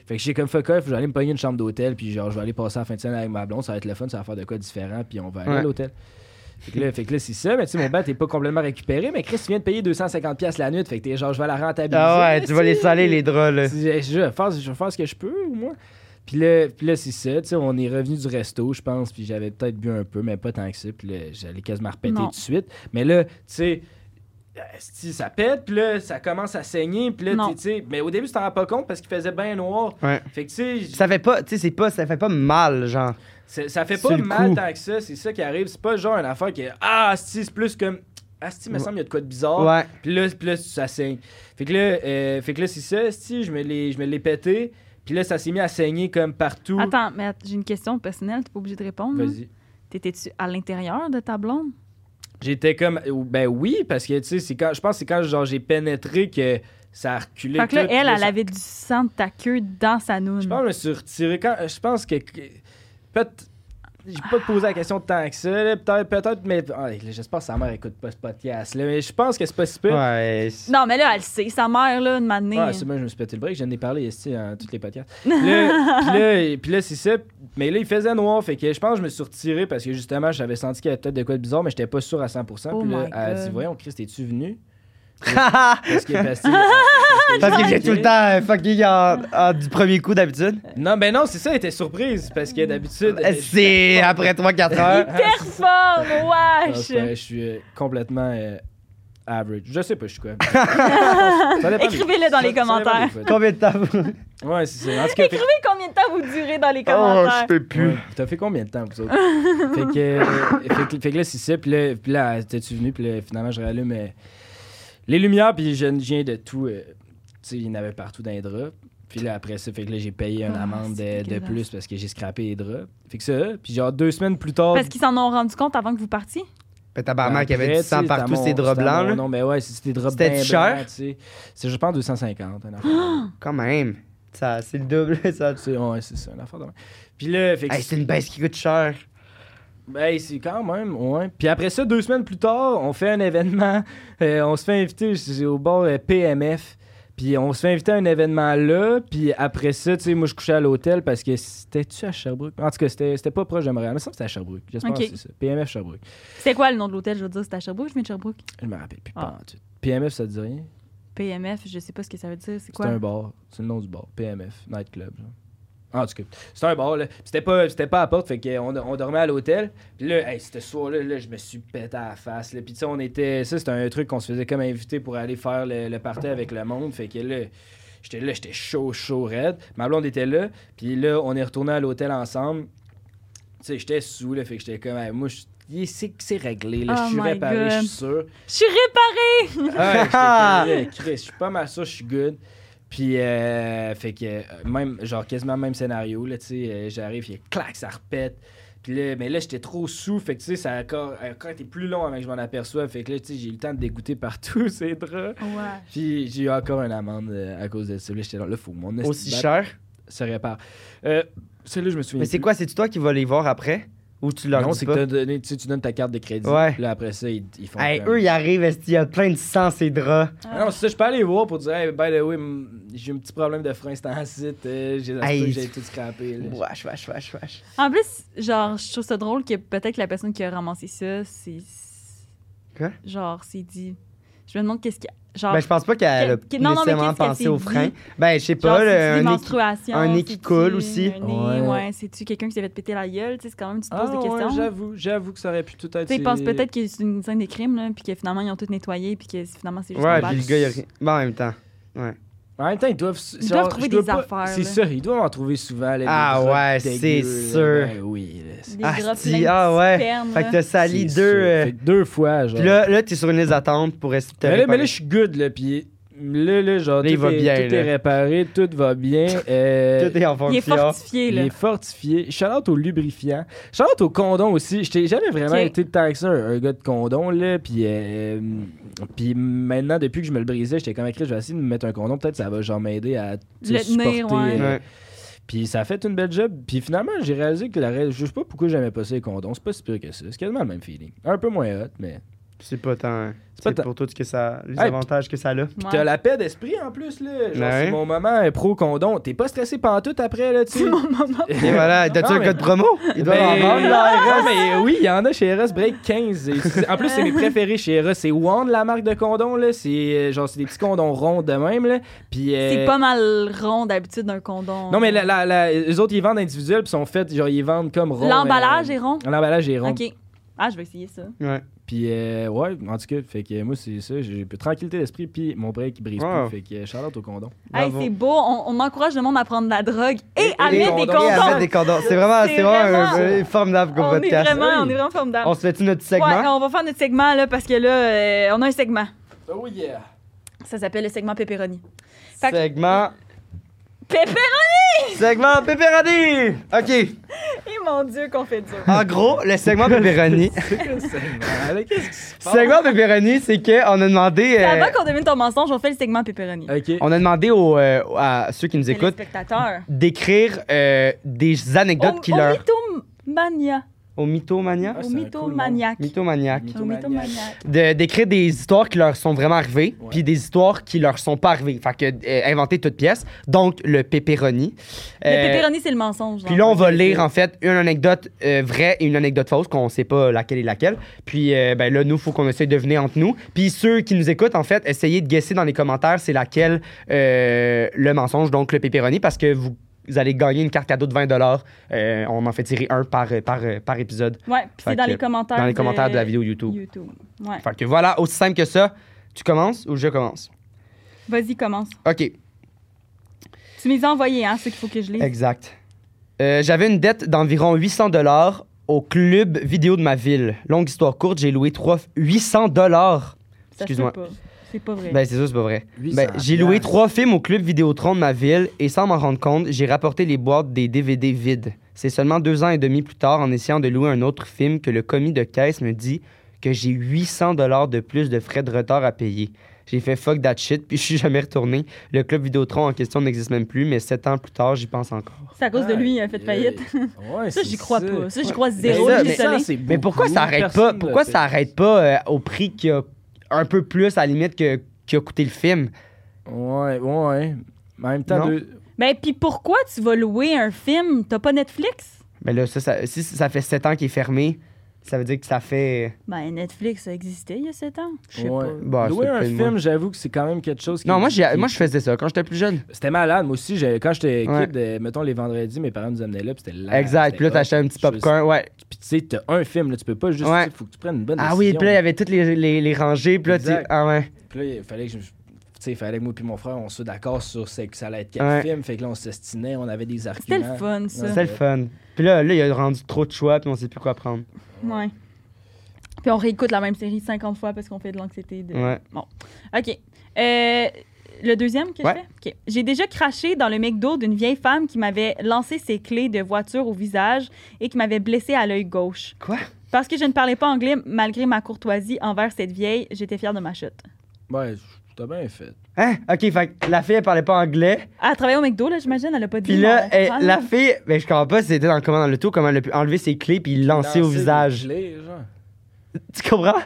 C: Fait que j'ai comme fuck off, je vais aller me pogner une chambre d'hôtel, puis genre, je vais aller passer la fin de semaine avec ma blonde, ça va être le fun, ça va faire de quoi différent, puis on va aller à
A: Ouais.
C: l'hôtel. Fait que là, fait que là, c'est ça, mais tu sais, mon bat est pas complètement récupéré, mais Chris, tu viens de payer 250$ piastres la nuit, fait que t'es genre, je vais la rentabiliser.
A: Ah ouais, tu vas les saler, les draps, là.
C: Tu dis, Je vais, faire, je vais faire ce que je peux, au moins. Puis là, puis là c'est ça. tu sais, on est revenu du resto, je pense. Puis j'avais peut-être bu un peu, mais pas tant que ça. Puis là, j'allais quasiment repéter
B: Non.
C: tout de suite. Mais là, tu sais, asti, ça pète. Puis là, ça commence à saigner. Puis là,
B: Non.
C: tu tu sais, mais au début, tu t'en rends pas compte parce qu'il faisait bien noir.
A: Ouais.
C: Fait que, tu sais, j-
A: Ça fait pas, tu sais, c'est pas, ça fait pas mal, genre.
C: ça, ça fait
A: Sur
C: pas
A: le
C: mal
A: coup.
C: tant que ça. C'est ça qui arrive. C'est pas genre une affaire qui est Ah, si, c'est plus comme. Asti, il me
A: Ouais.
C: semble qu'il y a de quoi de bizarre.
A: Ouais.
C: Puis là, puis là, ça saigne. Fait que là, euh, fait que là c'est ça, si je me l'ai je me l'ai pété. Puis là, ça s'est mis à saigner comme partout.
B: Attends, mais att- j'ai une question personnelle, t'es pas obligé de répondre. là.
C: Vas-y.
B: T'étais-tu à l'intérieur de ta blonde?
C: J'étais comme euh, ben oui parce que tu sais c'est quand je pense que c'est quand genre j'ai pénétré que ça a reculé.
B: Fait que là,
C: tout, puis
B: elle,
C: là,
B: elle
C: ça-
B: avait du sang de ta queue dans sa noune.
A: Hmm.
C: Je pense que je me suis retiré quand je pense que que- peut-être j'ai pas posé la question tant que ça, là. peut-être, peut-être, mais ah, là, j'espère que sa mère écoute pas ce podcast. Là, mais je pense que c'est pas si pire.
A: Ouais. c'est-
B: Non, mais là, elle sait. Sa mère, là, de m'amener.
C: Ah,
B: <laughs>
C: c'est moi, je me suis pété le break, j'en ai parlé ici dans tous les podcasts. Là, puis là, et- puis là, c'est ça. Mais là, il faisait noir, fait que je pense que je me suis retiré parce que justement, j'avais senti qu'il y avait peut-être de quoi de bizarre, mais j'étais pas sûr à 100%.
B: Oh
C: puis
B: my
C: là, elle a
B: God.
C: dit Voyons, Chris, es-tu venu
A: <laughs> Parce
C: Parce que.
B: <laughs>
C: Parce que,
A: que j'ai tout le temps euh, fucking en- en- du premier coup d'habitude.
C: Non, ben non, c'est ça, elle était surprise parce que d'habitude. euh,
A: C'est Ah, après 3-4 heures.
B: Performe,
C: je- non,
B: wesh!
C: Ah, c'est pas vrai, je suis euh, complètement euh, average. Je sais pas, je
B: <laughs>
C: suis quoi. Ça dépend des-
B: Écrivez-le dans les
C: ça- ça dépend
B: commentaires.
C: des fois.
A: Combien de temps vous-
C: Ouais, c'est ça. Oh, En tout cas, fait-
B: Écrivez combien de temps vous durez dans les commentaires.
A: peux
C: Ouais. T'as fait combien de temps, vous autres? fait, que, euh, fait, que, fait que là, c'est ça. Puis là, puis là t'es-tu venu? Puis là, finalement, je rallume euh, les lumières. Puis je viens de tout. euh, tu sais, il y en avait partout dans les draps. Puis là, après ça, fait que là, j'ai payé une
B: Ah,
C: amende
B: c'est
C: de, de
B: dégueulasse.
C: plus parce que j'ai scrappé les draps. Fait que ça. Puis genre, deux semaines plus tard.
B: Parce qu'ils s'en ont rendu compte avant que vous partiez?
A: Ben, tabarnak, il y avait du sang partout,
C: ces
A: ces draps blancs, là.
C: Non, mais Ben ouais, c'était des draps
A: C'était
C: bien
A: cher?
C: blancs, tu sais. C'est, je pense, 250. un affaire de même.
A: Quand même. Ça, c'est le double, <laughs> ça.
C: Tu sais, ouais, c'est ça, une affaire de même. Puis là, fait que
A: Hey, c'est une baisse qui coûte cher.
C: Ben, c'est quand même, ouais. Puis après ça, deux semaines plus tard, on fait un événement. <laughs> euh, on se fait inviter c'est au bord euh, PMF. Puis on se fait inviter à un événement là. Puis après ça, tu sais, moi, je couchais à l'hôtel parce que c'était-tu à Sherbrooke? En tout cas, c'était c'était pas proche de Montréal. Mais ça, c'était à Sherbrooke. J'espère
B: Ok.
C: que c'est ça. PMF Sherbrooke.
B: C'est quoi le nom de l'hôtel? Je veux dire, c'était à Sherbrooke, je viens de Sherbrooke.
C: Je me rappelle plus
B: Ah.
C: pas en tout. PMF, ça te dit rien?
B: PMF, je sais pas ce que ça veut dire. C'est
C: C'était
B: quoi?
C: un bar. C'est le nom du bar. PMF, nightclub. genre. En tout cas, c'était un bar, là. Puis C'était pas, c'était pas à la porte, fait qu'on on dormait à l'hôtel. Puis là, hey, c'était ce soir-là, là, je me suis pété à la face. Là. Puis tu sais, on était. Ça, c'était un truc qu'on se faisait comme invité pour aller faire le, le party avec le monde. Fait que là, j'étais là, j'étais chaud, chaud, raide. Ma blonde était là. Puis là, on est retourné à l'hôtel ensemble. Tu sais, j'étais sous, là. Fait que j'étais comme, hey, moi, je- c'est c'est réglé, là.
B: Oh
C: je suis
B: my
C: réparé, je
B: God.
C: suis sûr.
B: Je suis réparée!
C: Ah, ouais, j'étais comme, Chris, je suis pas mal sûr, je suis good. Puis, euh, fait que, euh, même, genre, quasiment même scénario, là, tu sais, euh, j'arrive, puis clac, ça repète. Puis là, mais là, j'étais trop sous, fait que, tu sais, ça a encore, encore été plus long avant que je m'en aperçoive. Fait que là, tu sais, j'ai eu le temps de dégoûter partout, <laughs> ces draps.
B: Ouais.
C: Puis, j'ai eu encore une amende euh, à cause de ça. Là, j'étais dans le fou, mon esti
A: Aussi
C: de bat
A: cher.
C: se répare. Euh, celle-là, je me souviens.
A: Mais c'est
C: plus.
A: quoi, c'est toi qui vas les voir après? Ou tu leur
C: Non,
A: dis
C: c'est
A: pas?
C: que t'as donné, tu sais, tu donnes ta carte de crédit.
A: Ouais.
C: Là, après ça, ils, ils font.
A: Hey,
C: comme-
A: eux, ils arrivent, est-ce qu'il y a plein de sang, ces draps.
C: Ah non, c'est ça, je peux aller voir pour dire, hey, by the way, m- j'ai un petit problème de frein, c'était en site, euh, j'ai ça se
A: Hey,
C: peut que j'ai
A: c'est-
C: tout scrappé. là.
A: Wesh, wesh, wesh, wesh.
B: En plus, genre, je trouve ça drôle que peut-être la personne qui a ramassé ça, c'est.
A: Quoi?
B: Genre, s'est dit. Je me demande qu'est-ce qu'il y a. Genre,
A: Ben, je pense pas qu'elle a
B: Ah. que- non, non, mais
A: nécessairement
B: qu'est-ce qu'elle
A: pensé
B: s'est
A: au
B: dit?
A: frein. Ben, je sais
B: genre,
A: pas,
B: c'est-tu
A: là,
B: des
A: un nez-
B: menstruations,
A: un nez qui
B: c'est-tu
A: coule aussi?
B: Un nez,
C: Ouais.
B: ouais. C'est-tu quelqu'un qui s'est fait péter la gueule? Tu sais, C'est quand même, tu te poses
C: Ah,
B: des
C: ouais,
B: questions.
C: j'avoue, j'avoue que ça aurait pu tout être.
B: Tu sais, ils pensent peut-être que c'est une scène des crimes, là, puis que finalement, ils ont tout nettoyé, puis que finalement, c'est juste
A: Ouais,
B: un
A: puis
B: bal.
A: le gars, il a rien. Ben, en même temps.
C: En même temps, ils doivent.
B: Ils doivent
C: genre, je
B: trouver
C: dois
B: des affaires,
C: C'est
B: là.
C: ça, ils doivent en trouver souvent. là, des
A: Ah
C: drogues
A: ouais, c'est
C: dégueu,
A: sûr.
C: là. Ben oui. là, c'est-
B: Des
A: Ah,
B: draps
A: si,
B: pleins de
A: ah, ouais.
B: sperme,
A: Fait
B: là.
A: que t'as sali
C: c'est
A: deux.
C: sûr.
A: euh,
C: Fait que deux fois, genre.
A: Puis là, là t'es sur une liste d'attente pour essayer de te
C: mais, là, mais là,
A: réparer.
C: je suis good, là. Puis là, là genre,
A: Là,
C: tout,
A: il va
C: est,
A: bien,
C: tout
A: là.
C: est réparé, tout va bien.
A: <laughs>
C: euh,
A: Tout est en
B: Il est
A: fonction.
B: fortifié,
C: Il
B: là.
C: est fortifié. Shout-out au lubrifiant. Shout-out au condom aussi. Je t'ai jamais vraiment
B: Ok.
C: été de temps que ça, un un gars de condom, là. Puis, euh, puis maintenant, depuis que je me le brisais, j'étais comme écrit, je vais essayer de me mettre un condom. Peut-être ça va genre m'aider à tu sais,
B: Le tenir, ouais.
C: euh,
A: Ouais.
C: Puis ça a fait une belle job. Puis finalement, j'ai réalisé que la ré- je sais pas pourquoi j'aimais pas ça les condoms. C'est pas si pire que ça. C'est quasiment le même feeling. Un peu moins hot, mais.
A: C'est pas tant. C'est
C: pas tant-
A: pour tout ce que ça, les
C: Hey,
A: avantages
C: <laughs>
A: que ça a.
B: Ouais.
C: T'as la paix d'esprit en plus, là. Genre,
A: Ouais.
C: c'est mon moment euh, pro-condom. T'es pas stressé pantoute après, là, tu sais. <laughs>
B: C'est <laughs> mon moment. <laughs>
A: Et voilà, t'as-tu
C: Non,
A: un
C: mais-
A: code promo? Il doit
C: Ben,
A: en vendre, là.
C: non, mais oui, il y en a chez Eros Break 15. Et c'est- En plus, c'est mes préférés chez Eros. C'est Wand, la marque de condoms. Là. C'est, euh, genre, c'est des petits condoms ronds de même. Là. Puis, euh,
B: C'est pas mal rond d'habitude d'un condom.
C: Non, mais la, la, la- eux autres, ils vendent individuels. Puis, ils sont faits, genre, ils vendent comme ronds.
B: L'emballage est rond.
C: est. L'emballage est rond.
B: OK. Ah, je vais essayer ça.
A: Ouais.
C: Puis, euh, ouais, en tout cas, fait que moi, c'est ça. J'ai plus tranquillité d'esprit. Puis, mon break, il brise
A: Wow.
C: plus. Fait que, Charlotte au condom.
B: Hey,
A: Bravo.
B: c'est beau. On, on encourage le monde à prendre de la drogue et à
A: Et-
B: mettre
C: des
B: des
C: condoms.
B: condoms.
A: et à mettre des condoms. C'est vraiment,
B: C'est
A: c'est vraiment un-
B: vraiment-
A: un formidable comme
B: On, est
A: podcast.
B: vraiment,
C: Oui.
B: on est vraiment formidable.
A: On se fait-tu notre
B: Ouais,
A: segment?
B: on va faire notre segment là, parce que là, euh, on a un segment.
C: Oh, <laughs> yeah.
B: Ça s'appelle le segment pepperoni. Fait que-
A: Segment.
B: Pepperoni!
A: Segment pepperoni! OK.
B: Mon Dieu, qu'on fait dur.
A: En gros, le segment
B: <laughs>
A: pepperoni.
C: Qu'est-ce qui se passe?
A: segment pepperoni, c'est qu'on a demandé. euh,
B: Avant qu'on devine ton mensonge, on fait le segment pepperoni.
C: Ok.
A: on a demandé aux, euh, à ceux qui nous
B: C'est les
A: écoutent
B: spectateurs.
A: d'écrire euh, des anecdotes qui leur.
B: Au mythomania.
A: Au mythomania?
C: Ah, c'est
B: Au
C: un cool
B: mythomaniac.
A: Mythomaniac.
B: Au mythomaniac.
A: De- d'écrire des histoires qui leur sont vraiment arrivées,
C: Ouais.
A: puis des histoires qui leur sont pas arrivées. Fait que euh, inventer toute pièce. Donc le pepperoni.
B: Le
A: Euh,
B: pepperoni, c'est le mensonge.
A: Puis
B: genre.
A: là, on va lire en fait une anecdote euh, vraie et une anecdote fausse, qu'on sait pas laquelle est laquelle. Puis euh, ben là, nous, faut qu'on essaye de deviner entre nous. Puis ceux qui nous écoutent, en fait, essayez de guesser dans les commentaires c'est laquelle euh, le mensonge, donc le pepperoni, parce que vous, vous allez gagner une carte cadeau de 20 Euh, On en fait tirer un par, euh, par, euh, par épisode
B: Ouais, puis
A: Fait
B: c'est dans
A: que-
B: les commentaires.
A: dans les
B: de-
A: commentaires de la vidéo YouTube.
B: YouTube. Ouais.
A: Fait que voilà, aussi simple que ça. Tu commences ou je commence?
B: Vas-y, commence.
A: OK,
B: Tu me les as envoyés, hein, ceux qu'il faut que je lise.
A: exact. Euh, J'avais une dette d'environ 800 dollars au club vidéo de ma ville. Longue histoire courte, j'ai loué trois 800 dollars
B: Ça se
A: excuse-moi.
B: peut pas. C'est pas vrai.
A: Ben, c'est sûr, c'est pas vrai.
C: 800
A: Ben, j'ai loué
C: piastres.
A: trois films au club Vidéotron de ma ville et sans m'en rendre compte, j'ai rapporté les boîtes des DVD vides. C'est seulement deux ans et demi plus tard, en essayant de louer un autre film, que le commis de caisse me dit que j'ai 800 dollars de plus de frais de retard à payer. J'ai fait fuck that shit, puis je suis jamais retourné. Le club Vidéotron en question n'existe même plus, mais sept ans plus tard, j'y pense encore.
B: c'est à cause de lui, il a fait
C: Aïe,
B: faillite.
C: aïe. Ah, Ouais,
B: Ça,
C: Euh, c'est
B: j'y crois pas. Ben Ça, j'y crois
C: Mais
B: zéro.
A: ça,
B: je suis
C: ça,
B: désolée.
C: c'est
A: Mais pourquoi
C: beaucoup.
A: ça arrête
C: Personne
A: pas?
C: le
A: Pourquoi
C: fait.
A: ça arrête pas euh, au prix qui a un peu plus, à la limite, que, qui a coûté le film?
C: Ouais, ouais. Mais en même temps,
A: Non.
C: deux-
B: Ben, puis pourquoi tu vas louer un film? T'as pas Netflix?
A: Mais là, ça, ça- si ça fait 7 ans qu'il est fermé, ça veut dire que ça fait.
B: Ben, Netflix, ça existait il y a 7 ans. Je sais
C: ouais.
B: pas.
A: Bah,
C: louer
A: c'est
C: un
A: pas une
C: film, j'avoue que c'est quand même quelque chose. Qui,
A: Non, moi, j'ai-
C: qui-
A: moi, je faisais ça quand j'étais plus jeune.
C: C'était malade. Moi aussi, j'avais- quand j'étais kid,
A: Ouais.
C: euh, mettons les vendredis, mes parents nous amenaient là, puis c'était là.
A: exact. Puis là, t'achetais un petit popcorn. Ouais.
C: Puis tu sais, t'as un film, là, tu peux pas juste.
A: Ouais.
C: il Faut que tu prennes une bonne
A: Ah oui,
C: décision.
A: puis là, il y avait toutes les, les, les rangées. Puis là, tu.
C: Exact.
A: Ah ouais.
C: Puis là, il fallait que je. Tu sais, il fallait que moi puis mon frère, on soit d'accord sur c'est que ça allait être quatre
A: Ouais.
C: films. Fait que là, on s'estinait, on avait des arguments.
B: C'était le fun, ça.
A: C'était le fun. Puis là, là, il a rendu trop de choix, puis on sait plus quoi prendre.
B: Ouais. Puis on réécoute la même série 50 fois parce qu'on fait de l'anxiété. De...
A: Ouais.
B: OK. Euh, le deuxième que
A: Ouais.
B: je fais? OK. J'ai déjà craché dans le McDo d'une vieille femme qui m'avait lancé ses clés de voiture au visage et qui m'avait blessé à l'œil gauche.
A: Quoi?
B: Parce que je ne parlais pas anglais, malgré ma courtoisie envers cette vieille, j'étais fière de ma chute.
C: Ouais, t'as bien fait.
A: Hein? Ok, fait que la fille, elle parlait pas anglais.
B: Elle travaillait au McDo, là, j'imagine, elle a pas dit.
A: Puis là,
B: non.
A: elle-
B: Ah,
A: la
B: non.
A: fille, ben, je comprends pas, c'était dans comment dans le tout, comment elle a pu enlever ses clés puis lancer au
C: des
A: visage.
C: clés, genre.
A: <laughs> Tu comprends?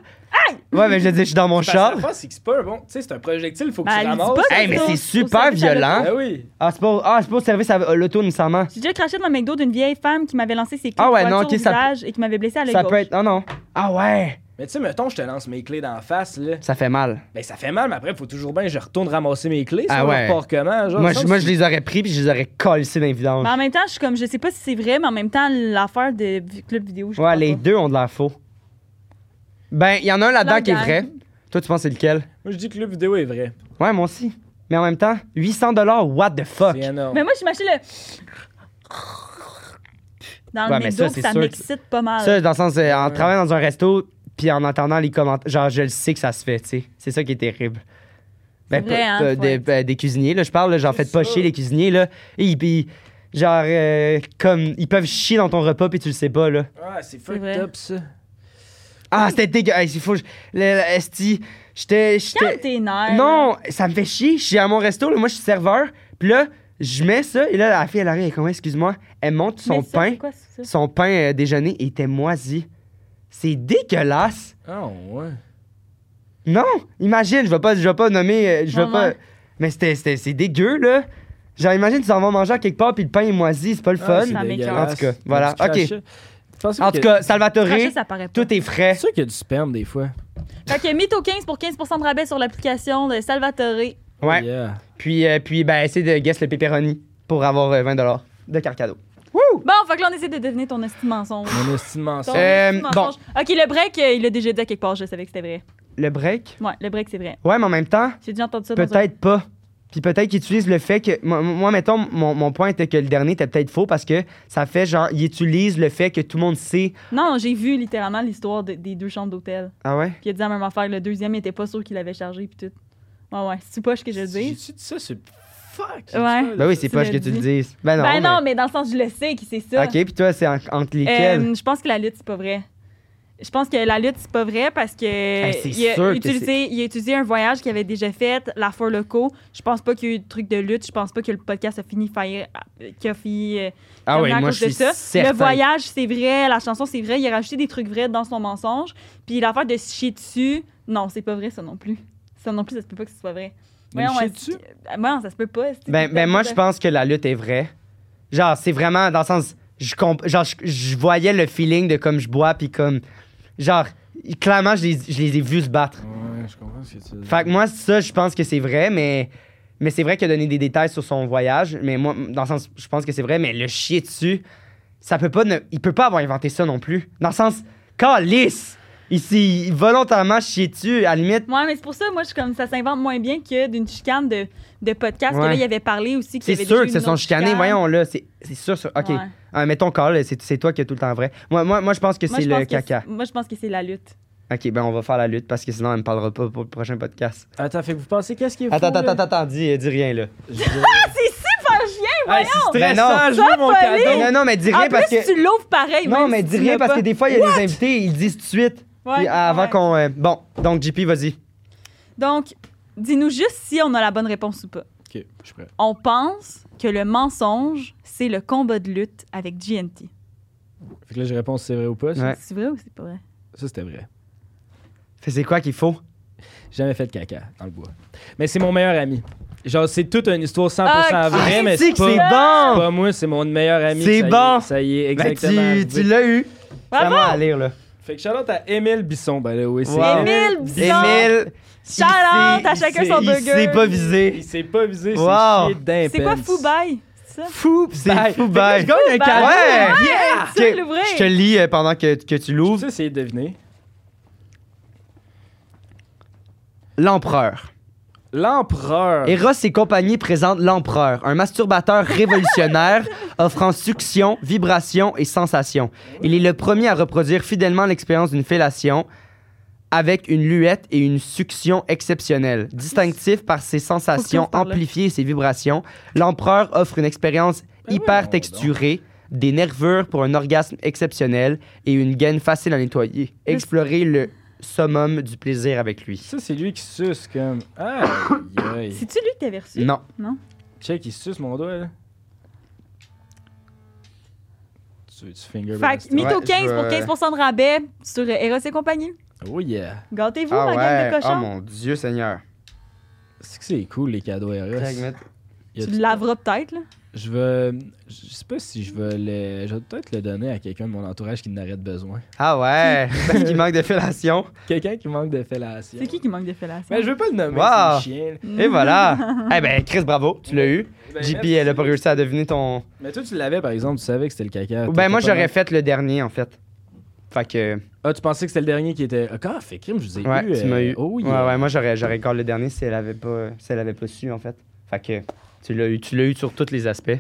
A: Ouais, mais je dis, je suis dans mon
C: Parce que
A: char.
C: la fois, c'est que c'est pas un bon. Tu sais, c'est un projectile, faut que
B: Ben,
C: tu
B: elle lui dit
C: ramasses.
B: pas
A: Hey, mais
B: Au-
A: c'est
B: au
A: super
B: service à
A: violent.
C: Ben oui.
A: Ah, c'est pas, ah, c'est pas au service à l'auto, nécessairement.
B: J'ai déjà craché dans le McDo d'une vieille femme qui m'avait lancé ses clés
A: Ah ouais,
B: de voiture
A: non, ok,
B: au
A: ça peut-
B: Ah, visage et qui m'avait blessé à l'œil
A: Ça
B: gauche.
A: peut être. Non, non. Ah ouais.
C: Mais tu sais, mettons, je te lance mes clés dans la face, là.
A: Ça fait mal.
C: Ben, ça fait mal, mais après, faut toujours bien que je retourne ramasser mes clés.
A: Ah
C: Ah
A: ouais.
C: ouais. comment, genre.
A: Moi,
C: ça,
A: je, moi,
C: c'est-
A: je les aurais pris puis je les aurais collés dans les vidanges.
B: Mais en même temps, je suis comme, je sais pas si c'est vrai, mais en même temps, l'affaire de vi- club vidéo, je
A: Ouais,
B: crois
A: les
B: pas.
A: deux ont de l'air faux. Ben, il y en a un là-dedans
B: La
A: qui est
B: gang.
A: vrai. Toi, tu penses c'est lequel?
C: Moi, je dis que le vidéo est vrai.
A: Ouais, moi aussi. Mais en même temps, 800 dollars, what the fuck?
C: C'est énorme.
B: Mais moi, je m'achète le. Dans le
A: Ouais, mais
B: McDo,
A: ça,
B: puis
A: c'est
B: ça
A: sûr que-
B: m'excite pas mal.
A: Ça, dans le sens, euh, en
C: Ouais.
A: travaillant dans un resto, puis en entendant les commentaires, genre, je le sais que ça se fait, tu sais. C'est ça qui est terrible. Ben,
B: C'est vrai, hein,
A: pas-
B: faut
A: des,
B: être-
A: ben, des cuisiniers, là, je parle, là, j'en
C: C'est
A: fais pas
C: ça.
A: chier les cuisiniers, là. Et ils, puis, genre, euh, comme, ils peuvent chier dans ton repas, puis tu le sais pas, là.
C: Ah, c'est
B: vrai.
C: fucked up, ça.
A: Ah, c'était dégueulasse, il faut... je- le- le- Esti, j'étais...
B: Calme
A: j'étais-
B: tes nerfs.
A: Non, ça me fait chier, je suis à mon resto, là, moi, je suis serveur, puis là, je mets ça, et là, la fille, elle arrive, elle est comme, excuse-moi, elle monte son
B: Mais ça,
A: pain,
B: c'est quoi, ça?
A: son pain euh, déjeuner était moisi. C'est dégueulasse.
C: Ah, ouais.
A: Non, imagine, je vais pas, je vais pas nommer, euh, je vais
B: Non,
A: pas.
B: non.
A: Mais c'était, c'était, c'est dégueu là. Genre, imagine, tu t'en vas manger à quelque part puis le pain est moisi, c'est pas le
C: Ah,
A: fun.
C: c'est
B: Ça m'écoeure.
C: dégueulasse.
A: En tout cas, voilà.
C: Tu craches
A: Ok.
C: ça. Tu penses
A: en
C: que-
A: tout cas, eh.
B: Cracher,
A: Salvatore,
B: ça paraît pas.
A: tout est
C: C'est
A: frais.
C: sûr qu'il y a du sperme, des fois.
B: Fait que Mytho 15 pour 15 de rabais sur l'application de Salvatore.
A: Ouais.
C: Yeah.
A: Puis, euh, puis, ben, essaye de guess le pepperoni pour avoir euh, 20 dollars de carcado. Wouh!
B: Bon, fait que là, on essaie de deviner ton esti mensonge.
C: Mon estime
B: Ton
C: mensonge.
A: Euh,
B: esti mensonge. Ok, le break, euh, il l'a déjà dit à quelque part, je savais que c'était vrai.
A: Le break.
B: Ouais, le break, c'est vrai.
A: Ouais, mais en même temps,
B: J'ai déjà entendu ça dans un-
A: peut-être pas. Puis peut-être qu'ils utilisent le fait que. Moi, moi, mettons, mon, mon point était que le dernier était peut-être faux parce que ça fait genre. Ils utilisent le fait que tout le monde sait.
B: Non, j'ai vu littéralement l'histoire de- des deux chambres d'hôtel.
A: Ah ouais?
B: Puis il a dit la même affaire, le deuxième, il était pas sûr qu'il avait chargé, puis tout. Ouais, ouais, c'est poche que je le
C: J'ai-tu
B: dis.
C: dit ça, c'est fuck.
B: Ouais.
A: Ben oui, c'est
B: Tu
A: pas que
B: l'as
A: tu le
B: dit.
A: dises. Ben non.
B: ben
A: mais-
B: non, mais... dans le sens, je le sais qu'il c'est ça.
A: Ok, puis toi, c'est en- entre lesquels?
B: Euh, je pense que la lutte, c'est pas vrai. Je pense que la lutte, c'est pas vrai parce que
A: c'est
B: il, a
A: sûr que
B: utilisé, il a utilisé un voyage qu'il avait déjà fait, la Four Loco. Je pense pas qu'il y a eu de truc de lutte. Je pense pas que le podcast a fini fire, qu'il a fini euh,
A: ah oui,
B: terminé à
A: moi,
B: cause
A: je
B: de
A: suis
B: ça.
A: certain.
B: Le voyage, c'est vrai. La chanson, c'est vrai. Il a rajouté des trucs vrais dans son mensonge. Puis l'affaire de se chier dessus, non, c'est pas vrai, ça non plus. Ça non plus, ça se peut pas que ce soit vrai.
C: Mais
B: Voyons,
C: chier
B: est-ce
C: dessus?
B: que- euh, Voyons, ça se peut pas. est-ce que-
A: Ben, ben, moi, je pense que la lutte est vraie. Genre, c'est vraiment dans le sens... Je comp- genre, je, je voyais le feeling de comme je bois, puis comme... Genre, clairement, je les, je les ai vus se battre.
C: Ouais, je comprends ce que tu dis.
A: Fait que moi, ça, je pense que c'est vrai, mais... Mais c'est vrai qu'il a donné des détails sur son voyage, mais moi, dans le sens, je pense que c'est vrai, mais le chier dessus, ça peut pas... ne- Il peut pas avoir inventé ça non plus. Dans le sens, calice! Il s'est volontairement chié dessus, à la limite...
B: Ouais, mais c'est pour ça, moi, je suis comme ça s'invente moins bien que d'une chicane de, de podcast. Que
A: Ouais.
B: là, il avait parlé aussi. qu'il y
A: C'est
B: avait
A: sûr
B: déjà
A: que
B: eu
A: se
B: une
A: sont
B: autre
A: chicanés,
B: chicane.
A: voyons là, c'est c'est sûr, sûr. OK.
B: Ouais.
A: Ah, mettons Carl, c'est c'est toi qui as tout le temps vrai. Moi, moi, moi je pense que
B: Moi,
A: c'est
B: je
A: le
B: pense que
A: caca.
B: c'est- Moi, je pense que c'est la lutte.
A: OK, ben on va faire la lutte parce que sinon elle me parlera pas pour le prochain podcast.
C: Attends, fait que vous pensez qu'est-ce qui est
A: Attends,
C: faux,
A: attends,
C: là?
A: attends, attends, dis, euh, dis rien là.
C: Je veux-
B: <laughs> C'est super chien!
C: Hey, c'est
A: Ben
C: stressant,
A: non.
C: je veux mon
B: Sois
C: cadeau.
A: Non, non, mais dis
B: En
A: rien parce
B: plus,
A: que
B: tu l'ouvres pareil.
A: Non,
B: même
A: mais
B: si
A: dis
B: tu
A: rien
B: l'as
A: parce
B: pas.
A: que des fois il y a des invités, ils disent tout de suite
B: Ouais,
A: puis avant
B: ouais.
A: qu'on euh, bon, donc JP, vas-y.
B: Donc, dis-nous juste si on a la bonne réponse ou pas.
C: Ok, je suis prêt.
B: On pense que le mensonge, c'est le combat de lutte avec GNT.
C: Fait que là, je réponds si c'est vrai ou pas. ça.
A: Ouais.
B: C'est vrai ou c'est pas vrai?
C: Ça, c'était vrai.
A: Fait, C'est quoi qu'il faut
C: J'ai Jamais fait de caca dans le bois. Mais c'est mon meilleur ami. Genre, c'est toute une histoire 100%
B: Ah,
C: vraie,
A: Ah,
C: mais
A: c'est
C: c'est
A: que c'est
C: pas, c'est
A: bon.
C: pas moi, c'est mon meilleur ami.
A: C'est
C: ça y est,
A: bon.
C: ça y est,
A: Ben,
C: exactement.
A: tu tu l'as eu. Ça
B: Bravo!
A: m'a à lire là.
C: Fait que shout-out à Émile Bisson, ben là, oui, c'est
A: Wow.
B: Émile Bisson!
A: Émile,
B: Shout out à
A: il
B: chacun
A: s'est-
B: son
A: Il
B: burger.
A: s'est pas
C: Il
A: visé.
C: s'est pas visé, c'est
A: Wow.
C: chier d'un
B: C'est quoi
C: pence.
B: Fou Bye? C'est ça?
A: Fou, c'est
C: Bye.
A: fou
C: Fait que là,
A: bye.
C: Je gagne un
B: Fou
C: cadeau.
A: Ouais!
B: Ouais,
A: Yeah!
B: tu sais
A: Ok,
B: l'ouvrir.
A: Je te lis euh, pendant que, que tu
C: Je
A: l'ouvres.
C: vais essayer de deviner.
A: L'empereur.
C: L'empereur.
A: Eros et compagnie présentent l'empereur, un
B: <laughs>
A: masturbateur révolutionnaire offrant succion, vibration et sensation. Il est le premier à reproduire fidèlement l'expérience d'une fellation avec une luette et une succion exceptionnelle. Distinctif par ses sensations
B: Faut que tu en parles.
A: amplifiées et ses vibrations, l'empereur offre une expérience
C: Ben
A: hyper
C: voyons
A: texturée, des nervures pour un orgasme exceptionnel et une gaine facile à nettoyer. Explorez le summum du plaisir avec lui.
C: Ça, c'est lui qui suce comme. Aïe, aïe.
B: C'est-tu lui que t'avais reçu?
A: Non.
C: Check, il suce mon doigt, là. Tu veux du finger
B: Fait
C: blast?
B: que Mytho
A: Ouais,
B: 15
A: je
B: pour
A: vais-
B: 15 de rabais sur euh, Eros et compagnie.
C: Oh yeah.
B: Gâtez-vous, ma gang de cochons.
A: Ah Oh mon Dieu Seigneur.
C: C'est que c'est cool, les cadeaux Eros.
A: Fait que mettre-
C: Il y a
B: Tu
C: du-
B: le laveras peut-être, là.
C: Je veux. Je sais pas si je veux le. Je vais peut-être le donner à quelqu'un de mon entourage qui n'aurait besoin.
A: Ah ouais,
B: <laughs>
A: parce qu'il manque de fellation.
C: Quelqu'un qui manque de fellation.
B: C'est qui qui manque de fellation? Hmm.
C: Mais Ben, je veux pas le nommer,
A: Wow.
C: c'est le chien. là.
A: Et voilà.
B: <laughs>
A: Eh ben, Chris, bravo, tu l'as eu.
C: Ben,
A: JP,
C: merci.
A: elle a pas réussi à deviner ton.
C: Mais toi, tu l'avais par exemple, tu savais que c'était le
A: Ben,
C: caca.
A: moi,
C: T'étais pas
A: j'aurais
C: mal-
A: fait le dernier, en fait. Fait que.
C: Ah, tu pensais que c'était le dernier qui était. Ah, quand fait crime, je vous ai
A: Ouais,
C: eu,
A: tu
C: euh,
A: m'as eu.
C: Oh, oui.
A: Ouais, ouais, moi, j'aurais, j'aurais encore le dernier si elle avait pas, si elle avait pas su, en fait. Fait que. Tu l'as eu, tu l'as eu sur tous les aspects.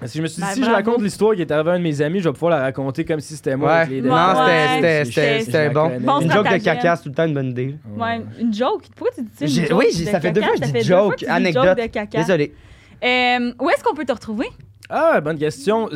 C: Parce que je me suis dit,
B: Ben,
C: si je
B: bravo.
C: raconte l'histoire qui est arrivée à un de mes amis, je vais pouvoir la raconter comme si c'était moi.
A: Ouais.
C: avec les
A: Non,
C: détails.
B: Ouais,
A: c'était, c'était,
B: je-
A: c'était,
B: je-
A: c'était
C: je
A: bon.
C: la connais.
B: Bon,
A: Une
B: c'est
A: joke
B: ta
A: de
B: gueule.
A: caca, c'est tout le temps une bonne idée.
B: Ouais, une joke. Pourquoi tu dis ça? une
A: J'ai-
B: joke
A: oui, j'ai-
B: de
A: ça fait deux
B: caca?
A: fois que je dis
B: Ça fait deux fois
A: joke,
B: que tu dis
A: anecdote.
B: de caca.
A: Désolé.
B: Euh, où est-ce qu'on peut te retrouver?
C: Ah, bonne question.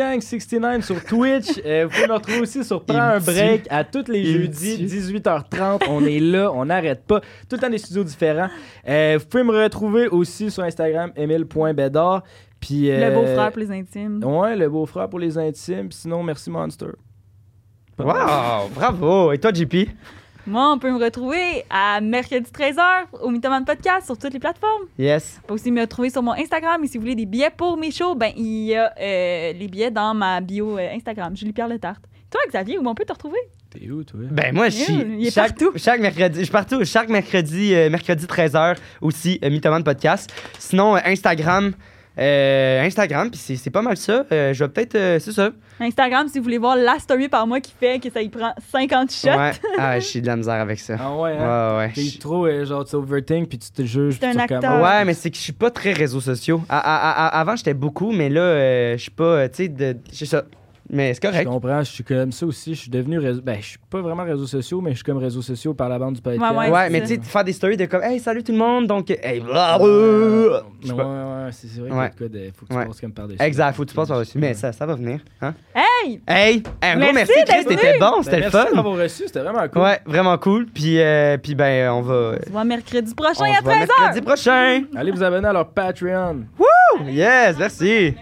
C: ZestyGang69 sur Twitch. Euh, vous pouvez me retrouver aussi sur Prends
A: Il
C: un
A: me
C: break à tous les
A: Il me
C: jeudis,
A: tue.
C: 18h30. On est là, on n'arrête pas. Tout le temps des studios différents. Euh, vous pouvez me retrouver aussi sur Instagram, emile.bedard. Puis, euh,
B: Le beau-frère plus intime.
C: Ouais, le beau-frère pour les intimes. Puis Sinon, merci Monster. Pas mal.
A: Wow, bravo. Et toi, JP?
B: Moi, on peut me retrouver à mercredi 13h au Mythoman Podcast sur toutes les plateformes.
A: Yes.
B: On peut aussi me retrouver sur mon Instagram. Et si vous voulez des billets pour mes shows, ben il y a euh, les billets dans ma bio euh, Instagram, Julie-Pierre Letarte. Toi, Xavier, où on peut te retrouver?
C: T'es où, toi?
A: Ben, moi, je suis.
B: Il est
A: chaque,
B: partout.
A: Chaque mercredi. Je suis partout. Chaque mercredi, euh, mercredi 13h aussi, euh, Mythoman Podcast. Sinon, euh, Instagram. euh, Instagram, puis c'est, c'est pas mal ça. Euh, je vais peut-être. euh, c'est ça.
B: Instagram, si vous voulez voir la story par moi qui fait que ça y prend 50 shots.
A: Ouais. Ah, je suis de la misère avec ça.
C: Ah ouais, hein?
A: Ouais, ouais.
C: T'es
A: je-
C: trop, euh, genre, tu overthink, puis tu te juges,
B: C'est
C: puis tu
B: un
C: recommences.
B: acteur.
A: Ouais, mais c'est que je suis pas très réseaux sociaux. À- à- à- à- avant, j'étais beaucoup, mais là, euh, je suis pas, euh, tu sais, de. C'est ça. Mais c'est
C: Je
A: correct.
C: comprends, je suis comme ça aussi. Je suis devenu. réseau- Ben, je suis pas vraiment réseaux sociaux, mais je suis comme réseaux sociaux par la bande du podcast.
B: Ouais, ouais,
A: Ouais,
B: c'est
A: mais
B: ça.
A: tu sais, faire des stories de comme, hey, salut tout le monde, donc, hey, bla, bla,
C: Euh,
A: bla. Je
C: mais
A: sais
C: ouais,
A: pas.
C: ouais, c'est c'est vrai
A: Ouais.
C: qu'il y a de quoi de. Faut que tu
A: Ouais.
C: passes comme par-dessus.
A: Exact, faut que tu passes par-dessus. Mais
C: Ouais.
A: ça, ça va venir. Hein?
B: Hey!
A: Hey! hey, un gros merci,
B: Merci
A: Chris,
B: d'être
A: t'étais bon,
C: Ben,
A: c'était le
C: merci
A: fun.
C: d'avoir reçu, c'était vraiment cool.
A: Ouais, vraiment cool. Puis, euh, puis ben, on va.
B: On se voit mercredi
A: On
B: prochain
A: se
B: à
A: voit
B: 13h!
A: mercredi prochain.
C: Allez vous abonner à leur Patreon.
A: Yes, merci.